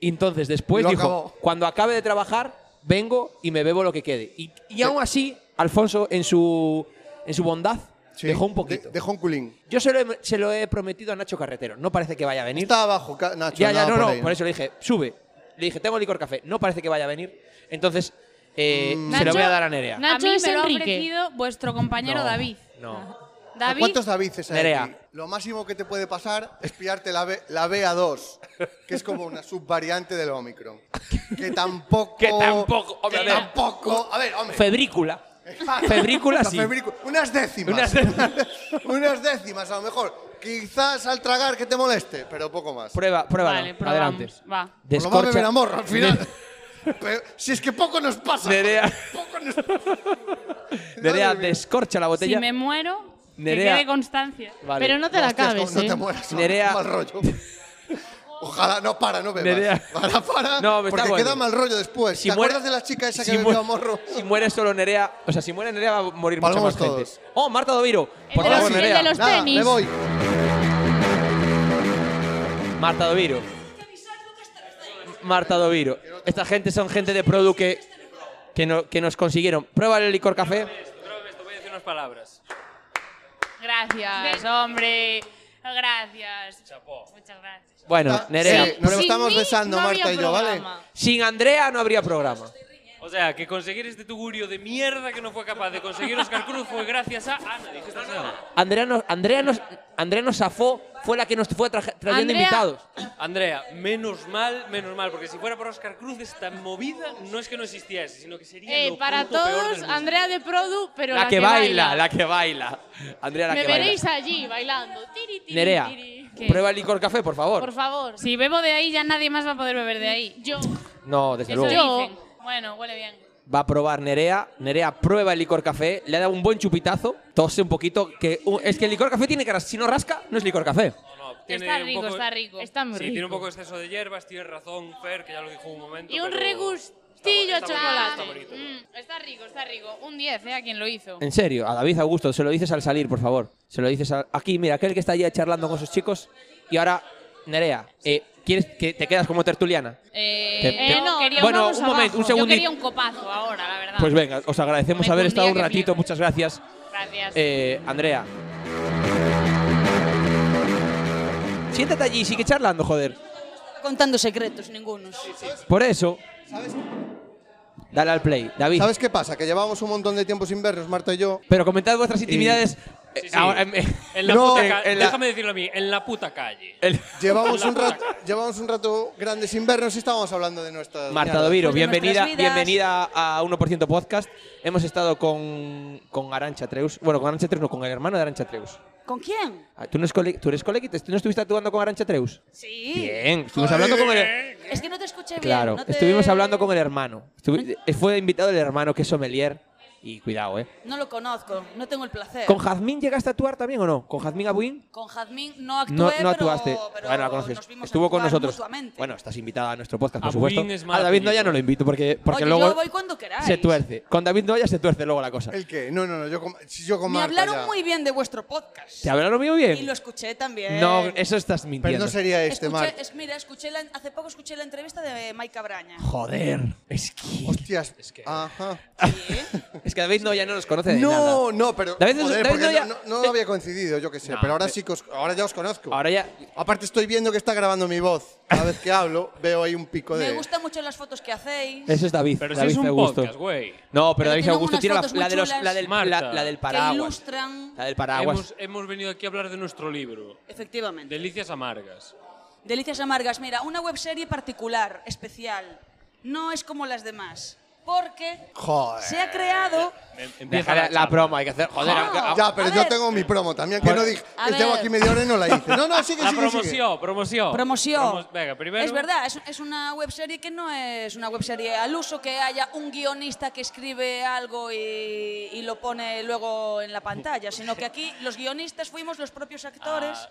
Speaker 2: Y entonces después
Speaker 24: Lo
Speaker 2: dijo,
Speaker 24: acabó.
Speaker 2: cuando acabe de trabajar, vengo y me bebo lo que quede. Y, y aún así, Alfonso, en su, en su bondad, dejó un poquito.
Speaker 24: dejó un culín.
Speaker 2: Yo se lo, he, se lo he prometido a Nacho Carretero. No parece que vaya a venir.
Speaker 24: Está abajo, Ca- Nacho.
Speaker 2: Ya, ya,
Speaker 24: andaba
Speaker 2: no, no,
Speaker 24: ahí,
Speaker 2: por eso le dije, sube. Le dije, tengo licor café, no parece que vaya a venir. Entonces, eh, se
Speaker 8: Mm. Nacho-
Speaker 2: lo voy a dar a Nerea.
Speaker 8: a mí
Speaker 25: es
Speaker 8: me lo ha
Speaker 25: Enrique.
Speaker 8: ofrecido vuestro compañero
Speaker 2: No.
Speaker 8: David.
Speaker 2: No.
Speaker 8: David.
Speaker 24: ¿Cuántos Davices hay
Speaker 2: Nerea.
Speaker 24: aquí? Lo máximo que te puede pasar es pillarte la, B, la BA2, que es como una subvariante del Omicron. Que tampoco... que
Speaker 2: tampoco,
Speaker 24: hombre,
Speaker 2: a ver.
Speaker 24: tampoco... A ver, hombre.
Speaker 2: Febrícula.
Speaker 24: Exacto.
Speaker 2: Febrícula,
Speaker 24: La
Speaker 2: sí.
Speaker 24: febrícula. Unas décimas.
Speaker 2: Unas
Speaker 24: Unas, décimas, a lo mejor. Quizás al tragar que te moleste, pero poco más.
Speaker 2: Prueba, pruébalo.
Speaker 24: Vale, probamos.
Speaker 2: Adelante.
Speaker 8: Va.
Speaker 24: Por lo más beber a morro, al final. Pero si es que poco nos pasa.
Speaker 2: Nerea.
Speaker 24: Poco nos
Speaker 2: Nerea, descorcha la botella.
Speaker 8: Si me muero,
Speaker 2: Nerea.
Speaker 8: que quede constancia.
Speaker 2: Vale.
Speaker 8: Pero no te la
Speaker 24: Hostias,
Speaker 8: acabes,
Speaker 24: no, no
Speaker 8: ¿eh?
Speaker 24: te mueras.
Speaker 2: Nerea.
Speaker 24: Mal rollo. Ojalá, no, para, no bebas.
Speaker 2: Nerea.
Speaker 24: Para, para,
Speaker 2: No, me está
Speaker 24: porque
Speaker 2: bueno.
Speaker 24: queda mal rollo después.
Speaker 2: Si
Speaker 24: ¿Te
Speaker 2: muere-
Speaker 24: acuerdas de la chica esa que
Speaker 2: si
Speaker 24: bebió
Speaker 2: muere-
Speaker 24: a morro?
Speaker 2: Si muere solo Nerea, o sea, si muere Nerea va a morir mucha
Speaker 24: Palmamos
Speaker 2: más gente.
Speaker 24: todos.
Speaker 2: Oh, Marta Doviro. Por
Speaker 24: de
Speaker 2: favor,
Speaker 24: los- el
Speaker 2: Nerea.
Speaker 24: de los Nada, tenis. me voy.
Speaker 2: Marta Doviro. Marta Doviro. Esta gente son gente de Produ que, que, no- que nos consiguieron. Prueba el licor café.
Speaker 13: Voy a decir unas palabras.
Speaker 8: Gracias, hombre. Gracias. Muchas gracias.
Speaker 2: Bueno, Nerea.
Speaker 24: Ah, sí, nos
Speaker 8: Sin
Speaker 24: estamos
Speaker 8: mí
Speaker 24: besando,
Speaker 8: no habría
Speaker 24: Marta y yo, ¿vale?
Speaker 8: programa.
Speaker 2: Sin Andrea no habría programa.
Speaker 13: O sea, que conseguir este tugurio de mierda que no fue capaz de conseguir Oscar Cruz fue gracias a Ana. Dije esta semana.
Speaker 2: Andrea nos, Andrea nos, Andrea nos zafó, fue la que nos fue traje- trayendo
Speaker 13: Andrea-
Speaker 2: invitados.
Speaker 13: Andrea, menos mal, menos mal, porque si fuera por Oscar Cruz esta movida no es que no existiese, sino que sería
Speaker 8: Eh,
Speaker 13: lo
Speaker 8: para
Speaker 13: puto peor
Speaker 8: todos,
Speaker 13: del mundo.
Speaker 8: Andrea de Produ, pero
Speaker 2: la, que baila, la que baila. Andrea la
Speaker 8: Me
Speaker 2: que baila.
Speaker 8: veréis allí bailando. Tiri, tiri,
Speaker 2: Nerea,
Speaker 8: tiri. ¿Qué?
Speaker 2: Prueba el licor café, por favor.
Speaker 8: Por favor, si bebo de ahí ya nadie más va a poder beber de ahí. Yo.
Speaker 2: No, desde
Speaker 8: Eso
Speaker 2: luego.
Speaker 8: dicen. Bueno, huele bien.
Speaker 2: Va a probar Nerea. Nerea prueba el licor café. Le ha dado un buen chupitazo. Tose un poquito. Que, uh, es que el licor café tiene que... ras- Si no rasca, no es licor café.
Speaker 8: Está rico, está rico. Está muy
Speaker 13: sí,
Speaker 8: rico.
Speaker 13: tiene un poco de exceso de hierbas, tienes razón, Fer, que ya lo dijo un momento.
Speaker 8: Y un
Speaker 13: pero-
Speaker 8: regustillo a
Speaker 13: está bonito, está
Speaker 8: chocolate.
Speaker 13: bonito.
Speaker 8: Mm, está rico, está rico. Un 10, ¿eh? A quien lo hizo.
Speaker 2: En serio, a David Augusto, se lo dices al salir, por favor. Se lo dices a- aquí, mira, aquel que está allí charlando con sus chicos. Y ahora, Nerea, eh, ¿quieres que te quedas como tertuliana?
Speaker 8: Eh,
Speaker 2: Te- te-
Speaker 8: eh, no, quería
Speaker 2: Bueno,
Speaker 8: vamos
Speaker 2: un
Speaker 8: abajo.
Speaker 2: momento, un
Speaker 8: Yo
Speaker 2: segundi-
Speaker 8: quería un copazo ahora, la verdad.
Speaker 2: Pues venga, os agradecemos
Speaker 8: Me
Speaker 2: haber
Speaker 8: confundía
Speaker 2: estado un
Speaker 8: que
Speaker 2: ratito, muchas gracias.
Speaker 8: Gracias.
Speaker 2: Eh, Andrea. Siéntate allí, sigue charlando, joder.
Speaker 26: contando secretos ningunos.
Speaker 2: Por eso. Dale al play, David.
Speaker 24: ¿Sabes qué pasa? Que llevamos un montón de tiempo sin vernos, Marta y yo.
Speaker 2: Pero comentad vuestras intimidades. eh,
Speaker 13: Sí, sí.
Speaker 2: ahora, em, eh,
Speaker 13: En la
Speaker 24: No,
Speaker 13: puta
Speaker 24: en-
Speaker 13: ca-
Speaker 24: en la-
Speaker 13: Déjame decirlo a mí, en la puta calle.
Speaker 24: Llevamos
Speaker 13: En
Speaker 24: un,
Speaker 13: la puta
Speaker 24: rato, llevamos un rato grande sin vernos y estábamos hablando de nuestra.
Speaker 2: Marta Doviro, bienvenida, bienvenida a 1% Podcast. Hemos estado con, con Arancha Treus. Bueno, con Arancha Treus no, con el hermano de Arancha Treus.
Speaker 26: ¿Con quién?
Speaker 2: Ah, ¿Tú no, es cole- tú eres colegui? ¿Tú no estuviste actuando con Arancha Treus?
Speaker 26: Sí.
Speaker 2: Bien, estuvimos hablando con el,
Speaker 26: Es que no te escuché
Speaker 2: Claro,
Speaker 26: bien. no te- Ah.
Speaker 2: estuvimos hablando con el hermano. Estuvi- eh, Fue invitado el hermano que es sommelier. Y cuidado, ¿eh?
Speaker 26: No lo conozco, no tengo el placer.
Speaker 2: ¿Con Jazmín llegaste a actuar también o no? ¿Con Jazmín Abuin?
Speaker 26: Con Jazmín no actué,
Speaker 2: No,
Speaker 26: pero-
Speaker 2: no actuaste.
Speaker 26: pero
Speaker 2: bueno, la conoces.
Speaker 26: nos vimos
Speaker 2: Estuvo con
Speaker 26: actuar
Speaker 2: nosotros.
Speaker 26: mutuamente.
Speaker 2: Bueno, estás invitada a nuestro podcast, por
Speaker 13: Abuin
Speaker 2: supuesto.
Speaker 13: es
Speaker 2: A David Noya no lo invito porque, porque
Speaker 26: Oye,
Speaker 2: luego
Speaker 26: yo voy cuando queráis.
Speaker 2: se tuerce. Con David Noya se tuerce luego la cosa.
Speaker 24: ¿El qué? No, no, no. Yo con, si yo con
Speaker 26: Me
Speaker 24: Marta
Speaker 26: hablaron
Speaker 24: ya.
Speaker 26: muy bien de vuestro podcast.
Speaker 2: ¿Te hablaron muy bien?
Speaker 26: Y lo escuché también.
Speaker 2: No, eso estás mintiendo.
Speaker 24: Pero no sería este,
Speaker 26: Escuché-
Speaker 24: Marta.
Speaker 26: es- mira, escuché la- hace poco escuché la entrevista de Mike Braña.
Speaker 2: Joder. Es que.
Speaker 24: Hostias. Ajá.
Speaker 2: Es que David Noya no nos conoce de
Speaker 24: no,
Speaker 2: nada.
Speaker 24: no, pero.
Speaker 2: David-
Speaker 24: joder,
Speaker 2: David
Speaker 24: porque
Speaker 2: Noya-
Speaker 24: no, no- no había coincidido, yo qué sé.
Speaker 2: No,
Speaker 24: pero
Speaker 13: eh.
Speaker 24: ahora
Speaker 2: pero-
Speaker 24: sí que os- ahora ya os conozco.
Speaker 2: Ahora ya.
Speaker 24: Aparte, estoy viendo que está grabando mi voz. Cada vez que hablo, veo ahí un pico
Speaker 26: Me
Speaker 24: de.
Speaker 26: gustan mucho las fotos que hacéis.
Speaker 2: Eso es David.
Speaker 26: Pero si
Speaker 2: David
Speaker 26: es un
Speaker 2: Augusto.
Speaker 26: podcast,
Speaker 13: güey.
Speaker 2: No, pero,
Speaker 26: Pero
Speaker 2: David
Speaker 26: tienen
Speaker 2: Augusto
Speaker 26: unas
Speaker 2: tiene la,
Speaker 26: fotos
Speaker 2: la
Speaker 26: muy
Speaker 2: de los- la
Speaker 26: chulas.
Speaker 2: del,
Speaker 13: Marta.
Speaker 2: la- la del
Speaker 13: Que
Speaker 2: paraguas.
Speaker 26: ilustran-
Speaker 2: La del paraguas.
Speaker 13: Hemos, hemos venido aquí a hablar de nuestro libro.
Speaker 26: Efectivamente.
Speaker 13: Delicias amargas.
Speaker 26: Delicias Amargas, mira, una webserie particular, especial. No es como las demás. Porque
Speaker 24: Joder.
Speaker 26: se ha creado.
Speaker 2: Deja la, la promo, hay que hacer. Joder, aunque- aunque-
Speaker 24: Ya, pero yo tengo mi promo también, que no dije.
Speaker 26: A
Speaker 24: que Llevo
Speaker 26: ver.
Speaker 24: aquí media hora y no la hice. No, no, sigue, sigue, sigue.
Speaker 13: La Ah, promoción, promoción.
Speaker 26: Promoción.
Speaker 13: Promo- venga, primero.
Speaker 26: Es verdad, es, es una webserie que no es una webserie al uso, que haya un guionista que escribe algo y, y lo pone luego en la pantalla, sino que aquí los guionistas fuimos los propios actores.
Speaker 2: Ah.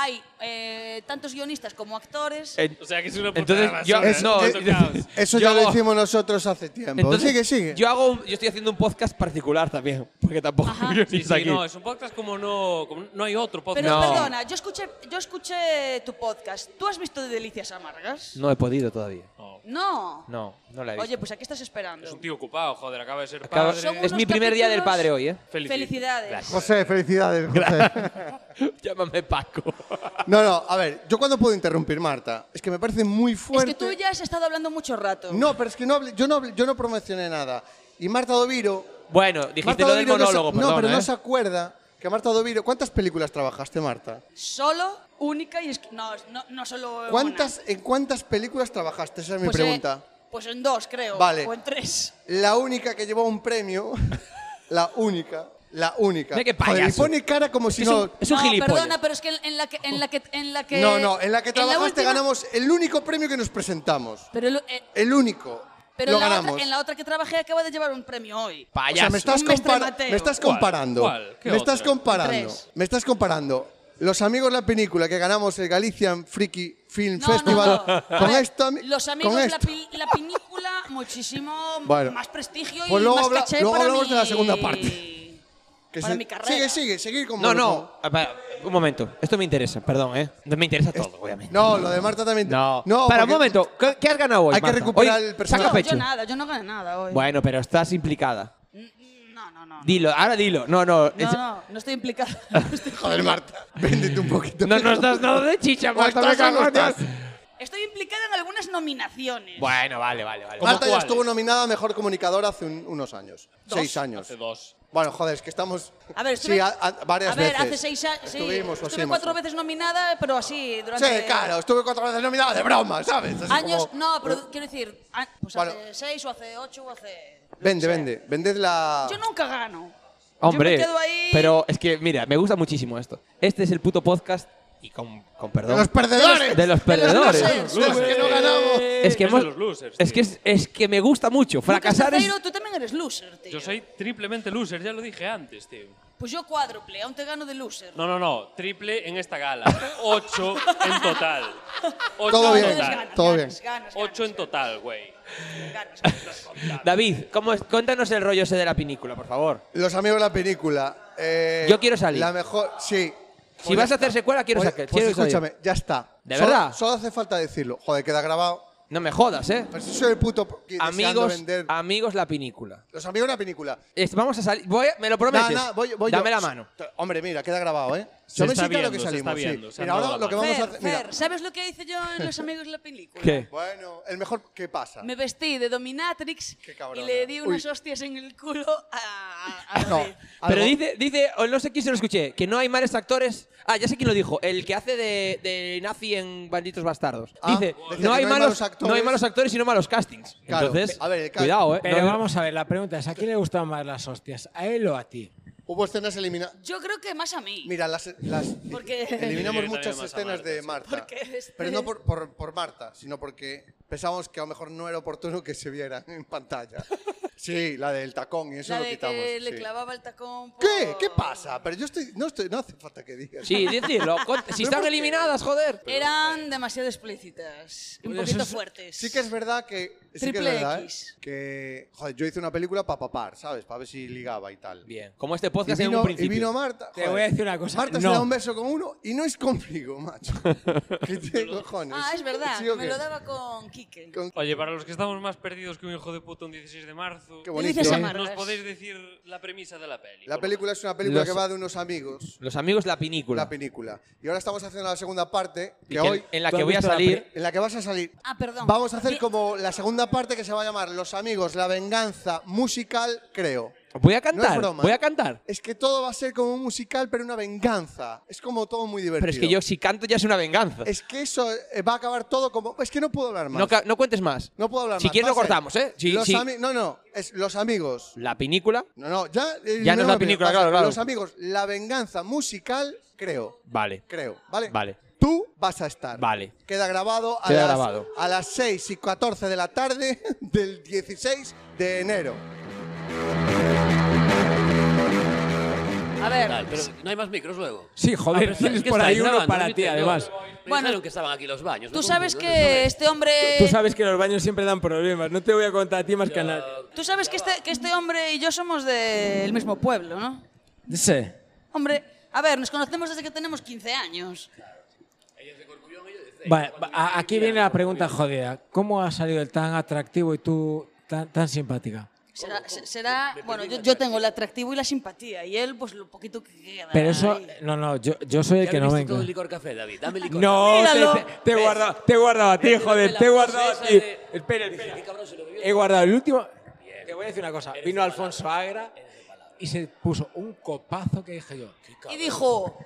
Speaker 26: Hay eh, tantos guionistas como actores.
Speaker 2: En-
Speaker 13: O sea, que es una puta
Speaker 2: Entonces, yo,
Speaker 24: Es-
Speaker 2: no,
Speaker 24: eh, Eso ya
Speaker 2: yo-
Speaker 24: lo hicimos nosotros hace tiempo.
Speaker 2: Entonces,
Speaker 24: sigue, sigue.
Speaker 2: Yo, hago un- yo estoy haciendo un podcast particular también, porque tampoco hay guionistas
Speaker 13: Sí, sí,
Speaker 2: aquí.
Speaker 13: no, es un podcast como no, como no hay otro podcast.
Speaker 26: Pero
Speaker 2: No.
Speaker 26: perdona, yo escuché, yo escuché tu podcast. ¿Tú has visto de Delicias Amargas?
Speaker 2: No he podido todavía.
Speaker 26: No.
Speaker 2: No, no la he visto.
Speaker 26: Oye, pues aquí estás esperando.
Speaker 13: Es un tío ocupado, joder, acaba de ser
Speaker 2: Acaba-
Speaker 13: padre.
Speaker 2: Son es mi primer día del padre hoy, ¿eh?
Speaker 26: Felicidades.
Speaker 24: José, felicidades, José.
Speaker 2: Llámame Paco.
Speaker 24: No, no, a ver, ¿yo cuándo puedo interrumpir, Marta? Es que me parece muy
Speaker 26: Es
Speaker 24: fuerte.
Speaker 26: que tú ya has estado hablando mucho rato.
Speaker 24: No, pero es que no hablé- yo, no hablé- yo no promocioné nada. Y Marta Doviro.
Speaker 2: Bueno, dijiste
Speaker 24: Marta
Speaker 2: lo del
Speaker 24: Doviro no se-
Speaker 2: monólogo,
Speaker 24: No,
Speaker 2: perdona,
Speaker 24: pero no
Speaker 2: ¿eh?
Speaker 24: se acuerda que Marta Doviro. ¿Cuántas películas trabajaste, Marta?
Speaker 26: Solo, única y es que. No, no, no solo. una.
Speaker 24: ¿Cuántas, ¿En cuántas películas trabajaste? Esa es mi
Speaker 26: Pues, eh,
Speaker 24: pregunta.
Speaker 26: pues en dos, creo.
Speaker 24: Vale.
Speaker 26: O en tres.
Speaker 24: La única que llevó un premio. la única. La única.
Speaker 2: Mira qué
Speaker 24: Joder, y
Speaker 2: payaso.
Speaker 24: pone cara como si
Speaker 2: Es
Speaker 24: no.
Speaker 2: un- es un
Speaker 26: no, perdona, pero es que en la que. En la que, en la que
Speaker 24: no, no, en la que trabajaste
Speaker 26: última-
Speaker 24: ganamos el único premio que nos presentamos.
Speaker 26: Pero, lo- eh,
Speaker 24: El único.
Speaker 26: pero
Speaker 24: lo
Speaker 26: en, la
Speaker 24: ganamos.
Speaker 26: otra, en la otra que trabajé acaba de llevar un premio hoy.
Speaker 24: O sea, me estás,
Speaker 26: Un mestre
Speaker 24: compara-
Speaker 26: Mateo.
Speaker 24: me estás comparando.
Speaker 13: ¿Cuál? ¿Qué
Speaker 24: Me estás
Speaker 13: otra?
Speaker 24: comparando.
Speaker 26: Tres.
Speaker 24: Me estás comparando. Los amigos de la película que ganamos el Galician Freaky Film
Speaker 26: No,
Speaker 24: Festival
Speaker 26: no, no.
Speaker 24: Pues con
Speaker 26: A ver,
Speaker 24: esto ami-
Speaker 26: Los amigos
Speaker 24: con
Speaker 26: de la,
Speaker 24: esto.
Speaker 26: pil- la película, muchísimo
Speaker 24: Bueno.
Speaker 26: más prestigio
Speaker 24: Pues
Speaker 26: y
Speaker 24: luego,
Speaker 26: más
Speaker 24: habla-
Speaker 26: caché
Speaker 24: luego
Speaker 26: para
Speaker 24: hablamos
Speaker 26: mi-
Speaker 24: de la segunda parte.
Speaker 26: para
Speaker 24: se-
Speaker 26: mi carrera.
Speaker 24: sigue, sigue, sigue con
Speaker 2: No, no, ah, pa- un momento. Esto me interesa, perdón, ¿eh? Me interesa todo, obviamente.
Speaker 24: No, lo de Marta también.
Speaker 2: No, Para, un
Speaker 24: porque-
Speaker 2: momento. ¿Qué, qué has ganado hoy,
Speaker 24: Hay que
Speaker 2: Marta?
Speaker 24: recuperar
Speaker 2: Hoy
Speaker 24: el personaje.
Speaker 2: saca
Speaker 26: No,
Speaker 2: pecho.
Speaker 26: yo nada, yo no gané nada hoy.
Speaker 2: Bueno, pero estás implicada.
Speaker 26: mm, No, no, no.
Speaker 2: Dilo, ahora dilo. No, no.
Speaker 26: No,
Speaker 2: es-
Speaker 26: no, no estoy implicada.
Speaker 24: Joder, Marta, véndete un poquito.
Speaker 2: No nos das nada de chicha, Marta.
Speaker 24: Marta,
Speaker 2: venga,
Speaker 24: venga,
Speaker 2: Marta.
Speaker 26: Estoy implicada en algunas nominaciones.
Speaker 2: Bueno, vale, vale, vale.
Speaker 24: Marta ya estuvo nominada a Mejor Comunicadora hace un- unos años. Seis años. Hace
Speaker 13: dos.
Speaker 24: Bueno, joder, es que estamos...
Speaker 26: A ver,
Speaker 24: sí,
Speaker 26: estuve-
Speaker 24: a- a- varias
Speaker 26: a ver,
Speaker 24: veces.
Speaker 26: hace seis años. Sí,
Speaker 24: Estuvimos, o
Speaker 26: estuve
Speaker 24: sí, más
Speaker 26: cuatro
Speaker 24: o-
Speaker 26: veces nominada, pero así,
Speaker 24: Sí,
Speaker 26: durante.
Speaker 24: claro, estuve cuatro veces nominada de broma, ¿sabes? Así
Speaker 26: Años,
Speaker 24: como-
Speaker 26: no, pero quiero decir, a- pues
Speaker 24: Bueno.
Speaker 26: hace seis o hace ocho o hace.
Speaker 24: Vende, vende. Vended la...
Speaker 26: Yo nunca gano.
Speaker 2: Hombre,
Speaker 26: Yo me quedo ahí.
Speaker 2: pero es que, mira, me gusta muchísimo esto. Este es el puto podcast Y con, con perdón.
Speaker 7: De los perdedores.
Speaker 2: De los
Speaker 7: De los
Speaker 2: perdedores.
Speaker 7: losers, de los que no ganamos.
Speaker 2: Es que,
Speaker 13: Es de
Speaker 2: hemos-
Speaker 13: los losers,
Speaker 2: es, que es, es que me gusta mucho. Fracasar es.
Speaker 26: Pero tú también eres loser, tío.
Speaker 13: Yo soy triplemente loser, ya lo dije antes, tío.
Speaker 26: Pues yo cuádruple, aún te gano de loser.
Speaker 13: No, no, no, triple en esta gala. Ocho en total. Ocho
Speaker 2: Todo
Speaker 13: en
Speaker 2: bien,
Speaker 13: total.
Speaker 2: todo bien.
Speaker 13: Ocho en total, güey.
Speaker 2: David, ¿cómo es? cuéntanos el rollo ese de la pinícula, por favor.
Speaker 24: Los amigos de la película. eh,
Speaker 2: Yo quiero salir.
Speaker 24: La mejor, sí.
Speaker 2: Si vas a hacer secuela, quiero
Speaker 24: Pues-
Speaker 2: saque-
Speaker 24: Pues
Speaker 2: quiero salir.
Speaker 24: escúchame, ya está.
Speaker 2: ¿De
Speaker 24: Solo-
Speaker 2: verdad?
Speaker 24: Solo hace falta decirlo. Joder, queda grabado.
Speaker 2: No me jodas, ¿eh?
Speaker 24: Pues soy el puto p- que deseando
Speaker 2: Amigos,
Speaker 24: vender.
Speaker 2: amigos la pinícula.
Speaker 24: Los amigos de la película.
Speaker 2: Es- vamos a salir. voy a- ¿Me lo prometes?
Speaker 24: No, no, voy- voy
Speaker 2: Dame
Speaker 24: yo.
Speaker 2: la mano.
Speaker 24: Hombre, mira, queda grabado, ¿eh?
Speaker 2: Se
Speaker 24: Yo me
Speaker 2: está
Speaker 24: siento a lo
Speaker 2: viendo,
Speaker 24: que
Speaker 2: se
Speaker 24: salimos.
Speaker 2: está
Speaker 24: sí.
Speaker 2: viendo, se
Speaker 24: Mira,
Speaker 2: han
Speaker 24: ahora
Speaker 2: dado la
Speaker 24: lo que vamos a
Speaker 26: Fer,
Speaker 24: hacer. mira.
Speaker 26: Fer, ¿sabes lo que hice yo en Los Amigos de la Película?
Speaker 24: ¿Qué? Bueno, el mejor que pasa.
Speaker 26: Me vestí de dominatrix y le di unas hostias en el culo a... a- a David.
Speaker 2: Pero dice, dice, o no sé quién se lo escuché, que no hay males actores. Ah, ya sé quién lo dijo, el que hace de, de nazi en Banditos Bastardos. dice,
Speaker 24: Ah, decía
Speaker 2: no
Speaker 24: que
Speaker 2: hay,
Speaker 24: no hay
Speaker 2: malos,
Speaker 24: malos actores.
Speaker 2: no hay malos actores, sino malos castings.
Speaker 24: Claro,
Speaker 2: Entonces,
Speaker 24: a ver, el ca-
Speaker 2: cuidado, eh.
Speaker 1: Pero
Speaker 2: No-
Speaker 1: vamos a ver, la pregunta es, ¿a quién le gustan más las hostias? ¿A él o a ti?
Speaker 24: Hubo escenas eliminadas.
Speaker 26: Yo creo que más a mí.
Speaker 24: Mira, las, las-
Speaker 26: Porque-
Speaker 24: eliminamos Yo creo que muchas también más a escenas Marta, de sí. Marta.
Speaker 26: Porque este-
Speaker 24: Pero no por, por- por Marta, sino porque pensábamos que a lo mejor no era oportuno que se viera en pantalla. Sí, la del tacón y eso
Speaker 26: la
Speaker 24: lo
Speaker 26: de
Speaker 24: quitamos.
Speaker 26: que le
Speaker 24: sí.
Speaker 26: clavaba el tacón. por-
Speaker 24: ¿Qué? ¿Qué pasa? Pero yo estoy, no estoy, no hace falta que digas.
Speaker 2: Sí, decidlo, cont- si están eliminadas, joder.
Speaker 26: Eran demasiado explícitas, un poquito fuertes.
Speaker 24: Sí que eh, es verdad que. Sí que es
Speaker 26: Triple
Speaker 24: verdad, ¿eh?
Speaker 26: X.
Speaker 24: Que, joder, yo hice una película para papar, ¿sabes? Para ver si ligaba y tal.
Speaker 2: Bien. Como este podcast
Speaker 24: y
Speaker 2: en
Speaker 24: vino,
Speaker 2: un principio.
Speaker 24: Y vino Marta.
Speaker 1: Te
Speaker 24: joder.
Speaker 1: voy a decir una cosa,
Speaker 24: Marta se
Speaker 1: no.
Speaker 24: da un beso con uno y no es conmigo, macho. ¿Qué te cojones?
Speaker 26: Ah, es verdad,
Speaker 24: ¿Sí o
Speaker 26: me
Speaker 24: qué?
Speaker 26: lo daba con Quique.
Speaker 13: Oye, para los que estamos más perdidos que un hijo de puta un 16 de marzo,
Speaker 24: Qué bonito, Delicias ¿eh? amargas.
Speaker 13: nos podéis decir la premisa de la peli.
Speaker 24: La película es una película
Speaker 2: Los-
Speaker 24: que va de unos amigos.
Speaker 2: Los amigos la pinícula.
Speaker 24: La película. Y ahora estamos haciendo la segunda parte.
Speaker 2: Y
Speaker 24: Que,
Speaker 2: que-
Speaker 24: hoy,
Speaker 2: en la
Speaker 24: ¿Tú
Speaker 2: que
Speaker 24: has
Speaker 2: voy a
Speaker 24: visto la
Speaker 2: salir-
Speaker 24: peli? en la que vas a salir.
Speaker 26: Ah, perdón.
Speaker 24: Vamos a hacer como la segunda parte que se va a llamar Los amigos, la venganza musical, creo.
Speaker 2: Voy a
Speaker 24: No
Speaker 2: cantar,
Speaker 24: es broma.
Speaker 2: voy a cantar.
Speaker 24: Es que todo va a ser como un musical, pero una venganza. Es como todo muy divertido.
Speaker 2: Pero es que yo si canto ya es una venganza.
Speaker 24: Es que eso eh, va a acabar todo como. Es que no puedo hablar más.
Speaker 2: No, ca- no cuentes más.
Speaker 24: No puedo hablar
Speaker 2: Si
Speaker 24: más.
Speaker 2: quieres
Speaker 24: Va
Speaker 2: lo
Speaker 24: a ser
Speaker 2: cortamos, ¿eh? Si-
Speaker 24: los
Speaker 2: si-
Speaker 24: ami- no, no. Es los amigos.
Speaker 2: La pinícula.
Speaker 24: No, no. Ya, eh,
Speaker 2: Ya no es la
Speaker 24: me pido,
Speaker 2: película,
Speaker 24: va a ser
Speaker 2: claro, claro.
Speaker 24: Los amigos, la venganza musical, creo.
Speaker 2: Vale.
Speaker 24: Creo, ¿vale?
Speaker 2: Vale.
Speaker 24: Tú vas a estar.
Speaker 2: Vale.
Speaker 24: Queda grabado a,
Speaker 2: Queda
Speaker 24: las,
Speaker 2: grabado.
Speaker 24: a las 6 y 14 de la tarde del 16 de enero.
Speaker 5: A ver. pero no hay más micros luego.
Speaker 1: Sí, joder,
Speaker 5: Ah, pero
Speaker 1: tienes
Speaker 5: es que
Speaker 1: por
Speaker 5: estáis
Speaker 1: ahí uno
Speaker 5: grabando,
Speaker 1: para
Speaker 5: ¿no?
Speaker 1: ti,
Speaker 5: Yo-
Speaker 1: además.
Speaker 5: Me dijeron que estaban aquí los baños.
Speaker 26: Tú
Speaker 5: me
Speaker 26: sabes
Speaker 5: confundo,
Speaker 26: que este hombre...
Speaker 1: Tú sabes que los baños siempre dan problemas, no te voy a contar a ti más que a nadie.
Speaker 26: Tú sabes que este, que este hombre y yo somos del mismo pueblo, ¿no?
Speaker 1: Sí.
Speaker 26: Hombre, a ver, nos conocemos desde que tenemos 15 años.
Speaker 1: Vale, va- a- aquí viene la pregunta jodida. ¿Cómo ha salido el tan atractivo y tú tan, tan simpática?
Speaker 26: Será, se- será- bueno, yo, yo tengo el atractivo y la simpatía, y él, pues lo poquito que queda.
Speaker 1: Pero eso, no, no, yo, yo soy el
Speaker 5: Ya
Speaker 1: que no
Speaker 5: bebiste
Speaker 1: me
Speaker 5: todo el
Speaker 1: encu-
Speaker 5: licor café, David. Dame licor
Speaker 1: No,
Speaker 5: café.
Speaker 1: te, te- te he guardado, te he guardado a ti, joder, te he guardado a ti. Espera, espera. He guardado el último. Te voy a decir una cosa. Vino Alfonso Agra y se puso un copazo que dije yo. "Qué
Speaker 26: Y dijo,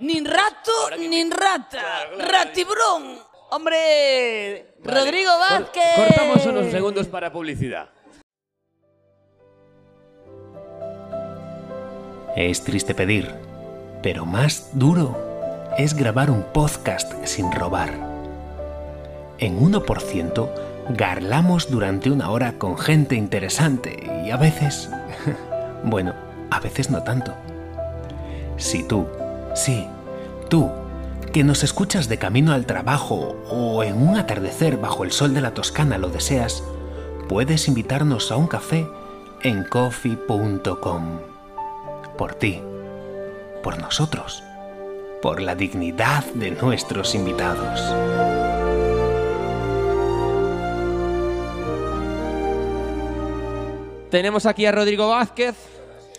Speaker 26: ni rato, ni rata, ratibrón. Hombre,
Speaker 5: Vale.
Speaker 26: Rodrigo
Speaker 5: Cor-
Speaker 26: Vázquez.
Speaker 5: Cortamos unos segundos para publicidad.
Speaker 6: Es triste pedir, pero más duro es grabar un podcast sin robar. En 1% garlamos durante una hora con gente interesante y a veces, bueno, a veces no tanto. Si tú, sí, tú, que nos escuchas de camino al trabajo o en un atardecer bajo el sol de la Toscana lo deseas, puedes invitarnos a un café en coffee.com por ti, por nosotros, por la dignidad de nuestros invitados.
Speaker 2: Tenemos aquí a Rodrigo Vázquez.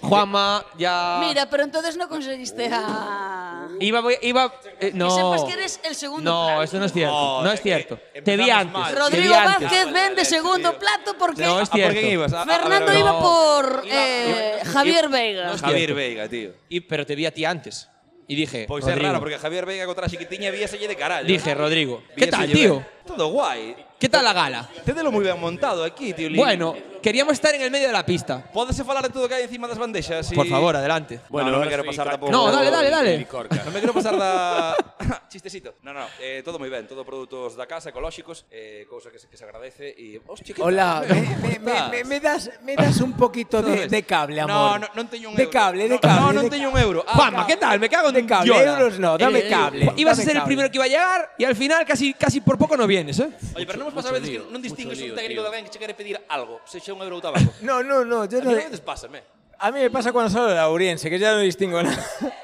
Speaker 2: Juanma, ya.
Speaker 26: Mira, pero entonces no conseguiste a...
Speaker 2: Iba, voy- iba. eh, no.
Speaker 26: pues, Que sepas que eres el segundo
Speaker 2: No,
Speaker 26: plato.
Speaker 2: eso no es cierto. No, es cierto. Te vi
Speaker 26: Empezamos
Speaker 2: antes.
Speaker 26: mal.
Speaker 2: te vi
Speaker 26: Rodrigo
Speaker 2: antes.
Speaker 26: Vázquez vende segundo plato porque
Speaker 2: No es cierto.
Speaker 26: Fernando iba por eh, Javier Veiga.
Speaker 2: Javier Veiga, tío. Y, pero te vi a ti antes. Y dije.
Speaker 19: Pois é
Speaker 2: Rodrigo.
Speaker 19: raro, porque Javier Veiga contra a Chiquitiña víase lle de carallo.
Speaker 2: Dije, Rodrigo.
Speaker 19: Víase
Speaker 2: ¿Qué tal,
Speaker 19: lle
Speaker 2: tío?
Speaker 19: ben. Todo guai.
Speaker 2: ¿Qué tal la gala?
Speaker 27: Tédelo moi ben montado aquí, tío Lin.
Speaker 2: Bueno, queríamos estar en el medio de la pista.
Speaker 27: Podese falar de todo que hai encima das bandexas?
Speaker 2: Por favor, adelante.
Speaker 19: Bueno, no, me quero pasar tampouco.
Speaker 2: No, dale, dale, dale.
Speaker 19: Non me quero pasar da chistecito. No, no, eh, todo moi ben, todo produtos da casa, ecolóxicos, eh, cousa que se, que se agradece e oh, chiquita.
Speaker 1: Hola, me, me, me,
Speaker 19: estás?
Speaker 1: me, me das, me das un poquito de,
Speaker 19: Entonces,
Speaker 1: de cable,
Speaker 19: no,
Speaker 1: amor.
Speaker 19: no, non teño un
Speaker 1: De
Speaker 19: euro.
Speaker 1: cable, de
Speaker 19: No,
Speaker 1: cable.
Speaker 19: no, non
Speaker 1: de
Speaker 19: teño
Speaker 1: cable.
Speaker 19: un euro. Ah,
Speaker 1: Juanma, ¿qué tal? Me cago en de cable.
Speaker 2: Yoda.
Speaker 1: Euros no, dame
Speaker 2: Eh,
Speaker 1: cable.
Speaker 2: Ibas a
Speaker 1: dame
Speaker 2: ser el
Speaker 1: cable.
Speaker 2: primero que iba a llegar y al final casi, casi por poco no vienes, ¿eh?
Speaker 19: Oye, pero non nos pasa a
Speaker 2: mucho
Speaker 19: veces
Speaker 2: lío,
Speaker 19: que non distingues
Speaker 2: mucho lío,
Speaker 19: un técnico
Speaker 2: tío.
Speaker 19: de alguén que che quere pedir algo, se che un euro ou tabaco.
Speaker 1: No, no, no, yo
Speaker 19: A
Speaker 1: no.
Speaker 19: mí non veces pasa, me.
Speaker 1: A mí me pasa cuando salgo de la Uriense, que ya no distingo nada.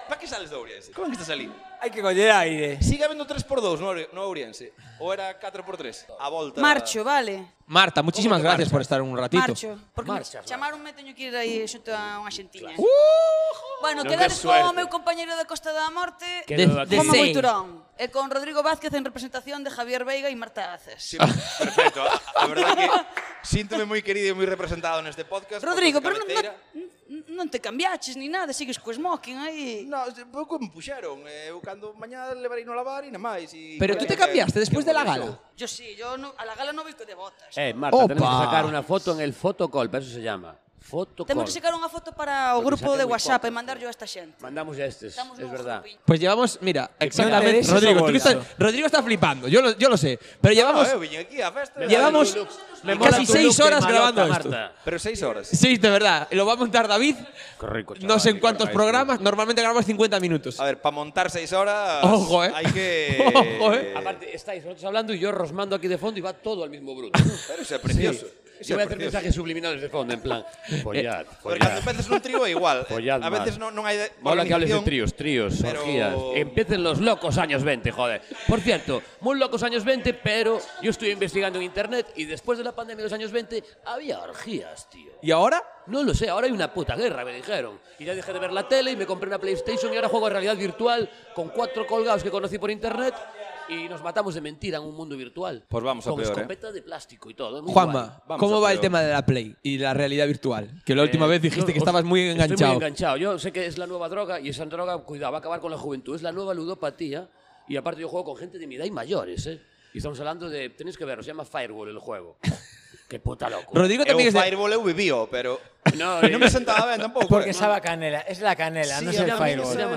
Speaker 19: Pa que sales de Ourense? Como que estás ali?
Speaker 1: Hay que coller aire.
Speaker 19: Sigue habendo 3x2 no, Oure- no Ourense. Ou era 4x3? A volta...
Speaker 26: Marcho, vale.
Speaker 2: Marta, muchísimas gracias por estar un ratito.
Speaker 26: Marcho. Porque
Speaker 2: Marcha,
Speaker 26: me chamaronme e teño que ir aí xunto a unha xentiña.
Speaker 2: Uh! Non
Speaker 19: Uh-huh.
Speaker 26: Bueno, quedades
Speaker 2: que
Speaker 26: con
Speaker 2: suerte.
Speaker 26: o meu compañero da Costa da Morte,
Speaker 2: Que De- duda
Speaker 26: Juanma
Speaker 2: que-
Speaker 26: Buiturón, e con Rodrigo Vázquez en representación de Javier Veiga e Marta Aces.
Speaker 19: Perfecto. A, a verdade que síntome moi querido e moi representado neste podcast.
Speaker 26: Rodrigo, pero non,
Speaker 19: non...
Speaker 26: non- non te cambiaches ni nada, sigues co smoking aí.
Speaker 19: No, pouco me puxeron. eh, Eu cando mañá levarei no lavar e nada máis. E
Speaker 5: Pero tú te cambiaste despois de la gala.
Speaker 26: Yo sí, yo no, a la gala no voy de botas.
Speaker 5: Eh, Marta,
Speaker 26: Opa.
Speaker 5: tenemos que sacar una foto en el fotocall, pero eso se llama. Fotocall.
Speaker 26: Temos que sacar unha foto para o
Speaker 5: Porque
Speaker 26: grupo
Speaker 5: saca
Speaker 26: de
Speaker 5: moi
Speaker 26: WhatsApp e mandarlo a esta xente.
Speaker 5: Mandamos a estes, es verdad.
Speaker 2: Pues llevamos, mira, exactamente.
Speaker 5: interesa
Speaker 2: Rodrigo, tú que
Speaker 5: esa
Speaker 2: estás-
Speaker 5: bolsa.
Speaker 2: Rodrigo está flipando, yo lo, yo lo sé. Pero llevamos.
Speaker 19: No, eu viñen aquí a festa.
Speaker 2: Llevamos
Speaker 19: Me mola
Speaker 2: casi
Speaker 19: tu
Speaker 2: seis
Speaker 19: look de
Speaker 2: horas
Speaker 19: malota,
Speaker 2: grabando esto.
Speaker 19: Marta. Pero seis horas.
Speaker 2: Sí, de verdad. Lo va a montar David. no sé en cuántos programas. Normalmente grabamos 50 minutos. A
Speaker 19: ver, para montar seis horas.
Speaker 2: Ojo, eh.
Speaker 19: Hay que.
Speaker 2: Ojo, eh.
Speaker 5: Aparte, estáis nosotros hablando y yo rosmando aquí de fondo y va todo al mismo bruto.
Speaker 19: Pero eso es precioso.
Speaker 5: Yo
Speaker 19: Eso
Speaker 5: voy a
Speaker 19: es
Speaker 5: hacer
Speaker 19: precioso. Eh,
Speaker 5: mensajes subliminales de fondo, en plan, follad,
Speaker 19: Porque
Speaker 5: follad.
Speaker 19: a veces nun trío é igual.
Speaker 5: Follad
Speaker 19: a veces
Speaker 5: más.
Speaker 19: non, non hai de-
Speaker 5: Mola que hables de
Speaker 19: organización.
Speaker 5: tríos, tríos,
Speaker 19: pero-
Speaker 5: orgías. Empiecen los locos años 20, joder. Por cierto, muy locos años 20, pero yo estoy investigando en internet y después de la pandemia de los años 20 había orgías, tío.
Speaker 2: ¿Y ahora?
Speaker 5: No lo sé, ahora hay una puta guerra, me dijeron. Y ya dejé de ver la tele y me compré una PlayStation y ahora juego a realidad virtual con cuatro colgados que conocí por internet y nos matamos de mentira en un mundo virtual.
Speaker 19: Pues vamos a
Speaker 5: con
Speaker 19: peor, ¿eh?
Speaker 5: escopeta de plástico y todo. muy guay.
Speaker 2: Juanma,
Speaker 5: Vamos a
Speaker 2: ¿cómo va el
Speaker 5: peor.
Speaker 2: tema de la Play y la realidad virtual? Que la última
Speaker 5: Eh,
Speaker 2: vez dijiste
Speaker 5: yo
Speaker 2: que estabas muy
Speaker 5: estoy
Speaker 2: enganchado.
Speaker 5: muy enganchado. Yo sé que es la nueva droga y esa droga, cuidado, va a acabar con la juventud. Es la nueva ludopatía. Y aparte yo juego con gente de mi edad y mayores, ¿eh? Y estamos hablando de... Tenéis que verlo, se llama Firewall el juego. Qué puta loco.
Speaker 2: Rodrigo también
Speaker 19: Eu Fireball eu vivío, pero...
Speaker 5: No,
Speaker 19: non me sentaba ben tampouco.
Speaker 1: Porque
Speaker 19: eh.
Speaker 1: sabe a canela, es la canela, no es
Speaker 5: Se
Speaker 1: el
Speaker 5: llama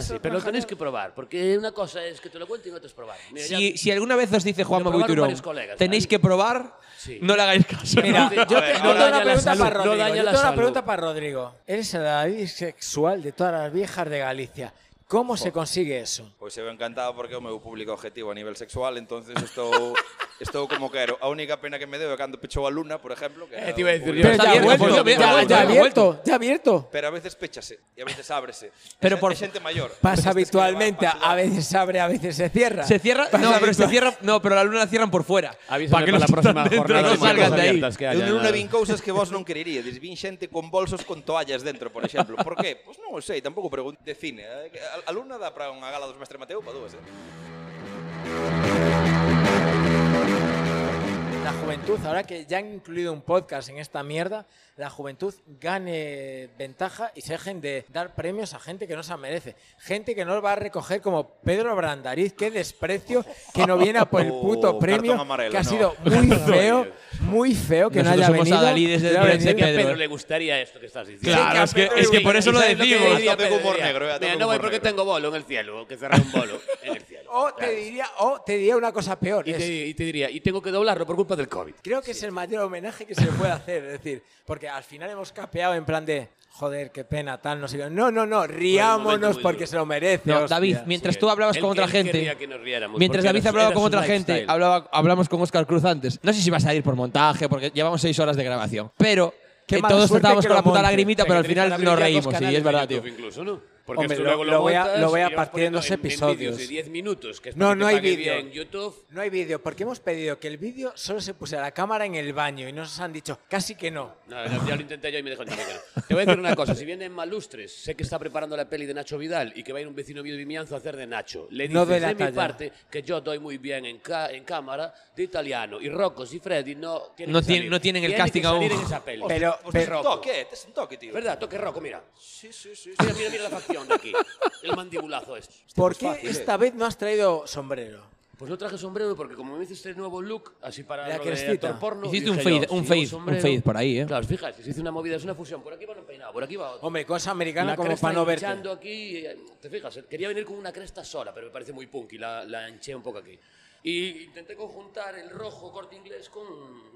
Speaker 5: así,
Speaker 1: firewall.
Speaker 5: pero lo tenéis que probar. Porque una cosa es que te lo cuenten y otra es probar. Mira, ya-
Speaker 2: Si, si alguna vez os dice Juanma
Speaker 5: probaron
Speaker 2: Buiturón,
Speaker 5: varios colegas,
Speaker 2: tenéis
Speaker 5: ahí.
Speaker 2: que probar,
Speaker 5: Sí.
Speaker 2: no le hagáis caso.
Speaker 1: Mira, yo te- yo tengo una pregunta para
Speaker 5: no
Speaker 1: Rodrigo.
Speaker 5: daña la
Speaker 1: yo tengo una
Speaker 5: salud.
Speaker 1: pregunta para Rodrigo. Eres el David sexual de todas las viejas de Galicia. ¿Cómo se consigue eso?
Speaker 19: Pois eu encantado porque é o meu público objetivo a nivel sexual, entonces estou estou como quero. A única pena que me deu é cando pechou a Luna, por exemplo, que
Speaker 5: Eh, te iba a decir
Speaker 19: o
Speaker 5: yo. Pero
Speaker 19: público
Speaker 5: ya ha
Speaker 19: objetivo.
Speaker 5: vuelto, ya ha vuelto, ya ha vuelto.
Speaker 1: Ya abierto.
Speaker 19: Pero a veces péchase e a veces ábrese.
Speaker 2: Pero
Speaker 19: Pero
Speaker 2: por-
Speaker 19: por xente maior.
Speaker 1: Pasa habitualmente, a veces se abre, a veces se cierra.
Speaker 2: Se cierra,
Speaker 1: Pasa
Speaker 2: no, pero se
Speaker 1: habitual-
Speaker 2: cierra, no, pero la luna la cierran por fuera.
Speaker 5: para la próxima jornada de
Speaker 2: no salgan
Speaker 5: puertas
Speaker 2: de ahí.
Speaker 5: abiertas que
Speaker 19: Eu non vin cousas que vos non quereríades. Vin xente con bolsos con toallas dentro, por exemplo. Por qué? Pois non o sei, tampouco pregunto de cine. eh. A- A Luna dá para unha gala dos Mestre Mateo para dúas, eh?
Speaker 1: La juventud, ahora que ya han incluido un podcast en esta mierda, la juventud gane ventaja y se dejen de dar premios a gente que no se merece. Gente que no va a recoger como Pedro Brandariz, qué desprecio, que no viene a por el puto
Speaker 19: Oh,
Speaker 1: premio,
Speaker 19: cartón amarelo,
Speaker 1: que ha
Speaker 19: no.
Speaker 1: sido muy
Speaker 19: Cartón
Speaker 1: feo, muy feo que
Speaker 2: Nosotros
Speaker 1: no haya
Speaker 2: somos
Speaker 1: venido.
Speaker 2: adalí desde
Speaker 1: que no
Speaker 2: el
Speaker 1: haya
Speaker 2: día en que
Speaker 1: venido.
Speaker 2: Pedro-
Speaker 5: Pedro le gustaría esto que estás diciendo.
Speaker 2: Claro, es que- es que por eso lo decimos. A tope humor negro, eh, a tope
Speaker 5: Mira, no voy
Speaker 2: humor
Speaker 5: porque
Speaker 2: negro.
Speaker 5: tengo bolo en el cielo, que cerré un bolo en el cielo.
Speaker 1: O te diría, o te diría una cosa peor.
Speaker 5: Y
Speaker 1: es-
Speaker 5: te, y te diría, y tengo que doblarlo por culpa del COVID.
Speaker 1: Creo que es el mayor homenaje que se le puede hacer, es decir, porque al final hemos capeado en plan de joder, qué pena, tal, no sé qué. No, no, no, riámonos
Speaker 5: muy
Speaker 1: porque se lo merece.
Speaker 2: No,
Speaker 1: hostia.
Speaker 2: David, mientras tú hablabas
Speaker 5: Él-
Speaker 2: con otra
Speaker 5: él
Speaker 2: gente,
Speaker 5: quería que nos riéramos,
Speaker 2: mientras
Speaker 5: porque
Speaker 2: David
Speaker 5: era-
Speaker 2: hablaba
Speaker 5: era
Speaker 2: con
Speaker 5: su
Speaker 2: otra gente,
Speaker 5: lifestyle.
Speaker 2: hablaba, hablamos con Oscar Cruz antes. No sé si vas a ir por montaje, porque llevamos seis horas de grabación. Pero
Speaker 1: Qué
Speaker 2: eh,
Speaker 1: mala
Speaker 2: todos
Speaker 1: suerte
Speaker 2: estábamos
Speaker 1: que
Speaker 2: con la
Speaker 1: lo
Speaker 2: puta
Speaker 1: monte.
Speaker 2: lagrimita,
Speaker 1: O sea, que
Speaker 2: pero al
Speaker 1: tenés que
Speaker 2: final
Speaker 1: abrir
Speaker 2: nos
Speaker 1: ya dos
Speaker 2: reímos, sí,
Speaker 1: canales
Speaker 2: es
Speaker 1: de
Speaker 2: verdad, tío.
Speaker 5: YouTube incluso, ¿no? Porque
Speaker 1: Hombre,
Speaker 5: esto
Speaker 1: lo,
Speaker 5: luego lo
Speaker 1: lo voy a,
Speaker 5: montas
Speaker 1: lo voy
Speaker 5: y
Speaker 1: a
Speaker 5: vas
Speaker 1: partir en
Speaker 5: poniendo
Speaker 1: dos
Speaker 5: en- en vídeos
Speaker 1: episodios.
Speaker 5: de 10 minutos, que es para
Speaker 1: no,
Speaker 5: que
Speaker 1: no
Speaker 5: te
Speaker 1: hay
Speaker 5: pague
Speaker 1: vídeo.
Speaker 5: bien YouTube.
Speaker 1: No hay vídeo, porque hemos pedido que el vídeo solo se pusiera la cámara en el baño y nos han dicho casi que no.
Speaker 5: No, no, ya lo intenté yo y me dejó en negro. Te voy a decir una cosa. Si viene Malustres, sé que está preparando la peli de Nacho Vidal y que va a ir un vecino mío de Vimianzo a hacer de Nacho. Le dices
Speaker 1: No de
Speaker 5: de,
Speaker 1: la
Speaker 5: mi
Speaker 1: talla.
Speaker 5: parte que yo doy muy bien en, ca- en cámara de italiano. Y Rocco y Freddy no tienen
Speaker 2: No
Speaker 5: que
Speaker 2: tien-
Speaker 5: salir.
Speaker 2: no tienen el
Speaker 5: Tienen que
Speaker 2: casting aún.
Speaker 5: salir en esa peli.
Speaker 1: Pero-
Speaker 5: Pues
Speaker 1: pero-
Speaker 5: Rocco.
Speaker 19: Toque, tes un toque, tío.
Speaker 5: ¿Verdad? Toque Rocco, mira.
Speaker 19: Sí, sí, sí.
Speaker 5: Mira, mira, mira la facción de aquí. El mandibulazo es. eh?
Speaker 1: ¿Por qué esta vez no has traído sombrero?
Speaker 5: Pues no traje sombrero porque como me hice este nuevo look, así para
Speaker 1: La
Speaker 5: lo de
Speaker 1: crestita.
Speaker 5: actor porno... dije
Speaker 1: Hiciste un
Speaker 5: yo,
Speaker 1: fade-
Speaker 5: si
Speaker 1: un
Speaker 5: llevo
Speaker 1: fade- un
Speaker 5: sombrero-
Speaker 1: fade por ahí, ¿eh?
Speaker 5: Claro, fíjate, se hizo una movida, es una fusión. Por aquí va un peinado, por aquí va otro.
Speaker 1: Hombre, cosa americana
Speaker 5: La
Speaker 1: como
Speaker 5: cresta
Speaker 1: para no verte.
Speaker 5: hinchando aquí, eh, te fijas, eh, quería venir con una cresta sola, pero me parece muy punky, la, la hinché un poco aquí. Y intenté conjuntar el rojo corte inglés con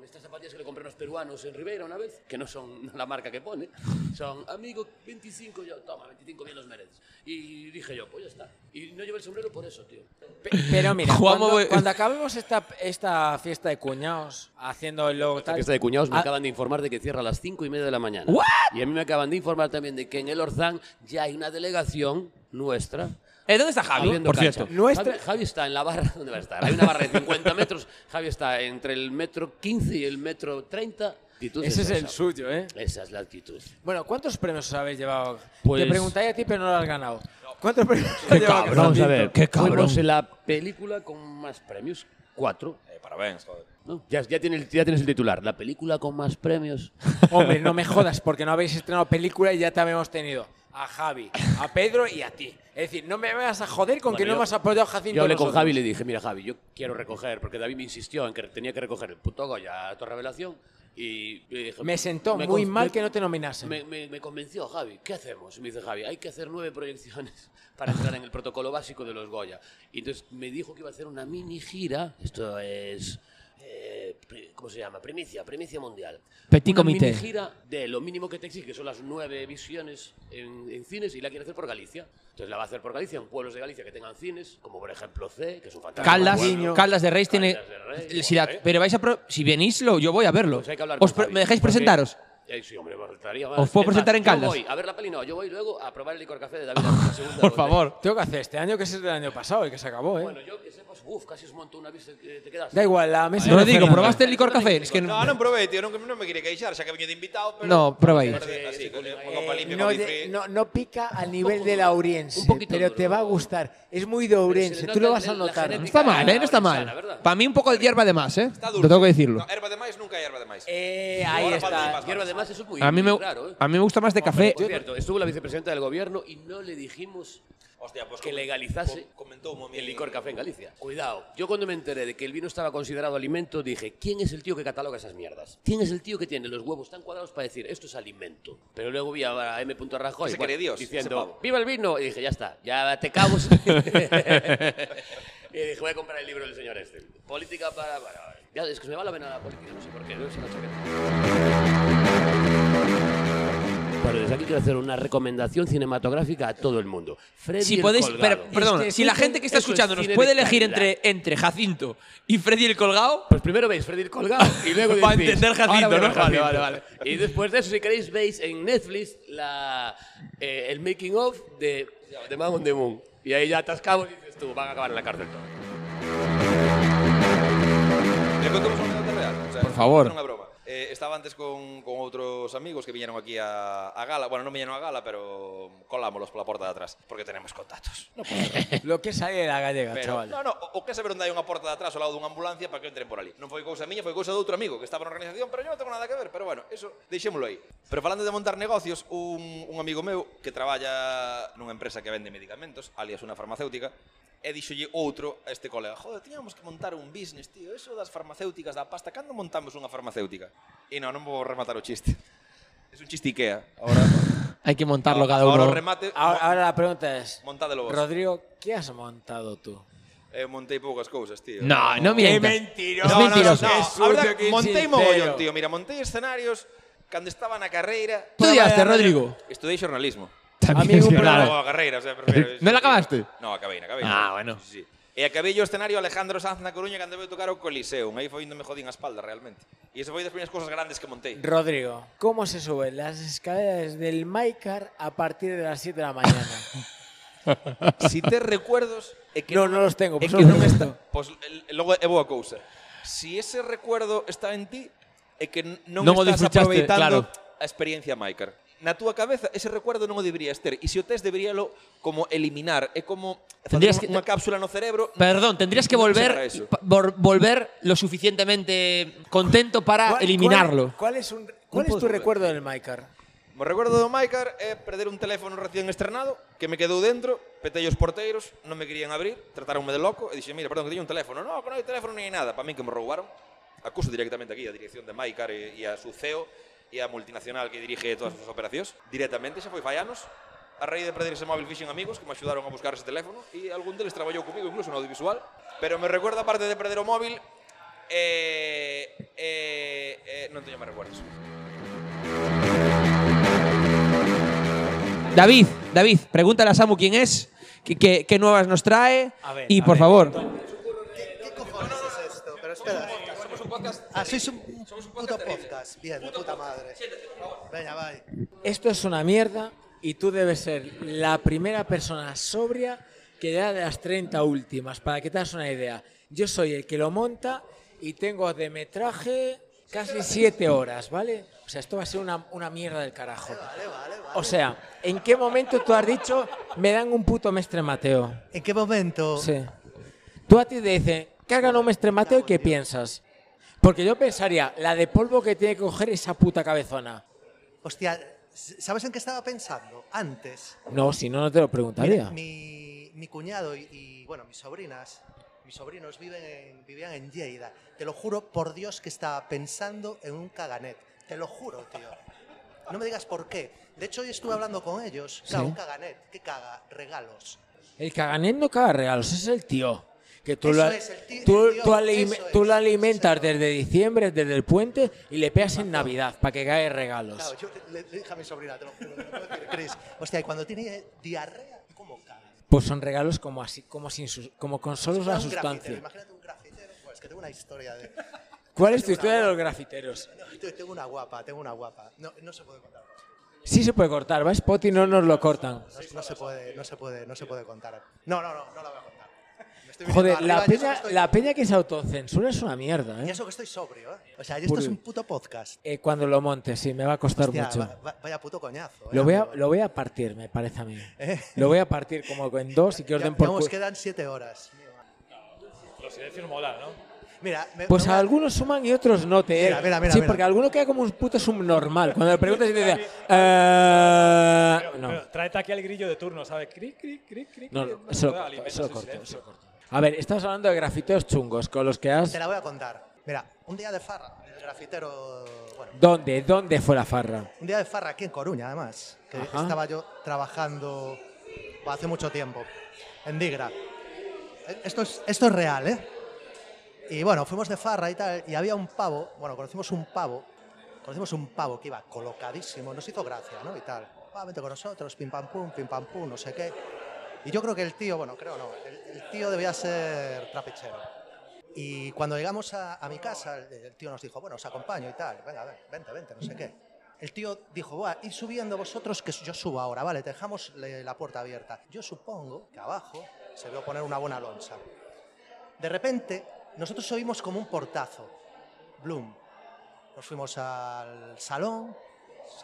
Speaker 5: estas zapatillas que le compré a unos peruanos en Rivera una vez, que no son la marca que pone, son amigo 25, yo, toma, 25 bien los mereces. Y dije yo, pues ya está. Y no llevé el sombrero por eso, tío.
Speaker 1: Pero mira,
Speaker 5: Juanma,
Speaker 1: cuando,
Speaker 5: voy-
Speaker 1: cuando acabemos esta, esta fiesta de cuñados haciendo el logo
Speaker 5: Esta
Speaker 1: tal...
Speaker 5: fiesta de cuñados me
Speaker 1: ah,
Speaker 5: acaban de informar de que cierra a las 5 y media de la mañana. Y a mí me acaban de informar también de que en el Orzán ya hay una delegación nuestra.
Speaker 2: ¿Dónde está Javi?
Speaker 5: abriendo
Speaker 2: Por
Speaker 5: cancha.
Speaker 2: cierto.
Speaker 5: Nuestra... Javi, Javi está en la barra. ¿Dónde va a estar? Hay una barra de 50 metros. Javi está entre el metro 15 y el metro 30. Actitud
Speaker 1: Ese es el
Speaker 5: esa.
Speaker 1: suyo, ¿eh?
Speaker 5: Esa es la actitud.
Speaker 1: Bueno, ¿cuántos premios os habéis llevado?
Speaker 5: Pues-
Speaker 1: Te preguntáis a ti, pero no lo has ganado. ¿Cuántos premios
Speaker 5: Qué
Speaker 1: has
Speaker 5: cabrón,
Speaker 1: llevado? Jacinto?
Speaker 5: vamos a ver, qué cabrón. Fuimos en la película con más premios, cuatro.
Speaker 19: Eh, parabéns, joder.
Speaker 5: ¿no? Ya, ya, tiene el- ya tienes el titular. La película con más premios.
Speaker 1: Hombre, no me jodas, porque no habéis estrenado película y ya te habíamos tenido a Javi, a Pedro y a ti. Es decir, no me vas a joder con
Speaker 5: Bueno,
Speaker 1: que no
Speaker 5: yo-
Speaker 1: me has apoyado Jacinto.
Speaker 5: Yo hablé con
Speaker 1: nosotros.
Speaker 5: Javi y le dije, mira Javi, yo quiero recoger, porque David me insistió en que tenía que recoger el puto Goya a tu revelación. Y le dije-
Speaker 1: Me sentó
Speaker 5: me
Speaker 1: muy
Speaker 5: con-
Speaker 1: mal
Speaker 5: me-
Speaker 1: que no te nominasen.
Speaker 5: Me, me- me convenció Javi, ¿qué hacemos? Y Me dice Javi, hay que hacer nueve proyecciones para entrar en el protocolo básico de los Goya. Y entonces me dijo que iba a hacer una mini gira, esto es, eh, pri- ¿cómo se llama? Primicia, primicia mundial.
Speaker 2: Petit
Speaker 5: una
Speaker 2: comité.
Speaker 5: mini gira de lo mínimo que te exige, que son las nueve visiones en, en cines, y la quiere hacer por Galicia. Entonces la va a hacer por Galicia, en pueblos de Galicia que tengan cines, como por ejemplo C, que es un fantástico
Speaker 2: Caldas,
Speaker 5: pueblo.
Speaker 2: Caldas de Reis tiene.
Speaker 5: Caldas de Reis, ¿eh?
Speaker 2: si la-
Speaker 5: joder.
Speaker 2: pero vais a. pro- si venís, lo, yo voy a verlo.
Speaker 5: Pues hay que hablar
Speaker 2: Os
Speaker 5: con
Speaker 2: pre-
Speaker 5: Javi,
Speaker 2: ¿Me dejáis
Speaker 5: porque-
Speaker 2: presentaros?
Speaker 5: Eh, sí, hombre, faltaría
Speaker 2: ¿Os
Speaker 5: más.
Speaker 2: puedo
Speaker 5: Es
Speaker 2: presentar
Speaker 5: más,
Speaker 2: en Caldas?
Speaker 5: Yo voy a ver la peli, no, yo voy luego a probar el licor café de David. Alonso, segunda botella.
Speaker 1: Tengo que hacer este año que es el del año pasado y que se acabó, ¿eh?
Speaker 5: Bueno, yo que sepas, uff, casi os monto una vista que te quedas.
Speaker 1: da igual, la mesa.
Speaker 2: Rodrigo,
Speaker 1: de Fernando.
Speaker 2: ¿probaste el licor café? Es que no-
Speaker 19: No, non probei, tío, non, non me quería queixar, xa que veño de invitado, pero...
Speaker 2: No, probei.
Speaker 19: Así, con unha copa limpia,
Speaker 1: Eh, No,
Speaker 19: con
Speaker 1: de-
Speaker 19: difri.
Speaker 1: no- no pica al nivel de la Orense, pero te va a gustar. Es muy de Ourense, tú lo vas a notar.
Speaker 2: No está mal, ¿eh? No está mal. Para mí, un poco de hierba de más, ¿eh? Lo tengo que decirlo.
Speaker 19: Erva de máis nunca hai erva de máis.
Speaker 1: Eh,
Speaker 5: Ahí está. Hierba de más, eso es muy
Speaker 2: A mí me,
Speaker 5: raro, ¿eh?
Speaker 2: a mí me gusta más de café.
Speaker 5: Por cierto, estuvo la vicepresidenta del gobierno y no le dijimos
Speaker 2: pues
Speaker 5: que legalizase el licor café en Galicia. Cuidado. Yo cuando me enteré de que el vino estaba considerado alimento, dije, ¿quién es el tío que cataloga esas mierdas? ¿Quién es el tío que tiene los huevos tan cuadrados para decir, esto es alimento? Pero luego vi a M. Rajoy
Speaker 19: Que se cree
Speaker 5: bueno,
Speaker 19: Dios, ese
Speaker 5: diciendo,
Speaker 19: pavo.
Speaker 5: ¡viva el vino! Y dije, ya está, ya te cabos. y dije, voy a comprar el libro del señor este. Política para... para- Ya, es que se me va la vena la política, no sé por qué. no sé, no sé qué. Bueno, desde aquí quiero hacer una recomendación cinematográfica a todo el mundo. Freddy
Speaker 2: Si
Speaker 5: el
Speaker 2: podéis,
Speaker 5: Colgado.
Speaker 2: pero, perdón,
Speaker 5: Este
Speaker 2: si la
Speaker 5: cine-
Speaker 2: gente que está
Speaker 5: eso es
Speaker 2: escuchando nos
Speaker 5: cine
Speaker 2: puede
Speaker 5: de
Speaker 2: elegir
Speaker 5: calidad.
Speaker 2: entre, entre Jacinto y Freddy el Colgado.
Speaker 5: Pues primero veis Freddy el Colgado y luego
Speaker 2: Va a
Speaker 5: decís,
Speaker 2: entender
Speaker 5: "Ahora
Speaker 2: Jacinto,
Speaker 5: veo
Speaker 2: ¿no?
Speaker 5: Jacinto".
Speaker 2: Vale, vale, vale.
Speaker 5: Y después de eso, si queréis, veis en Netflix la, eh, el making of de, de Man on the Moon. Y ahí ya atascamos y dices tú, van a acabar en la cárcel todos.
Speaker 19: Le contamos unha anécdota real. O sea,
Speaker 2: Por favor.
Speaker 19: Non é broma. Eh, estaba antes con, con outros amigos que viñeron aquí a, a gala. Bueno, non viñeron a gala, pero colámoslos pola porta de atrás, porque tenemos contactos. No,
Speaker 1: Lo que sale de la
Speaker 2: Ah,
Speaker 1: gallega,
Speaker 19: pero,
Speaker 1: chaval.
Speaker 19: no, no, o, o que saber onde hai unha porta de atrás ao lado dunha ambulancia para que entren por ali. Non foi cousa miña, foi cousa de outro amigo que estaba na organización, pero yo non tengo nada que ver, pero bueno, eso deixémolo aí. Pero falando de montar negocios, un, un amigo meu que traballa nunha empresa que vende medicamentos, alias unha farmacéutica, e dixolle outro a este colega, joder, tiñamos que montar un business, tío, eso das farmacéuticas da pasta, cando montamos unha farmacéutica? E non, non vou rematar o chiste. Es un chiste Ikea. Ahora,
Speaker 2: Hay que montarlo cada
Speaker 19: ahora o
Speaker 2: uno.
Speaker 19: remate,
Speaker 1: Ahora, ahora la pregunta es,
Speaker 19: montádelo vos.
Speaker 1: Rodrigo, ¿qué has montado tú?
Speaker 19: Eh, montei poucas cousas, tío.
Speaker 2: No, no mientas. Qué mentiroso.
Speaker 19: No, no, no,
Speaker 2: Mentiroso.
Speaker 19: no.
Speaker 2: Qué
Speaker 19: A
Speaker 2: sucio,
Speaker 19: verdad,
Speaker 2: qué
Speaker 19: montei
Speaker 2: sincero.
Speaker 19: mogollón, tío. Mira, montei escenarios cando estaba na carreira.
Speaker 2: Tú estudiaste, Rodrigo?
Speaker 19: Estudei xornalismo.
Speaker 2: También es
Speaker 19: Pero
Speaker 2: claro.
Speaker 19: a carreira, o sea, prefiero...
Speaker 2: ¿No la acabaste?
Speaker 19: No, acabei, acabei.
Speaker 2: Ah, bueno.
Speaker 19: Sí, sí. E acabei yo o escenario Alejandro Sanz na Coruña cando veu tocar o Coliseum. Aí foi onde me jodín a espalda, realmente. E esa foi das primeiras cousas grandes que montei.
Speaker 1: Rodrigo, ¿cómo se suben las escaleras del Maicar a partir de las 7 de la mañana?
Speaker 19: Si te recuerdos... É que
Speaker 1: no, no los tengo.
Speaker 19: É
Speaker 1: por
Speaker 19: que non
Speaker 1: supuesto.
Speaker 19: está... Pois el- logo é boa cousa. Si ese recuerdo está en ti, é que n- non,
Speaker 2: Non o
Speaker 19: estás
Speaker 2: disfrutaste,
Speaker 19: aproveitando
Speaker 2: claro.
Speaker 19: a experiencia Maikar. Na túa cabeza ese recuerdo non o deberías ter. E se o tes, deberíalo como eliminar. É como facer
Speaker 2: Tendrías que-
Speaker 19: unha cápsula no cerebro.
Speaker 2: Perdón, tendrías que
Speaker 19: Non será
Speaker 2: volver,
Speaker 19: eso.
Speaker 2: pa- vol- volver lo suficientemente contento para
Speaker 1: ¿Cuál-
Speaker 2: eliminarlo.
Speaker 1: ¿Cuál, cuál es, un, cuál es tu recuerdo del Maicar?
Speaker 19: Me recuerdo do Maicar é perder un teléfono recién estrenado que me quedou dentro, petei os porteiros, non me querían abrir, trataronme de loco e dixen, mira, perdón, que teño un teléfono. No, que non hai teléfono ni nada. Para min que me roubaron. Acuso directamente aquí a dirección de Maicar e, e a su CEO e a multinacional que dirige todas as operacións. Directamente, xa foi fai anos. A raíz de perder ese móvil fixen amigos que me axudaron a buscar ese teléfono e algún deles traballou comigo incluso no audiovisual. Pero me recuerda, aparte de perder o móvil, eh, eh, eh, non teño máis recuerdos.
Speaker 2: David, David, pregúntale a Samu quién es, qué, qué- qué nuevas nos trae
Speaker 9: A ver,
Speaker 2: y
Speaker 9: a
Speaker 2: por
Speaker 9: ver.
Speaker 2: favor.
Speaker 9: es esto? Pero espera. Somos un podcast. Ah, sois un, puto podcast. Bien, de puta madre. Venga, bye.
Speaker 1: Esto es una mierda y tú debes ser la primera persona sobria que da de las 30 últimas, para que te das una idea. Yo soy el que lo monta y tengo de metraje casi 7 horas, ¿vale? O sea, esto va a ser una, una mierda del carajo. O sea, ¿en qué momento tú has dicho me dan un puto mestre Mateo?
Speaker 9: ¿En qué momento?
Speaker 1: Sí. Tú a ti te dicen, cargan un mestre Mateo y ¿qué piensas? Porque yo pensaría, la de polvo que tiene que coger esa puta cabezona.
Speaker 9: Hostia, ¿sabes en qué estaba pensando? Antes.
Speaker 1: No, si no, no te lo preguntaría.
Speaker 9: Mira, mi, mi cuñado y, y, bueno, mis sobrinas, mis sobrinos viven en- vivían en Lleida. Te lo juro por Dios que estaba pensando en un caganet. Te lo juro, tío. No me digas por qué. De hecho, hoy estuve hablando con ellos. Claro,
Speaker 1: Sí.
Speaker 9: un caganet. ¿Qué caga? Regalos.
Speaker 1: El caganet no caga regalos, es el tío. Que tú,
Speaker 9: Eso
Speaker 1: lo,
Speaker 9: es, el tío-
Speaker 1: tú,
Speaker 9: el tío,
Speaker 1: tú alime-
Speaker 9: eso
Speaker 1: tú lo alimentas desde diciembre, desde el puente, y le pegas en Navidad para que caiga regalos.
Speaker 9: Claro, yo le, le dije a mi sobrina, te lo juro, te lo puedo decir, Chris. Hostia, y cuando tiene diarrea, ¿cómo caga?
Speaker 1: Pues son regalos como así, como sin sus- como con solo
Speaker 9: Era
Speaker 1: la
Speaker 9: un grafitero,
Speaker 1: sustancia.
Speaker 9: Imagínate un grafitero. Pues es que tengo una historia de.
Speaker 1: ¿Cuál es tu
Speaker 9: tengo una
Speaker 1: historia de
Speaker 9: guapa.
Speaker 1: los grafiteros?
Speaker 9: No, te- tengo una guapa, tengo una guapa. No, no se puede contar.
Speaker 1: Sí se puede cortar, ¿va? Spotty no nos lo cortan.
Speaker 9: No, no se puede, no se puede, no se puede contar. No, no, no, no la voy a contar. Me estoy viniendo
Speaker 1: Joder, la
Speaker 9: arriba y eso que
Speaker 1: peña,
Speaker 9: estoy-
Speaker 1: la peña que se autocensura es una mierda,
Speaker 9: Y
Speaker 1: ¿eh?
Speaker 9: eso que estoy sobrio, ¿eh? O sea, y esto es
Speaker 1: Puro.
Speaker 9: un puto podcast.
Speaker 1: Eh, cuando lo monte, sí, me va a costar
Speaker 9: Hostia,
Speaker 1: mucho.
Speaker 9: va- va- vaya puto coñazo. ¿eh?
Speaker 1: Lo voy, a, lo voy a partir, me parece a mí.
Speaker 9: ¿Eh?
Speaker 1: Lo voy a partir como en dos y que os
Speaker 9: Ya,
Speaker 1: den
Speaker 9: ya
Speaker 1: por
Speaker 9: os
Speaker 1: cu-
Speaker 9: quedan siete horas.
Speaker 13: Los silencios mola, ¿no?
Speaker 9: Mira, me-
Speaker 1: Pues
Speaker 9: me
Speaker 1: a algunos suman y otros no te. eh.
Speaker 9: Mira, mira, mira,
Speaker 1: sí,
Speaker 9: mira.
Speaker 1: porque alguno queda como un puto subnormal. Cuando le preguntas y te dice. "Eh, no.
Speaker 13: Ah, Pero tráete aquí al grillo de turno, ¿sabes? Cric, cric, cric, cric.
Speaker 1: No, no, eso lo corto,
Speaker 13: Alimenta
Speaker 1: eso lo
Speaker 13: su
Speaker 1: corto,
Speaker 13: silencio.
Speaker 1: A ver, estamos hablando de grafiteos chungos con los que has.
Speaker 9: Te la voy a contar. Mira, un día de farra, el grafitero, bueno,
Speaker 1: ¿Dónde? ¿Dónde fue la farra?
Speaker 9: un día de farra aquí en Coruña, además, que
Speaker 1: Ajá.
Speaker 9: estaba yo trabajando o hace mucho tiempo, en Digra. Eh, Esto es, esto es real, ¿eh? Y bueno, fuimos de farra y tal, y había un pavo, bueno, conocimos un pavo, conocimos un pavo que iba colocadísimo, nos hizo gracia, ¿no? Y tal, va, vente con nosotros, pim pam pum, pim pam pum, no sé qué. Y yo creo que el tío, bueno, creo no, el, el tío debía ser trapichero. Y cuando llegamos a, a mi casa, el, el tío nos dijo, bueno, os acompaño y tal, venga, ven, vente, vente, no sé qué. El tío dijo, Buah, ir subiendo vosotros, que yo subo ahora, vale, te dejamos le- la puerta abierta. Yo supongo que abajo se vio poner una buena loncha. De repente, nosotros oímos como un portazo. Bloom. Nos fuimos al salón,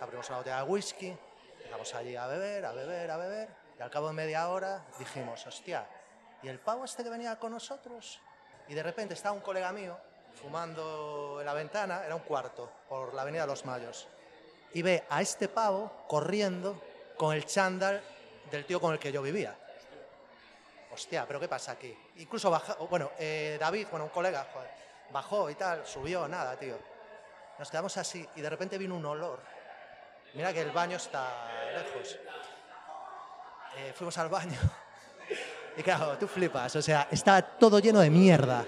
Speaker 9: abrimos una botella de whisky, empezamos allí a beber, a beber, a beber, y al cabo de media hora dijimos, hostia, ¿y el pavo este que venía con nosotros? Y de repente estaba un colega mío fumando en la ventana, era un cuarto, por la avenida de los Mayos, y ve a este pavo corriendo con el chándal del tío con el que yo vivía. Hostia, pero ¿qué pasa aquí? Incluso baja, o, bueno, eh, David, bueno, un colega, joder, bajó y tal, subió, nada, tío. Nos quedamos así y de repente vino un olor. Mira que el baño está lejos. Eh, fuimos al baño y claro, tú flipas, o sea, estaba todo lleno de mierda.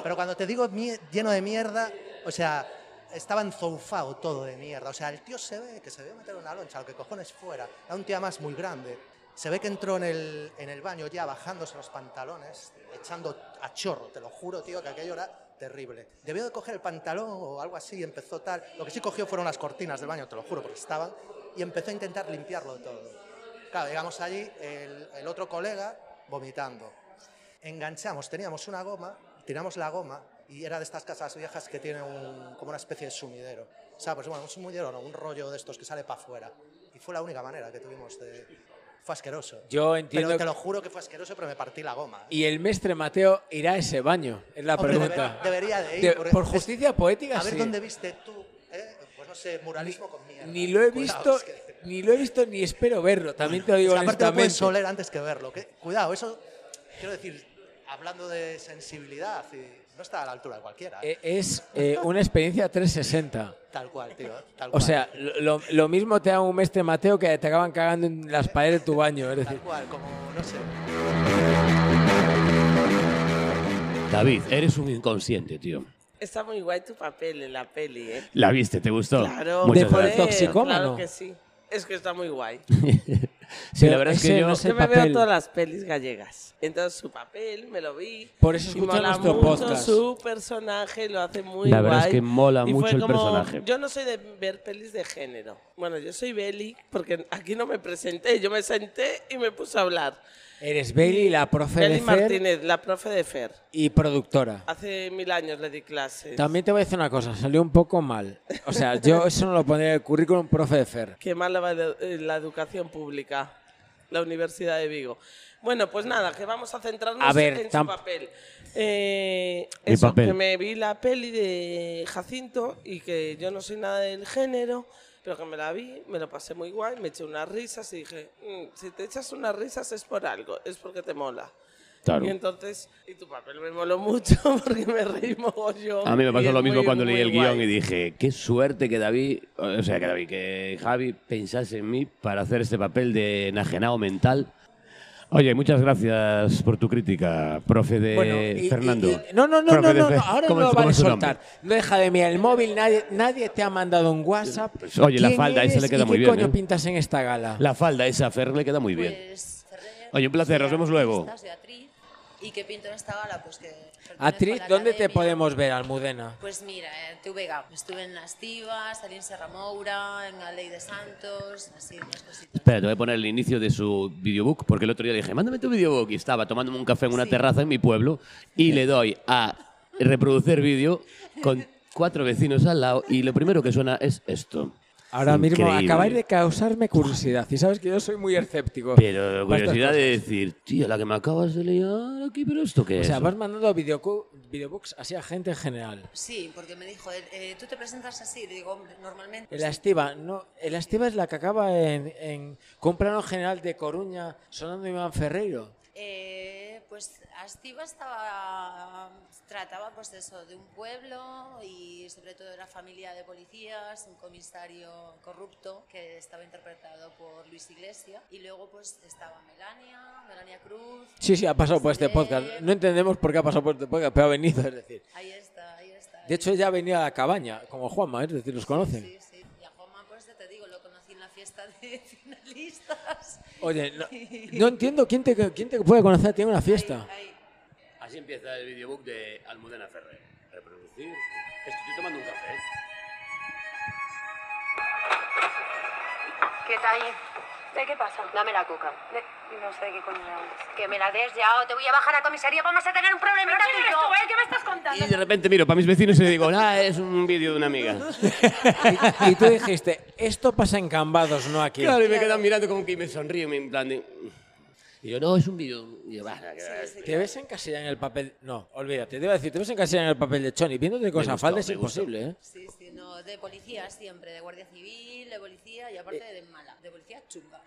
Speaker 9: Pero cuando te digo mie- lleno de mierda, o sea, estaba enzoufado todo de mierda. O sea, el tío se ve que se ve meter una loncha, lo que cojones fuera. Era un tío además muy grande. Se ve que entró en el, en el baño ya bajándose los pantalones, echando a chorro, te lo juro, tío, que aquello era terrible. Debió de coger el pantalón o algo así y empezó tal. Lo que sí cogió fueron las cortinas del baño, te lo juro, porque estaban. Y empezó a intentar limpiarlo todo. Claro, llegamos allí, el, el otro colega vomitando. Enganchamos, teníamos una goma, tiramos la goma y era de estas casas viejas que tienen un- como una especie de sumidero. O sea, pues bueno, un sumidero no, un rollo de estos que sale para afuera. Y fue la única manera que tuvimos de... Fue asqueroso.
Speaker 1: Yo entiendo
Speaker 9: Pero
Speaker 1: que-
Speaker 9: te lo juro que fue asqueroso, pero me partí la goma.
Speaker 1: ¿Y el mestre Mateo irá a ese baño? Es la
Speaker 9: Hombre,
Speaker 1: pregunta.
Speaker 9: debe- debería de ir,
Speaker 1: De-
Speaker 9: porque
Speaker 1: por
Speaker 9: es-
Speaker 1: justicia poética,
Speaker 9: A ver
Speaker 1: sí.
Speaker 9: dónde viste tú. eh, pues no sé, muralismo con mierda.
Speaker 1: Ni lo he
Speaker 9: Cuidado,
Speaker 1: visto,
Speaker 9: es que-
Speaker 1: ni lo he visto ni espero verlo. También te lo digo
Speaker 9: es que aparte lo puedes
Speaker 1: honestamente.
Speaker 9: oler antes que verlo. que- cuidado, eso, quiero decir, hablando de sensibilidad, y no está a la altura de cualquiera. ¿eh?
Speaker 1: Eh, Es eh, una experiencia 360.
Speaker 9: Tal cual, tío, tal
Speaker 1: O
Speaker 9: cual.
Speaker 1: sea, lo, lo mismo te da un mestre Mateo que te acaban cagando en las paredes de tu baño. Es decir,
Speaker 9: Tal cual, como, no sé.
Speaker 5: David, eres un inconsciente, tío.
Speaker 28: Está muy guay tu papel en la peli, ¿eh?
Speaker 5: ¿La viste? ¿Te gustó?
Speaker 28: Claro.
Speaker 5: Muchas De gracias.
Speaker 1: toxicómano.
Speaker 28: Claro que sí. Es que está muy guay.
Speaker 5: Sí, la verdad es que
Speaker 28: Ese
Speaker 5: yo...
Speaker 28: no es el Yo me veo papel. todas las pelis gallegas. Entonces su papel me lo vi.
Speaker 1: Por eso
Speaker 28: y
Speaker 1: escucha
Speaker 28: mola
Speaker 1: nuestro
Speaker 28: mucho
Speaker 1: podcast.
Speaker 28: Su personaje lo hace muy
Speaker 5: La verdad es
Speaker 28: guay.
Speaker 5: que mola
Speaker 28: Y
Speaker 5: mucho
Speaker 28: fue
Speaker 5: el
Speaker 28: como-
Speaker 5: personaje.
Speaker 28: Yo no soy de ver pelis de género. Bueno, yo soy Beli porque aquí no me presenté. Yo me senté y me puse a hablar.
Speaker 1: eres Bailey, la profe
Speaker 28: Beli
Speaker 1: de Fer
Speaker 28: Martínez, la profe de Fer.
Speaker 1: y productora.
Speaker 28: Hace mil años le di clases.
Speaker 1: También te voy a decir una cosa, salió un poco mal. O sea, yo eso no lo pondría en el currículum profe de Fer.
Speaker 28: Qué mala va la eh, la educación pública, la Universidad de Vigo. Bueno, pues nada, que vamos a centrarnos
Speaker 1: A ver,
Speaker 28: en su
Speaker 1: tam-
Speaker 28: papel. Eh,
Speaker 1: Mi
Speaker 28: eso,
Speaker 1: papel.
Speaker 28: que me vi la peli de Jacinto y que yo no soy nada del género, pero que me la vi, me lo pasé muy guay, me eché unas risas y dije, "Mm, si te echas unas risas es por algo, es porque te mola.
Speaker 5: Claro.
Speaker 28: Y entonces, y tu papel me moló mucho porque me reí mogollón.
Speaker 5: A mí me
Speaker 28: y
Speaker 5: pasó
Speaker 28: es
Speaker 5: lo mismo
Speaker 28: muy,
Speaker 5: cuando
Speaker 28: muy
Speaker 5: leí el
Speaker 28: guay.
Speaker 5: guión y dije, qué suerte que David, o sea, que David, que Javi pensase en mí para hacer este papel de enajenado mental. Oye, muchas gracias por tu crítica, profe de
Speaker 1: Bueno, y- y-
Speaker 5: Eh, Fernando.
Speaker 1: y- no, no, no,
Speaker 5: Profe
Speaker 1: no,
Speaker 5: de
Speaker 1: no,
Speaker 5: Fer-
Speaker 1: no, ahora
Speaker 5: ¿cómo
Speaker 1: no
Speaker 5: es-
Speaker 1: lo
Speaker 5: cómo
Speaker 1: van a
Speaker 5: es su nombre?
Speaker 1: soltar. No deja de mirar el móvil, nadie, nadie te ha mandado un WhatsApp.
Speaker 5: Pues, oye, la
Speaker 1: ¿Quién
Speaker 5: falda, ahí se
Speaker 1: eres
Speaker 5: le queda
Speaker 1: y
Speaker 5: muy
Speaker 1: qué
Speaker 5: bien,
Speaker 1: coño
Speaker 5: ¿eh?
Speaker 1: pintas en esta gala?
Speaker 5: La falda esa a Fer le queda muy bien. Oye, un placer, nos vemos luego.
Speaker 29: Estás de actriz y que pinto en esta gala, pues que pertenezco
Speaker 1: Actriz,
Speaker 29: a la
Speaker 1: ¿dónde te
Speaker 29: academia.
Speaker 1: podemos ver, Almudena?
Speaker 29: Pues mira, eh, tuve gap. Estuve en Las Tivas, salí en Serra Moura, en la Ley de Santos, así unas cositas.
Speaker 5: Espera, te voy a poner el inicio de su videobook, porque el otro día le dije, mándame tu videobook. Y estaba tomándome un café en una terraza en mi pueblo y le doy a reproducir vídeo con cuatro vecinos al lado y lo primero que suena es esto.
Speaker 1: Ahora mismo
Speaker 5: Increíble.
Speaker 1: acabáis de causarme curiosidad. Y sabes que yo soy muy escéptico.
Speaker 5: Pero
Speaker 1: para estas
Speaker 5: curiosidad de decir, tío, la que me acabas de liar aquí, pero esto qué
Speaker 1: O
Speaker 5: es.
Speaker 1: sea, vas mandando videocu- videobooks así a gente en general.
Speaker 29: Sí, porque me dijo, él, eh, tú te presentas así, le digo, hombre, normalmente.
Speaker 1: La estiva, no, la estiva es la que acaba en, en- con un plano general de Coruña sonando Iván Ferreiro.
Speaker 29: Eh, pues Astiva estaba, trataba pues eso, de un pueblo y sobre todo de una familia de policías, un comisario corrupto que estaba interpretado por Luis Iglesia y luego pues estaba Melania, Melania Cruz.
Speaker 1: Sí, sí, ha pasado por este podcast. No entendemos por qué ha pasado por este podcast, pero ha venido, es decir.
Speaker 29: Ahí está, ahí está.
Speaker 1: De hecho, ya ha venido a la cabaña, como Juanma, es decir, los conocen.
Speaker 29: Sí, sí. Y a Juanma, pues ya te digo, lo conocí en la fiesta de finalistas.
Speaker 1: Oye, no, no entiendo quién te, quién te puede conocer, tiene una fiesta.
Speaker 30: Así empieza el videobook de Almudena Ferrer. Reproducir. Estoy tomando un café.
Speaker 7: ¿Qué tal? ¿De qué pasa? Dame la coca. No sé de qué coño hablas. Que me la des ya o te voy a bajar a comisaría. Vamos a tener un problemita tú y yo. ¿Qué me estás contando?
Speaker 5: Y de repente miro para mis vecinos y le digo, ah, es un vídeo de una amiga.
Speaker 1: Y tú dijiste, esto pasa en Cambados, no aquí.
Speaker 5: Claro, y me quedan mirando como que me sonríen, en plan de...
Speaker 1: mm.
Speaker 5: Y yo, no, es un vídeo... Y yo, "Bah, que-
Speaker 1: Te ves en casilla en el papel. No, olvídate, te iba a decir, te ves en casilla en el papel de Choni. Viéndote con
Speaker 5: Me
Speaker 1: esa
Speaker 5: gustó,
Speaker 1: falda es
Speaker 5: me gustó.
Speaker 1: imposible, ¿eh?
Speaker 29: Sí, sí, no, de policía siempre, de guardia civil, de policía y aparte de mala, de policía chunga.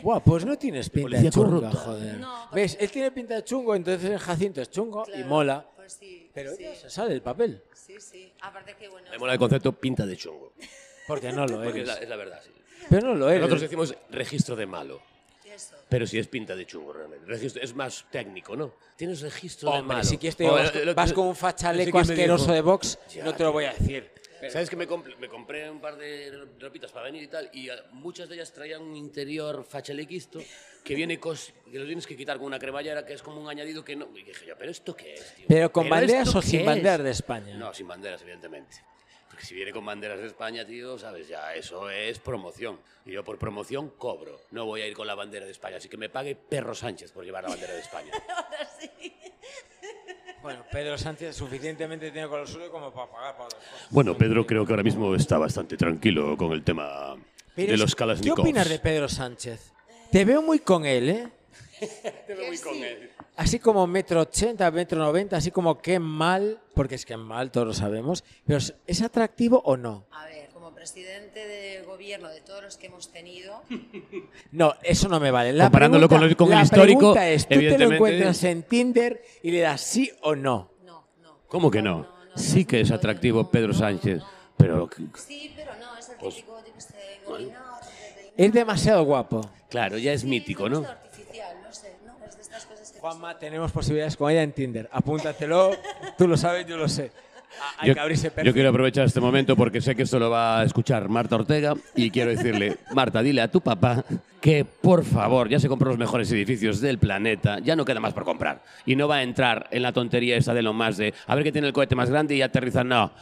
Speaker 1: Guau, pues no tienes pinta de,
Speaker 5: policía
Speaker 1: chungo,
Speaker 5: corrupta.
Speaker 1: joder.
Speaker 29: No, porque-
Speaker 1: ¿Ves? Él tiene pinta de chungo, entonces Jacinto es chungo y mola.
Speaker 29: Pues sí,
Speaker 1: Pero
Speaker 29: sí,
Speaker 1: ella se sale el papel.
Speaker 29: sí, sí. Aparte que bueno.
Speaker 5: Me mola el concepto pinta de chungo.
Speaker 1: Porque no lo
Speaker 5: Porque
Speaker 1: eres.
Speaker 5: es la- es la verdad, sí.
Speaker 1: Pero no lo eres.
Speaker 5: Nosotros decimos registro de malo. Pero si es pinta de chungo realmente. Registro- es más técnico, ¿no? Tienes registro de
Speaker 1: Hombre,
Speaker 5: malo.
Speaker 1: si quieres te digo,
Speaker 5: O,
Speaker 1: vas,
Speaker 5: eh, lo-
Speaker 1: vas con un
Speaker 5: no sé
Speaker 1: fachaleco
Speaker 5: quién me
Speaker 1: asqueroso
Speaker 5: dijo.
Speaker 1: de box,
Speaker 5: Ya,
Speaker 1: no te lo voy a decir.
Speaker 5: ¿Sabes que me
Speaker 30: compré? Me compré un par de ropitas para venir y tal, y eh, muchas de ellas traían un interior fachalequisto que viene cos- que lo tienes que quitar con una cremallera que es como un añadido que no. Y dije yo, ¿pero esto qué es, tío?
Speaker 1: Pero con banderas
Speaker 30: esto
Speaker 1: o sin
Speaker 30: qué
Speaker 1: banderas de España?
Speaker 30: No, sin banderas, evidentemente. Porque si viene con banderas de España, tío, sabes, ya eso es promoción. Y yo por promoción cobro. No voy a ir con la bandera de España, así que me pague Perro Sánchez por llevar la bandera de España.
Speaker 1: Bueno, Pedro Sánchez suficientemente tiene con lo suyo como para pagar para otras cosas.
Speaker 5: Bueno, Pedro creo que ahora mismo está bastante tranquilo con el tema
Speaker 1: Pero
Speaker 5: de
Speaker 1: es-
Speaker 5: los
Speaker 1: ¿Qué
Speaker 5: Kalashnikovs.
Speaker 1: opinas de Pedro Sánchez? Te veo muy con él, ¿eh?
Speaker 5: Te veo muy con él.
Speaker 1: Así como metro ochenta, metro noventa, así como qué mal, porque es que es mal, todos lo sabemos, pero ¿es atractivo o no?
Speaker 29: A ver, como presidente de gobierno de todos los que hemos tenido,
Speaker 1: No, eso no me vale. La
Speaker 5: Comparándolo con
Speaker 1: pregunta-
Speaker 5: el- con el
Speaker 1: la
Speaker 5: histórico,
Speaker 1: pregunta es, tú te lo
Speaker 5: evidentemente-
Speaker 1: encuentras en Tinder y le das sí o no.
Speaker 5: ¿Cómo que no? Sí que es atractivo Pedro Sánchez, pero pues
Speaker 29: sí, pero no, es el típico tipo este engominado,
Speaker 1: Es demasiado guapo.
Speaker 5: claro, ya es mítico, ¿no?
Speaker 29: artificial, no sé, no, es de estas cosas que...
Speaker 1: Juanma, Ah, tenemos posibilidades con ella en Tinder. Apúntatelo, tú lo sabes, yo lo sé. Ah, Hay
Speaker 5: Yo,
Speaker 1: que abrirse perfil.
Speaker 5: yo quiero aprovechar este momento porque sé que esto lo va a escuchar Marta Ortega y quiero decirle, Marta, dile a tu papá que por favor ya se compró los mejores edificios del planeta, ya no queda más por comprar y no va a entrar en la tontería esa de lo más de a ver qué tiene el cohete más grande y aterriza, no.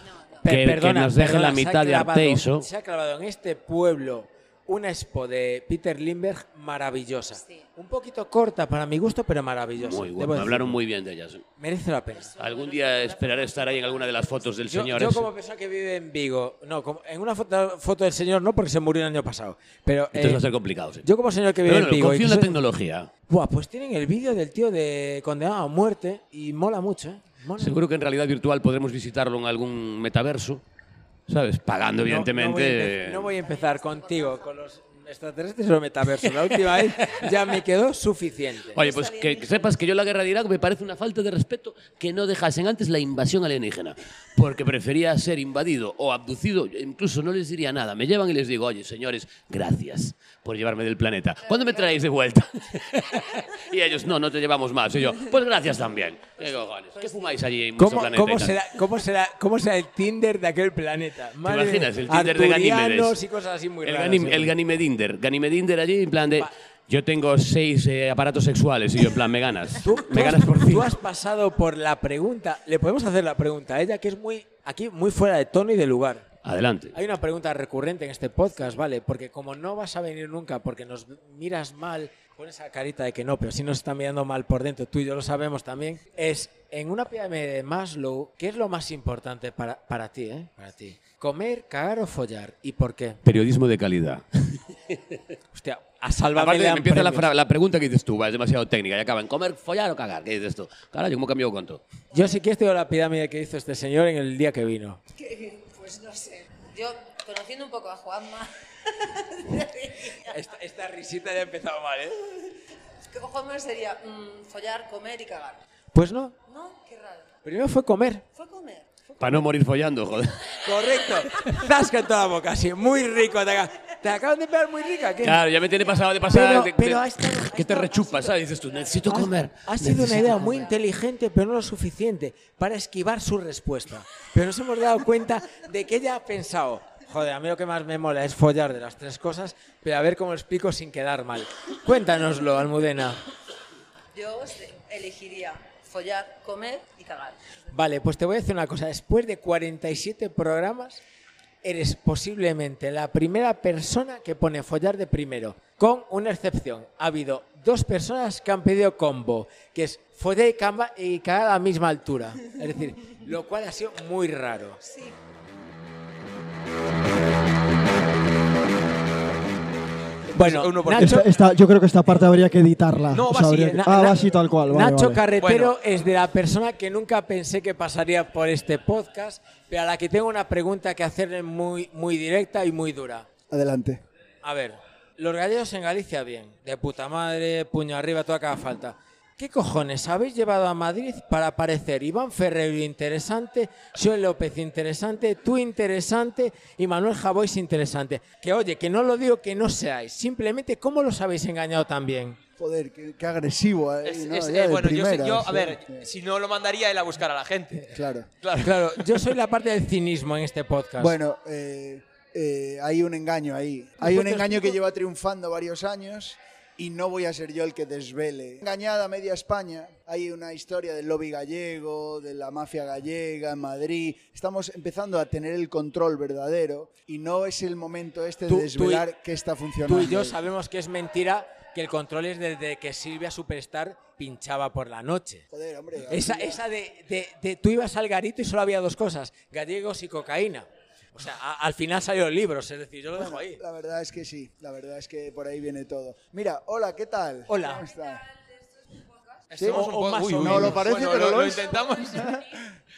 Speaker 1: Pe-
Speaker 5: Que, que
Speaker 1: perdona,
Speaker 5: nos deje
Speaker 1: perdona,
Speaker 5: la
Speaker 1: se ha
Speaker 5: mitad de
Speaker 1: clavado-
Speaker 5: Arteiso.
Speaker 1: Se ha clavado en este pueblo una expo de Peter Lindbergh maravillosa. Un poquito corta para mi gusto, pero maravillosa.
Speaker 5: Muy
Speaker 1: Debo
Speaker 5: bueno, me
Speaker 1: decir.
Speaker 5: hablaron muy bien de ellas.
Speaker 1: Merece la pena.
Speaker 5: Algún día esperaré estar ahí en alguna de las fotos del
Speaker 1: Yo,
Speaker 5: señor.
Speaker 1: yo
Speaker 5: ese.
Speaker 1: como persona que vive en Vigo, no, como- en una foto, foto del señor no, porque se murió el año pasado. Pero,
Speaker 5: Entonces
Speaker 1: eh,
Speaker 5: va a ser complicado. sí.
Speaker 1: Yo como señor que vive
Speaker 5: Pero
Speaker 1: en
Speaker 5: bueno,
Speaker 1: Vigo... y
Speaker 5: confío
Speaker 1: que
Speaker 5: en la
Speaker 1: soy-
Speaker 5: tecnología.
Speaker 1: Buah, pues tienen el vídeo del tío de condenado a muerte y mola mucho, ¿eh? Mola.
Speaker 5: Seguro que en realidad virtual podremos visitarlo en algún metaverso, ¿sabes? Pagando,
Speaker 1: No- No, voy a
Speaker 5: evidentemente. eh,
Speaker 1: empe- no voy a empezar contigo con los extraterrestres o el metaverso. La última vez ya me quedó suficiente.
Speaker 5: Oye, pues que, que sepas que yo la guerra de Irak me parece una falta de respeto que no dejasen antes la invasión alienígena, porque prefería ser invadido o abducido, incluso no les diría nada, me llevan y les digo, oye, señores, gracias por llevarme del planeta, ¿cuándo me traéis de vuelta? y ellos, no, no te llevamos más, y yo, pues gracias también. ¿Qué cojones? ¿Qué fumáis allí en vuestro
Speaker 1: ¿Cómo,
Speaker 5: planeta? y
Speaker 1: cómo
Speaker 5: tal?
Speaker 1: será, cómo, será, ¿Cómo será el Tinder de aquel planeta?
Speaker 5: ¿Te
Speaker 1: Madre
Speaker 5: imaginas?
Speaker 1: mía.
Speaker 5: El Tinder de
Speaker 1: Arturianos
Speaker 5: Ganímedes.
Speaker 1: y cosas así muy
Speaker 5: el,
Speaker 1: raras,
Speaker 5: Ganim-
Speaker 1: ¿eh?
Speaker 5: el Ganimedinder. Ganimedinder allí, en plan de. Yo tengo seis eh, aparatos sexuales y yo, en plan, me ganas. me ganas por
Speaker 1: Tú has pasado por la pregunta. Le podemos hacer la pregunta a ella, que es muy aquí muy fuera de tono y de lugar.
Speaker 5: Adelante.
Speaker 1: Hay una pregunta recurrente en este podcast, ¿vale? Porque como no vas a venir nunca porque nos miras mal, con esa carita de que no, pero si nos está mirando mal por dentro, tú y yo lo sabemos también, es en una pirámide de Maslow, ¿qué es lo más importante para, para ti, eh? Para ti. ¿Comer, cagar o follar? ¿Y por qué?
Speaker 5: Periodismo de calidad.
Speaker 1: Hostia, a salvarme
Speaker 5: Aparte,
Speaker 1: le dan
Speaker 5: empieza la,
Speaker 1: premios.
Speaker 5: fra- la pregunta que dices tú, va, es demasiado técnica. Y acaban, ¿comer, follar o cagar? ¿Qué dices tú? Carajo, ¿cómo cambió con todo?
Speaker 1: Yo sí que estoy la pirámide que hizo este señor en el día que vino.
Speaker 29: que- Pues no sé, yo conociendo un poco a Juanma,
Speaker 1: Esta, esta risita ya ha empezado mal, ¿eh?
Speaker 29: Juanma sería mm, follar, comer y cagar.
Speaker 1: Pues no,
Speaker 29: No, qué raro.
Speaker 1: primero fue comer.
Speaker 29: Fue comer.
Speaker 5: Para no morir follando, joder.
Speaker 1: Correcto. Zasca en toda la boca, sí. Muy rico. Te, aca- te acaban de pegar muy rica. ¿qué?
Speaker 5: Claro, ya me tiene pasado de pasar.
Speaker 1: Pero-
Speaker 5: de- de-
Speaker 1: pero ha estado-
Speaker 5: que te rechupas, ¿sabes? Dices tú, necesito comer.
Speaker 1: Ah, Ha sido una
Speaker 5: necesito
Speaker 1: idea
Speaker 5: comer.
Speaker 1: muy inteligente, pero no lo suficiente para esquivar su respuesta. Pero nos hemos dado cuenta de que ella ha pensado, joder, a mí lo que más me mola es follar de las tres cosas, pero a ver cómo lo explico sin quedar mal. Cuéntanoslo, Almudena.
Speaker 29: Yo este, elegiría follar, comer y cagar.
Speaker 1: Vale, pues te voy a decir una cosa. Después de 47 programas, eres posiblemente la primera persona que pone follar de primero, con una excepción. Ha habido dos personas que han pedido combo, que es follar y, camba- y cagar a la misma altura. Es decir, lo cual ha sido muy raro. Bueno, Nacho,
Speaker 12: Esta- esta- yo creo que esta parte habría que editarla.
Speaker 1: No,
Speaker 12: O
Speaker 1: va
Speaker 12: sea,
Speaker 1: así, eh,
Speaker 12: habría que-
Speaker 1: na-
Speaker 12: ah,
Speaker 1: na-
Speaker 12: va así tal cual. vale,
Speaker 1: Nacho
Speaker 12: vale.
Speaker 1: Carretero es de la persona que nunca pensé que pasaría por este podcast, pero a la que tengo una pregunta que hacerle muy, muy directa y muy dura.
Speaker 12: Adelante.
Speaker 1: A ver, los gallegos en Galicia bien, de puta madre, puño arriba, todo acaba falta. ¿Qué cojones habéis llevado a Madrid para parecer Iván Ferreiro interesante, Joel López interesante, tú interesante y Manuel Javois interesante? Que oye, que no lo digo que no seáis, simplemente cómo los habéis engañado también.
Speaker 12: Joder, qué, qué agresivo. eh,
Speaker 2: Es-
Speaker 12: ¿no?
Speaker 2: es-
Speaker 12: Ya
Speaker 2: eh,
Speaker 12: de
Speaker 2: bueno, yo, sé-
Speaker 12: primeras,
Speaker 2: yo,
Speaker 12: eh.
Speaker 2: a ver, si no lo mandaría él a buscar a la gente.
Speaker 12: Claro.
Speaker 1: Claro. yo soy la parte del cinismo en este podcast.
Speaker 12: Bueno, eh, eh, hay un engaño ahí. Hay
Speaker 1: Pues
Speaker 12: un
Speaker 1: te
Speaker 12: engaño que
Speaker 1: explico-
Speaker 12: lleva triunfando varios años y no voy a ser yo el que desvele. Engañada media España. Hay una historia del lobby gallego, de la mafia gallega en Madrid. Estamos empezando a tener el control verdadero y no es el momento este de
Speaker 1: Tú- tú y-
Speaker 12: desvelar que está funcionando.
Speaker 1: Tú y yo sabemos que es mentira que el control es desde que Silvia Superstar pinchaba por la noche.
Speaker 12: Joder, hombre.
Speaker 1: Esa, esa de, de- de- tú ibas al garito y solo había dos cosas, gallegos y cocaína. O sea, a- al final salieron libros, es decir, yo lo dejo
Speaker 12: Bueno,
Speaker 1: ahí.
Speaker 12: La verdad es que sí, la verdad es que por ahí viene todo. Mira, hola, ¿qué tal?
Speaker 1: Hola.
Speaker 12: ¿Cómo está? Sí, o-
Speaker 2: Somos un
Speaker 12: o
Speaker 2: poco-
Speaker 12: más
Speaker 2: uy,
Speaker 12: o
Speaker 2: uy,
Speaker 12: no
Speaker 2: uy.
Speaker 12: lo parece,
Speaker 2: Bueno,
Speaker 12: pero
Speaker 2: lo,
Speaker 12: lo
Speaker 2: lo
Speaker 12: es.
Speaker 2: intentamos.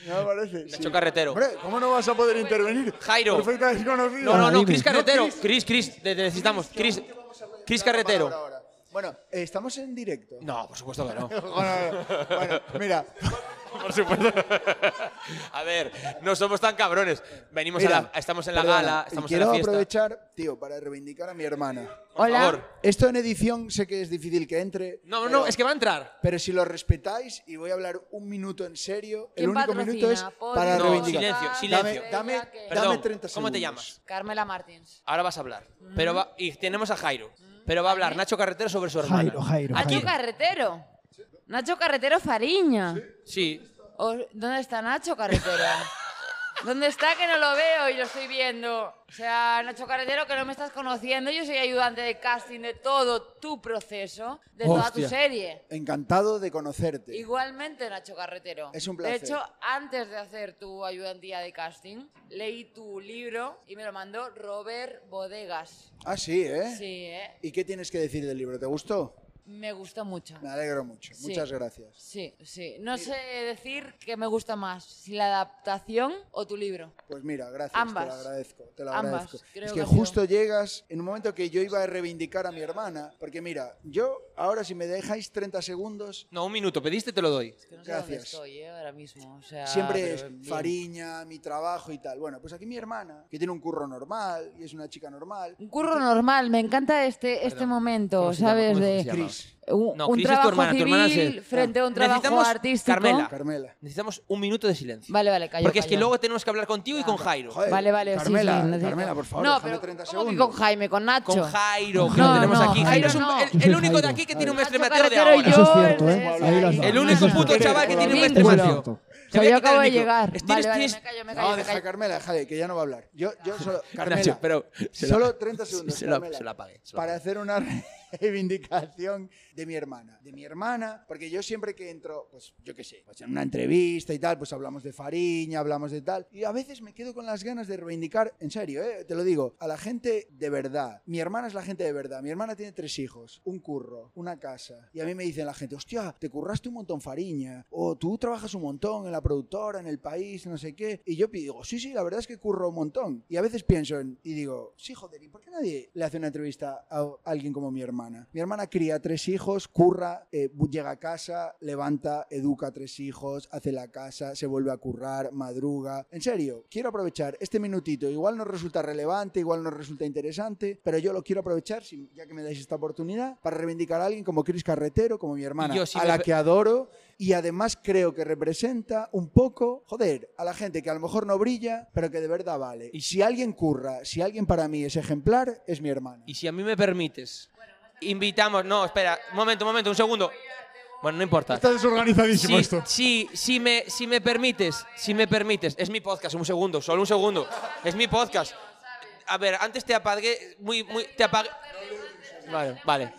Speaker 12: No me parece.
Speaker 2: Nacho Carretero.
Speaker 12: Hombre, ¿cómo no vas a poder intervenir?
Speaker 2: Jairo.
Speaker 12: Perfecta desconocida.
Speaker 2: No, no, no, Cris Carretero. Cris, Cris, te- te necesitamos. Cris, Cris Carretero.
Speaker 12: Bueno, eh, ¿estamos en directo?
Speaker 2: No, por supuesto que no.
Speaker 12: bueno, bueno, mira.
Speaker 2: Por supuesto. A ver, no somos tan cabrones. Venimos
Speaker 12: Mira,
Speaker 2: a la, estamos en la
Speaker 12: perdona,
Speaker 2: gala,
Speaker 12: y
Speaker 2: estamos en
Speaker 12: quiero
Speaker 2: la fiesta.
Speaker 12: aprovechar, tío, para reivindicar a mi hermana.
Speaker 2: Hola. favor.
Speaker 12: Esto en edición sé que es difícil que entre.
Speaker 2: No,
Speaker 12: pero-
Speaker 2: no, es que va a entrar.
Speaker 12: Pero si lo respetáis y voy a hablar un minuto en serio, el
Speaker 31: ¿Quién
Speaker 12: único
Speaker 31: patrocina?
Speaker 12: minuto es
Speaker 31: Podium,
Speaker 12: para
Speaker 2: No,
Speaker 12: reivindicar.
Speaker 2: silencio,
Speaker 12: Dame-
Speaker 2: silencio.
Speaker 12: Dame, dame,
Speaker 2: Perdón,
Speaker 12: 30 segundos.
Speaker 2: ¿Cómo te llamas?
Speaker 31: Carmela Martins.
Speaker 2: Ahora vas a hablar.
Speaker 31: Mm.
Speaker 2: Pero va- y tenemos a Jairo. Pero va a hablar Nacho Carretero sobre su hermana.
Speaker 32: Jairo, Jairo,
Speaker 31: Nacho Carretero. Nacho Carretero Fariña.
Speaker 2: Sí.
Speaker 31: O- ¿Dónde está Nacho Carretero? ¿Dónde está que no lo veo y lo estoy viendo? O sea, Nacho Carretero, que no me estás conociendo, yo soy ayudante de casting de todo tu proceso, de toda tu
Speaker 12: Hostia.
Speaker 31: serie.
Speaker 12: Encantado de conocerte.
Speaker 31: Igualmente, Nacho Carretero.
Speaker 12: Es un
Speaker 31: De
Speaker 12: placer.
Speaker 31: hecho, antes de hacer tu ayudantía de casting, leí tu libro y me lo mandó Robert Bodegas.
Speaker 12: Ah, sí, ¿eh?
Speaker 31: Sí, ¿eh?
Speaker 12: ¿Y qué tienes que decir del libro? ¿Te gustó?
Speaker 31: Me gustó mucho.
Speaker 12: Me alegro mucho.
Speaker 31: Sí.
Speaker 12: Muchas gracias.
Speaker 31: Sí, sí. No sé decir qué me gusta más, si la adaptación o tu libro.
Speaker 12: Pues mira, gracias,
Speaker 31: Ambas.
Speaker 12: te lo agradezco, te lo
Speaker 31: Ambas,
Speaker 12: agradezco.
Speaker 31: creo
Speaker 12: es
Speaker 31: que
Speaker 12: que
Speaker 31: ha sido-
Speaker 12: justo llegas en un momento que yo iba a reivindicar a mi hermana, porque mira, yo ahora si me dejáis 30 segundos,
Speaker 2: No, un minuto, pediste, te lo doy.
Speaker 31: No sé dónde
Speaker 12: Gracias.
Speaker 31: estoy, eh, ahora mismo. o sea,
Speaker 12: siempre
Speaker 31: pero
Speaker 12: es
Speaker 31: bien.
Speaker 12: Fariña, mi trabajo y tal. Bueno, pues aquí mi hermana, que tiene un curro normal y es una chica normal.
Speaker 31: Un curro normal, me encanta este, este momento,
Speaker 12: ¿cómo se llama?
Speaker 31: ¿sabes?
Speaker 12: ¿Cómo
Speaker 31: de
Speaker 12: se llama? Cris.
Speaker 31: Un,
Speaker 2: No,
Speaker 31: un
Speaker 2: Cris es tu
Speaker 31: trabajo
Speaker 2: hermana, tu
Speaker 31: civil
Speaker 2: hermana es-
Speaker 31: frente a un trabajo
Speaker 2: Necesitamos-
Speaker 31: artístico.
Speaker 2: Carmela, Necesitamos un minuto de silencio.
Speaker 31: Vale, vale, callo,
Speaker 2: Porque es que
Speaker 31: callo.
Speaker 2: luego tenemos que hablar contigo y con Jairo.
Speaker 31: vale, vale, sí, sí, necesito. No, pero ¿cómo que con Jaime, con Nacho?
Speaker 2: Con Jairo, que
Speaker 31: No,
Speaker 2: lo tenemos
Speaker 31: no,
Speaker 2: aquí. Jairo
Speaker 31: Jairo
Speaker 2: es un-
Speaker 31: no.
Speaker 2: el, el único de aquí que tiene un metro y medio de
Speaker 31: Carretero y
Speaker 2: ahora.
Speaker 31: yo, Eso es cierto, ¿eh?
Speaker 32: Ahí las
Speaker 2: El
Speaker 32: dos.
Speaker 2: único
Speaker 32: Eso es
Speaker 2: puto
Speaker 32: cierto.
Speaker 2: chaval que tiene un
Speaker 32: Eso
Speaker 2: metro y
Speaker 32: es
Speaker 2: medio.
Speaker 32: cierto.
Speaker 31: O sea, yo acabo de
Speaker 2: micro.
Speaker 31: llegar.
Speaker 2: Tienes-
Speaker 31: Vale, vale,
Speaker 2: tienes-
Speaker 31: me callo, me callo,
Speaker 12: No,
Speaker 31: me
Speaker 12: deja
Speaker 31: callo.
Speaker 12: a Carmela, déjale, que ya no va a hablar. Yo, yo solo, Carmela,
Speaker 2: Nacho, pero se la-
Speaker 12: solo 30 segundos,
Speaker 2: se la-
Speaker 12: Carmela,
Speaker 2: se la apague, se la
Speaker 12: para hacer una reivindicación de mi hermana. De mi hermana, porque yo siempre que entro, pues yo qué sé, pues en una entrevista y tal, pues hablamos de Fariña, hablamos de tal, y a veces me quedo con las ganas de reivindicar, en serio, ¿eh? te lo digo, a la gente de verdad. Mi hermana es la gente de verdad. Mi hermana tiene tres hijos, un curro, una casa, y a mí me dicen la gente, hostia, te curraste un montón Fariña, o tú trabajas un montón en la productora, en el país, no sé qué, y yo digo, sí, sí, la verdad es que curro un montón, y a veces pienso en, y digo, sí, joder, ¿y por qué nadie le hace una entrevista a alguien como mi hermana? Mi hermana cría tres hijos, curra, eh, bu- llega a casa, levanta, educa a tres hijos, hace la casa, se vuelve a currar, madruga. En serio, quiero aprovechar este minutito. Igual no resulta relevante, igual no resulta interesante, pero yo lo quiero aprovechar, si- ya que me dais esta oportunidad, para reivindicar a alguien como Cris Carretero, como mi hermana,
Speaker 2: Y yo, si
Speaker 12: a
Speaker 2: me
Speaker 12: la
Speaker 2: pe-
Speaker 12: que adoro y además creo que representa un poco, joder, a la gente que a lo mejor no brilla, pero que de verdad vale. Y si alguien curra, si alguien para mí es ejemplar, es mi hermana.
Speaker 2: Y si a mí me permites, invitamos. No, espera, un momento, un momento, un segundo. Bueno, no importa.
Speaker 32: Está desorganizadísimo
Speaker 2: Si-
Speaker 32: esto.
Speaker 2: Si, si, me, si me permites, si me permites, es mi podcast, un segundo, solo un segundo. Es mi podcast. A ver, antes te apagué, muy, muy, te apagué. Vale, vale.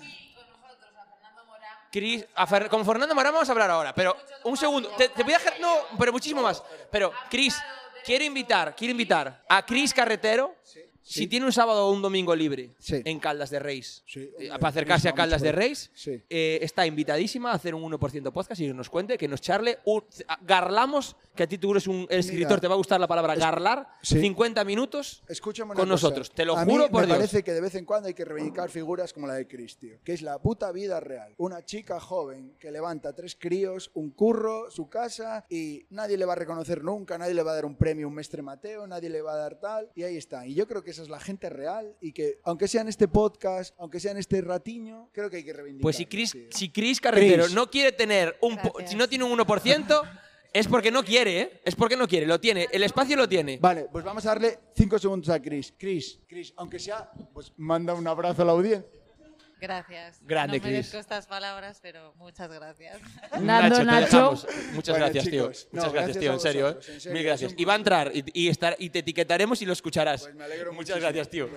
Speaker 2: Cris, a Fer- con Fernando Morán vamos a hablar ahora, pero un segundo. Te, te voy a dejar, no, pero muchísimo más. Pero, Cris, quiero invitar, quiero invitar a Cris Carretero, si tiene un sábado o un domingo libre en Caldas de Reis, eh, para acercarse a
Speaker 12: vamos
Speaker 2: Caldas
Speaker 12: por
Speaker 2: de
Speaker 12: ahí.
Speaker 2: Reis, eh, está invitadísima a hacer un 1% podcast y que nos cuente, que nos charle. un- a- garlamos, que a ti tú eres un eres escritor, te va a gustar la palabra garlar, 50 minutos
Speaker 12: Escúchame una
Speaker 2: con
Speaker 12: cosa.
Speaker 2: nosotros. Te lo
Speaker 12: A mí
Speaker 2: juro por
Speaker 12: me
Speaker 2: Dios.
Speaker 12: parece que de vez en cuando hay que reivindicar figuras como la de Chris, tío, que es la puta vida real. Una chica joven que levanta tres críos, un curro, su casa y nadie le va a reconocer nunca, nadie le va a dar un premio, un mestre Mateo, nadie le va a dar tal y ahí está. Y yo creo que esa es la gente real y que aunque sea en este podcast, aunque sea en este ratiño, creo que hay que reivindicar.
Speaker 2: Pues si Chris, si Chris Carretero no quiere tener un po- si no tiene un 1%, es porque no quiere, ¿eh? Es porque no quiere, lo tiene, el espacio lo tiene.
Speaker 12: Vale, pues vamos a darle cinco segundos a Chris. Chris, Chris, aunque sea, pues manda un abrazo a la audiencia.
Speaker 15: Gracias.
Speaker 12: Grande,
Speaker 15: no merezco
Speaker 12: Cris.
Speaker 15: estas palabras, pero muchas gracias.
Speaker 2: Nacho, te dejamos. Muchas
Speaker 12: Bueno,
Speaker 2: gracias, tío.
Speaker 12: chicos, no,
Speaker 2: Muchas gracias,
Speaker 12: gracias
Speaker 2: tío,
Speaker 12: a
Speaker 2: en serio, ¿eh?
Speaker 12: vosotros, en serio,
Speaker 2: Mil
Speaker 12: es
Speaker 2: gracias.
Speaker 12: un Pues
Speaker 2: Y va a entrar y, y estar, y te etiquetaremos y lo escucharás. Muchas gracias, tío.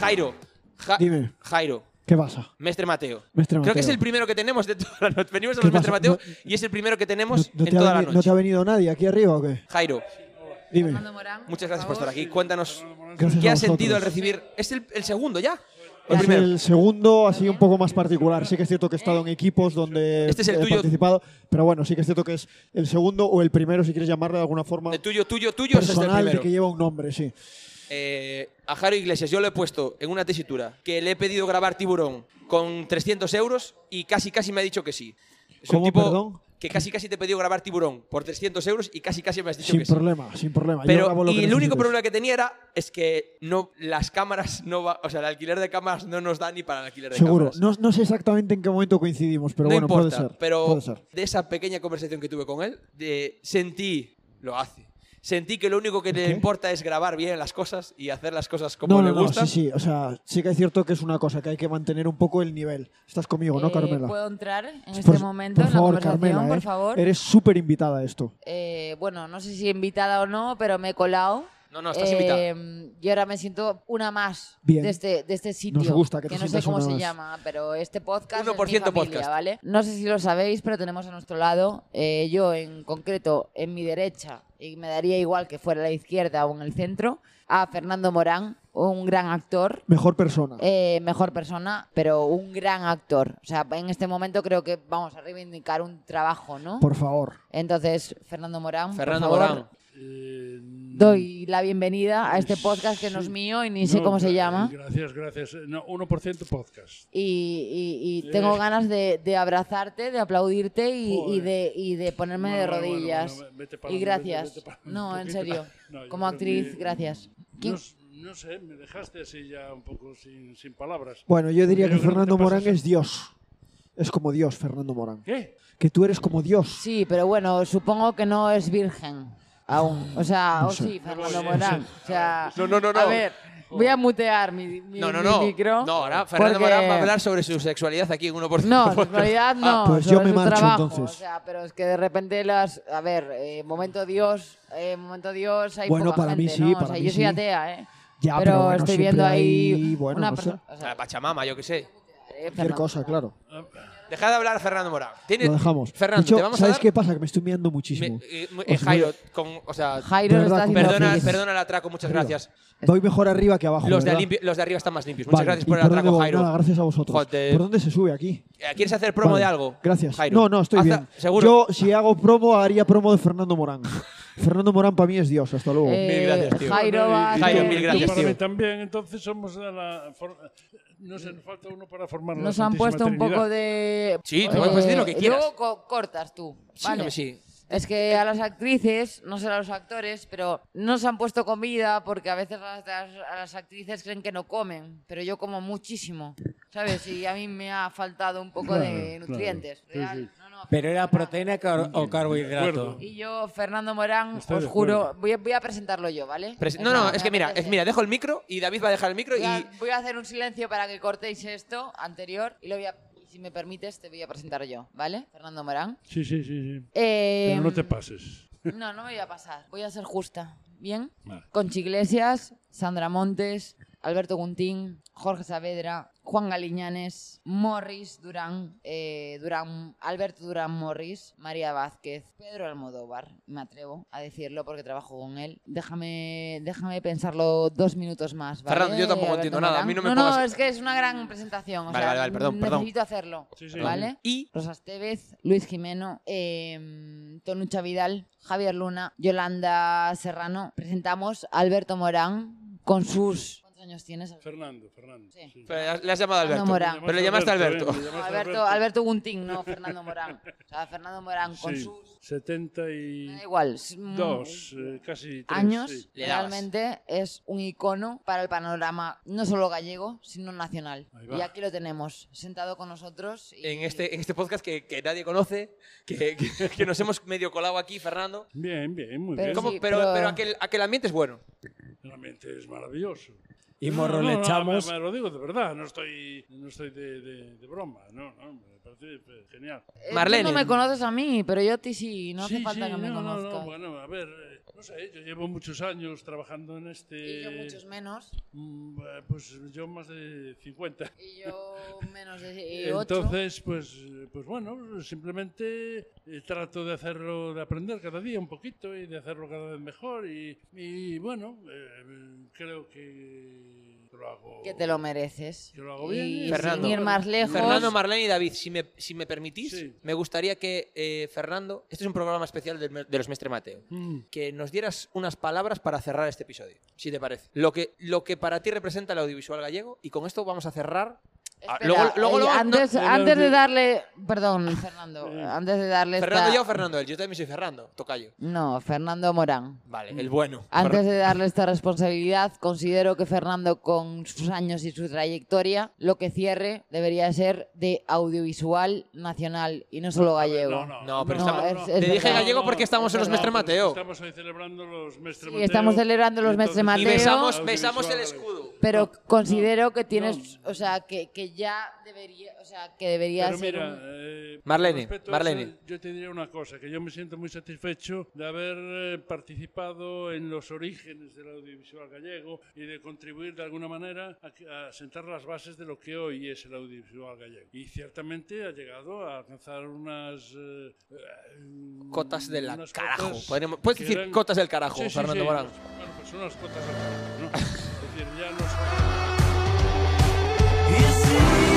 Speaker 2: Jairo, Ja-
Speaker 32: Dime.
Speaker 2: Jairo,
Speaker 32: ¿Qué pasa?
Speaker 2: Mestre Mateo.
Speaker 32: Mestre
Speaker 2: Creo que es
Speaker 32: Mateo.
Speaker 2: el primero que tenemos de toda la noche. Venimos a los Mestre Mateo y es el primero que tenemos
Speaker 32: ¿No
Speaker 2: en
Speaker 32: te, ha
Speaker 2: toda la
Speaker 32: veni- no
Speaker 2: noche.
Speaker 32: te ha venido nadie aquí arriba o qué?
Speaker 2: Jairo,
Speaker 32: Dime.
Speaker 2: muchas gracias por estar aquí. Cuéntanos
Speaker 32: Gracias
Speaker 2: qué
Speaker 32: a
Speaker 2: has sentido
Speaker 32: vosotros.
Speaker 2: al recibir. Es el, el segundo ya.
Speaker 33: El primero.
Speaker 32: el segundo, así un poco más particular. Sí que es cierto que he estado en equipos donde
Speaker 33: Este es el
Speaker 32: he
Speaker 33: tuyo.
Speaker 32: participado, pero bueno, sí que es cierto que es el segundo o el primero, si quieres llamarlo de alguna forma.
Speaker 2: El tuyo, tuyo, tuyo es este el
Speaker 32: personal de
Speaker 2: primero.
Speaker 32: que lleva un nombre, sí.
Speaker 2: Eh, a Jaro Iglesias yo le he puesto en una tesitura que le he pedido grabar Tiburón con 300 euros y casi casi me ha dicho que sí. Es
Speaker 32: ¿Cómo,
Speaker 2: un tipo
Speaker 32: perdón?
Speaker 2: que casi casi te he pedido grabar Tiburón por 300 euros y casi casi me has dicho
Speaker 32: Sin
Speaker 2: que sí.
Speaker 32: problema, sin problema. Yo grabo
Speaker 2: Pero,
Speaker 32: lo
Speaker 2: y
Speaker 32: que
Speaker 2: el único
Speaker 32: necesites.
Speaker 2: problema que tenía era es que no, las cámaras no va, o sea, el alquiler de cámaras no nos da ni para el alquiler de
Speaker 32: Seguro.
Speaker 2: cámaras.
Speaker 32: No, no sé exactamente en qué momento coincidimos, pero
Speaker 2: no
Speaker 32: bueno,
Speaker 2: importa,
Speaker 32: puede ser.
Speaker 2: pero
Speaker 32: puede ser.
Speaker 2: de esa pequeña conversación que tuve con él, de- sentí, lo hace, sentí que lo único que le importa es grabar bien las cosas y hacer las cosas como
Speaker 32: no,
Speaker 2: le
Speaker 32: no, no,
Speaker 2: gustan.
Speaker 32: sí, sí. O sea, sí que es cierto que es una cosa que hay que mantener un poco el nivel. Estás conmigo, ¿no,
Speaker 31: Eh,
Speaker 32: Carmela?
Speaker 31: ¿Puedo entrar en este
Speaker 32: Por-
Speaker 31: momento
Speaker 32: por
Speaker 31: en la
Speaker 32: favor,
Speaker 31: conversación,
Speaker 32: Carmela,
Speaker 31: por
Speaker 32: ¿eh?
Speaker 31: favor?
Speaker 32: Eres súper invitada a esto.
Speaker 31: Eh, bueno, no sé si invitada o no, pero me he colado.
Speaker 2: No, no, estás
Speaker 31: invitada. Y ahora me siento una más
Speaker 32: Bien.
Speaker 31: de este, de este sitio.
Speaker 32: gusta que te
Speaker 31: no sé
Speaker 32: sientas
Speaker 31: cómo
Speaker 32: una
Speaker 31: se
Speaker 32: más.
Speaker 31: llama, pero este podcast es mi
Speaker 2: 1%
Speaker 31: familia,
Speaker 2: podcast.
Speaker 31: ¿vale? No sé si lo sabéis, pero tenemos a nuestro lado, eh, yo en concreto, en mi derecha, y me daría igual que fuera a la izquierda o en el centro, a Fernando Morán, un gran actor,
Speaker 32: Mejor persona.
Speaker 31: eh,
Speaker 14: Mm.
Speaker 31: mejor persona, pero un gran actor. O sea, en este momento creo que vamos a reivindicar un trabajo, ¿no?
Speaker 32: Por favor.
Speaker 31: Entonces, Fernando Morán. por
Speaker 2: Fernando
Speaker 31: favor,
Speaker 2: Morán.
Speaker 31: Doy la bienvenida a este podcast que no es mío y ni sé
Speaker 14: No,
Speaker 31: cómo se
Speaker 14: gra-
Speaker 31: llama.
Speaker 14: Gracias, gracias. Eh, No, 1% podcast.
Speaker 31: Y, y- y tengo
Speaker 14: Eh.
Speaker 31: ganas de, de abrazarte, de aplaudirte y, y
Speaker 14: Joder.
Speaker 31: de, y de ponerme de
Speaker 14: Bueno, bueno, bueno,
Speaker 31: rodillas.
Speaker 14: vete
Speaker 31: y
Speaker 14: parando,
Speaker 31: gracias.
Speaker 14: vete- vete parando
Speaker 31: no,
Speaker 14: un
Speaker 31: en
Speaker 14: poquito.
Speaker 31: serio.
Speaker 14: No, yo
Speaker 31: Como
Speaker 14: creo
Speaker 31: actriz,
Speaker 14: que-
Speaker 31: gracias.
Speaker 14: No,
Speaker 31: ¿Quién-
Speaker 14: s- no sé, me dejaste así ya un poco sin, sin palabras.
Speaker 32: Bueno, yo diría
Speaker 14: Pero creo no
Speaker 32: que
Speaker 14: te
Speaker 32: Fernando
Speaker 14: pasas
Speaker 32: Morán es Dios. Es como Dios, Fernando Morán.
Speaker 14: ¿Qué?
Speaker 32: Que tú eres como Dios.
Speaker 31: Sí, pero bueno, supongo que no es virgen aún. O sea,
Speaker 32: No
Speaker 31: o Ah,
Speaker 32: sé.
Speaker 31: oh, sí, Fernando
Speaker 32: No sé.
Speaker 31: Morán. O sea,
Speaker 2: No, no, no, no.
Speaker 31: A ver, voy a mutear mi, mi-
Speaker 2: No, no,
Speaker 31: mi
Speaker 2: no.
Speaker 31: micro.
Speaker 2: No, ahora Fernando
Speaker 31: porque-
Speaker 2: Morán va a hablar sobre su sexualidad aquí en 1%.
Speaker 31: No, sexualidad no.
Speaker 2: Ah, pues
Speaker 31: sobre
Speaker 2: yo me
Speaker 31: su
Speaker 2: marcho,
Speaker 31: trabajo,
Speaker 2: entonces.
Speaker 31: O sea, pero es que de repente las. A ver, eh, momento Dios, eh, momento Dios, hay
Speaker 32: Bueno,
Speaker 31: poca
Speaker 32: para mí
Speaker 31: gente,
Speaker 32: sí,
Speaker 31: ¿no?
Speaker 32: para
Speaker 31: o sea,
Speaker 32: mí
Speaker 31: yo soy
Speaker 32: sí.
Speaker 31: atea, ¿eh?
Speaker 32: Ya,
Speaker 31: pero,
Speaker 32: pero bueno,
Speaker 31: estoy
Speaker 32: siempre
Speaker 31: viendo ahí
Speaker 32: hay- bueno,
Speaker 31: una
Speaker 32: no sé.
Speaker 31: persona.
Speaker 2: La Ah, Pachamama, yo qué
Speaker 31: eh,
Speaker 2: sé.
Speaker 32: Cualquier cosa, claro.
Speaker 2: Deja de hablar a Fernando Morán. Tiene-
Speaker 32: Lo dejamos.
Speaker 2: Fernando,
Speaker 32: Dicho,
Speaker 2: te vamos a
Speaker 32: ¿Sabes
Speaker 2: dar...
Speaker 32: qué pasa? Que me estoy mirando muchísimo.
Speaker 2: eh,
Speaker 32: Os
Speaker 2: eh,
Speaker 32: veo-
Speaker 2: Jairo, con, o sea,
Speaker 32: Jairo De está verdad, haciendo
Speaker 2: perdona,
Speaker 32: feliz.
Speaker 2: perdona el atraco, muchas gracias.
Speaker 32: Doy mejor arriba que abajo.
Speaker 2: Los de,
Speaker 32: ¿verdad?
Speaker 2: limpio- los de arriba están más limpios. Muchas
Speaker 32: Vale,
Speaker 2: gracias
Speaker 32: ¿y
Speaker 2: por el
Speaker 32: dónde
Speaker 2: atraco,
Speaker 32: voy?
Speaker 2: Jairo.
Speaker 32: Nada, gracias a vosotros.
Speaker 2: Joder.
Speaker 32: ¿Por dónde se sube aquí?
Speaker 2: Eh, ¿Quieres hacer promo
Speaker 32: Vale,
Speaker 2: de algo?
Speaker 32: Gracias.
Speaker 2: Jairo.
Speaker 32: No, no, estoy
Speaker 2: Haz-
Speaker 32: bien.
Speaker 2: Seguro.
Speaker 32: Yo, si hago promo, haría promo de Fernando Morán. Fernando Morán para mí es Dios. Hasta luego.
Speaker 14: Eh, Mil gracias, tío. Bueno, y- y
Speaker 2: Jairo,
Speaker 14: tú-
Speaker 2: mil
Speaker 14: y tú
Speaker 2: gracias,
Speaker 14: para
Speaker 2: tío.
Speaker 14: mí también, entonces somos de la. for- No sé, nos falta uno para formar la
Speaker 31: Nos han
Speaker 14: Santísima
Speaker 31: puesto un
Speaker 14: Trinidad.
Speaker 31: poco de. Eh,
Speaker 2: Sí, te puedes decir lo que quieras.
Speaker 31: Luego co- cortas tú.
Speaker 2: Sí,
Speaker 31: ¿vale?
Speaker 2: hombre, sí.
Speaker 31: Es que a las actrices, no sé a los actores, pero no se han puesto comida porque a veces las- las- a las actrices creen que no comen, pero yo como muchísimo, ¿sabes? Y a mí me ha faltado un poco de
Speaker 1: Claro,
Speaker 31: nutrientes.
Speaker 1: claro.
Speaker 31: real.
Speaker 1: Pero era proteína car- o carbohidrato.
Speaker 2: acuerdo.
Speaker 31: Y yo, Fernando Morán,
Speaker 1: Estoy
Speaker 31: os
Speaker 1: de
Speaker 31: juro,
Speaker 1: acuerdo.
Speaker 31: voy a, voy a presentarlo yo, ¿vale?
Speaker 2: Pres-
Speaker 31: O
Speaker 2: no,
Speaker 31: sea,
Speaker 2: no, es
Speaker 31: me
Speaker 2: que mira,
Speaker 31: apetece.
Speaker 2: es- mira, dejo el micro y David va a dejar el micro
Speaker 31: Voy a,
Speaker 2: y
Speaker 31: voy a hacer un silencio para que cortéis esto anterior y lo voy a, y si me permites, te voy a presentar yo, ¿vale? Fernando Morán.
Speaker 14: Sí, sí, sí. sí.
Speaker 31: Eh,
Speaker 14: Pero no te pases.
Speaker 31: No, no me voy a pasar. Voy a ser justa. ¿Bien?
Speaker 14: Vale.
Speaker 31: Conchi Iglesias, Sandra Montes, Alberto Guntín, Jorge Saavedra, Juan Galiñanes, Morris Durán, eh, Durán, Alberto Durán Morris, María Vázquez, Pedro Almodóvar, me atrevo a decirlo porque trabajo con él. Déjame, Eh, déjame pensarlo dos minutos más. ¿vale?
Speaker 2: Fernando, yo tampoco
Speaker 31: Alberto
Speaker 2: entiendo nada. A mí no me
Speaker 31: no, no,
Speaker 2: pongas-
Speaker 31: es que es una gran presentación. o
Speaker 2: Vale,
Speaker 31: sea,
Speaker 2: vale, vale, perdón, perdón.
Speaker 31: Necesito hacerlo.
Speaker 2: sí.
Speaker 31: ¿Vale?
Speaker 2: Y
Speaker 31: Rosas Tevez, Luis Jimeno, eh, Tonucha Vidal, Javier Luna, Yolanda Serrano. Presentamos a Alberto Morán con sus. ¿Cuántos años tienes?
Speaker 14: Fernando, Fernando. Sí.
Speaker 2: Pero le has llamado a
Speaker 31: Fernando
Speaker 2: Alberto.
Speaker 31: Morán.
Speaker 2: Pero le llamaste a Alberto.
Speaker 14: eh, me llamaste
Speaker 31: Alberto, Alberto Guntín, no Fernando Morán. O sea, Fernando Morán con
Speaker 14: Sí,
Speaker 31: sus
Speaker 14: 70 y...
Speaker 31: da igual, es-
Speaker 14: Dos, eh, casi tres.
Speaker 31: años.
Speaker 14: sí.
Speaker 31: Realmente es un icono para el panorama no solo gallego, sino nacional.
Speaker 2: va.
Speaker 31: Y aquí lo tenemos, sentado con nosotros. y-
Speaker 2: En este, en este podcast que, que nadie conoce, que, que- que nos hemos medio colado aquí, Fernando.
Speaker 14: Bien, bien, muy
Speaker 2: Pero,
Speaker 14: bien.
Speaker 2: ¿Cómo? pero, pero aquel, aquel ambiente es bueno.
Speaker 14: El ambiente es maravilloso.
Speaker 1: Y morro le
Speaker 14: no,
Speaker 1: echamos.
Speaker 14: me- me lo digo de verdad, no estoy, no estoy de, de- de broma. No, no, me parece eh, genial.
Speaker 31: Eh, tú no me conoces a mí, pero yo a ti sí, no hace falta que me
Speaker 14: no, no,
Speaker 31: conozcas.
Speaker 14: no, bueno, a ver, eh, No sé, yo llevo muchos años trabajando en este...
Speaker 31: Y yo muchos menos.
Speaker 14: Mm, eh, Pues yo más de 50.
Speaker 31: Y yo eh, menos de 8.
Speaker 14: Entonces, pues, eh, pues bueno, simplemente eh, trato de hacerlo, de aprender cada día un poquito y de hacerlo cada vez mejor. Y, y bueno, eh, creo que lo hago.
Speaker 31: Que te lo mereces.
Speaker 14: Que lo hago bien.
Speaker 31: Y
Speaker 2: Fernando.
Speaker 31: sin ir más lejos.
Speaker 2: Fernando, Marlene y David, si me, si me permitís, me gustaría que eh, Fernando, este es un programa especial del me- de los Mestre Mateo,
Speaker 5: Mm.
Speaker 2: que nos dieras unas palabras para cerrar este episodio, si te parece. Lo que, lo que para ti representa el audiovisual gallego y con esto vamos a cerrar. Ah,
Speaker 31: Espera, eh,
Speaker 2: lo-
Speaker 31: antes,
Speaker 2: no-
Speaker 31: antes de darle. Perdón, Fernando. Antes de darle. esta-
Speaker 2: Fernando yo o Fernando él, yo también soy Fernando, tocayo.
Speaker 31: No, Fernando Morán.
Speaker 2: Vale, el bueno.
Speaker 31: Antes de darle esta responsabilidad, considero que Fernando, con sus años y su trayectoria, lo que cierre debería ser de audiovisual nacional y no solo gallego.
Speaker 2: No, pero
Speaker 31: No,
Speaker 2: estamos-
Speaker 31: es- es
Speaker 2: te dije
Speaker 31: verdad.
Speaker 2: gallego porque estamos en los Mestre Mateo.
Speaker 14: Estamos hoy celebrando los Mestre
Speaker 31: Sí,
Speaker 14: Mateo.
Speaker 31: estamos celebrando los Mestre
Speaker 14: entonces-
Speaker 31: Y Mateo. besamos-
Speaker 2: besamos el escudo.
Speaker 31: Pero considero que tienes, o sea, que, que ya debería, o sea, que debería
Speaker 14: Pero
Speaker 31: ser
Speaker 14: mira,
Speaker 31: un-
Speaker 14: eh,
Speaker 2: Marlene,
Speaker 14: con respecto a
Speaker 2: Marlene.
Speaker 14: eso, yo te diré una cosa, que yo me siento muy satisfecho de haber eh, participado en los orígenes del audiovisual gallego y de contribuir de alguna manera a, que- a sentar las bases de lo que hoy es el audiovisual gallego. Y ciertamente ha llegado a alcanzar unas... eh, eh,
Speaker 2: Cotas de la
Speaker 14: unas
Speaker 2: carajo.
Speaker 14: cotas
Speaker 2: Podríamos- puedes
Speaker 14: que
Speaker 2: decir cotas del carajo,
Speaker 14: Sí, sí,
Speaker 2: Fernando
Speaker 14: sí,
Speaker 2: Morán.
Speaker 14: pues, Bueno, pues unas cotas del carajo, ¿no? es decir, ya no son-
Speaker 34: You see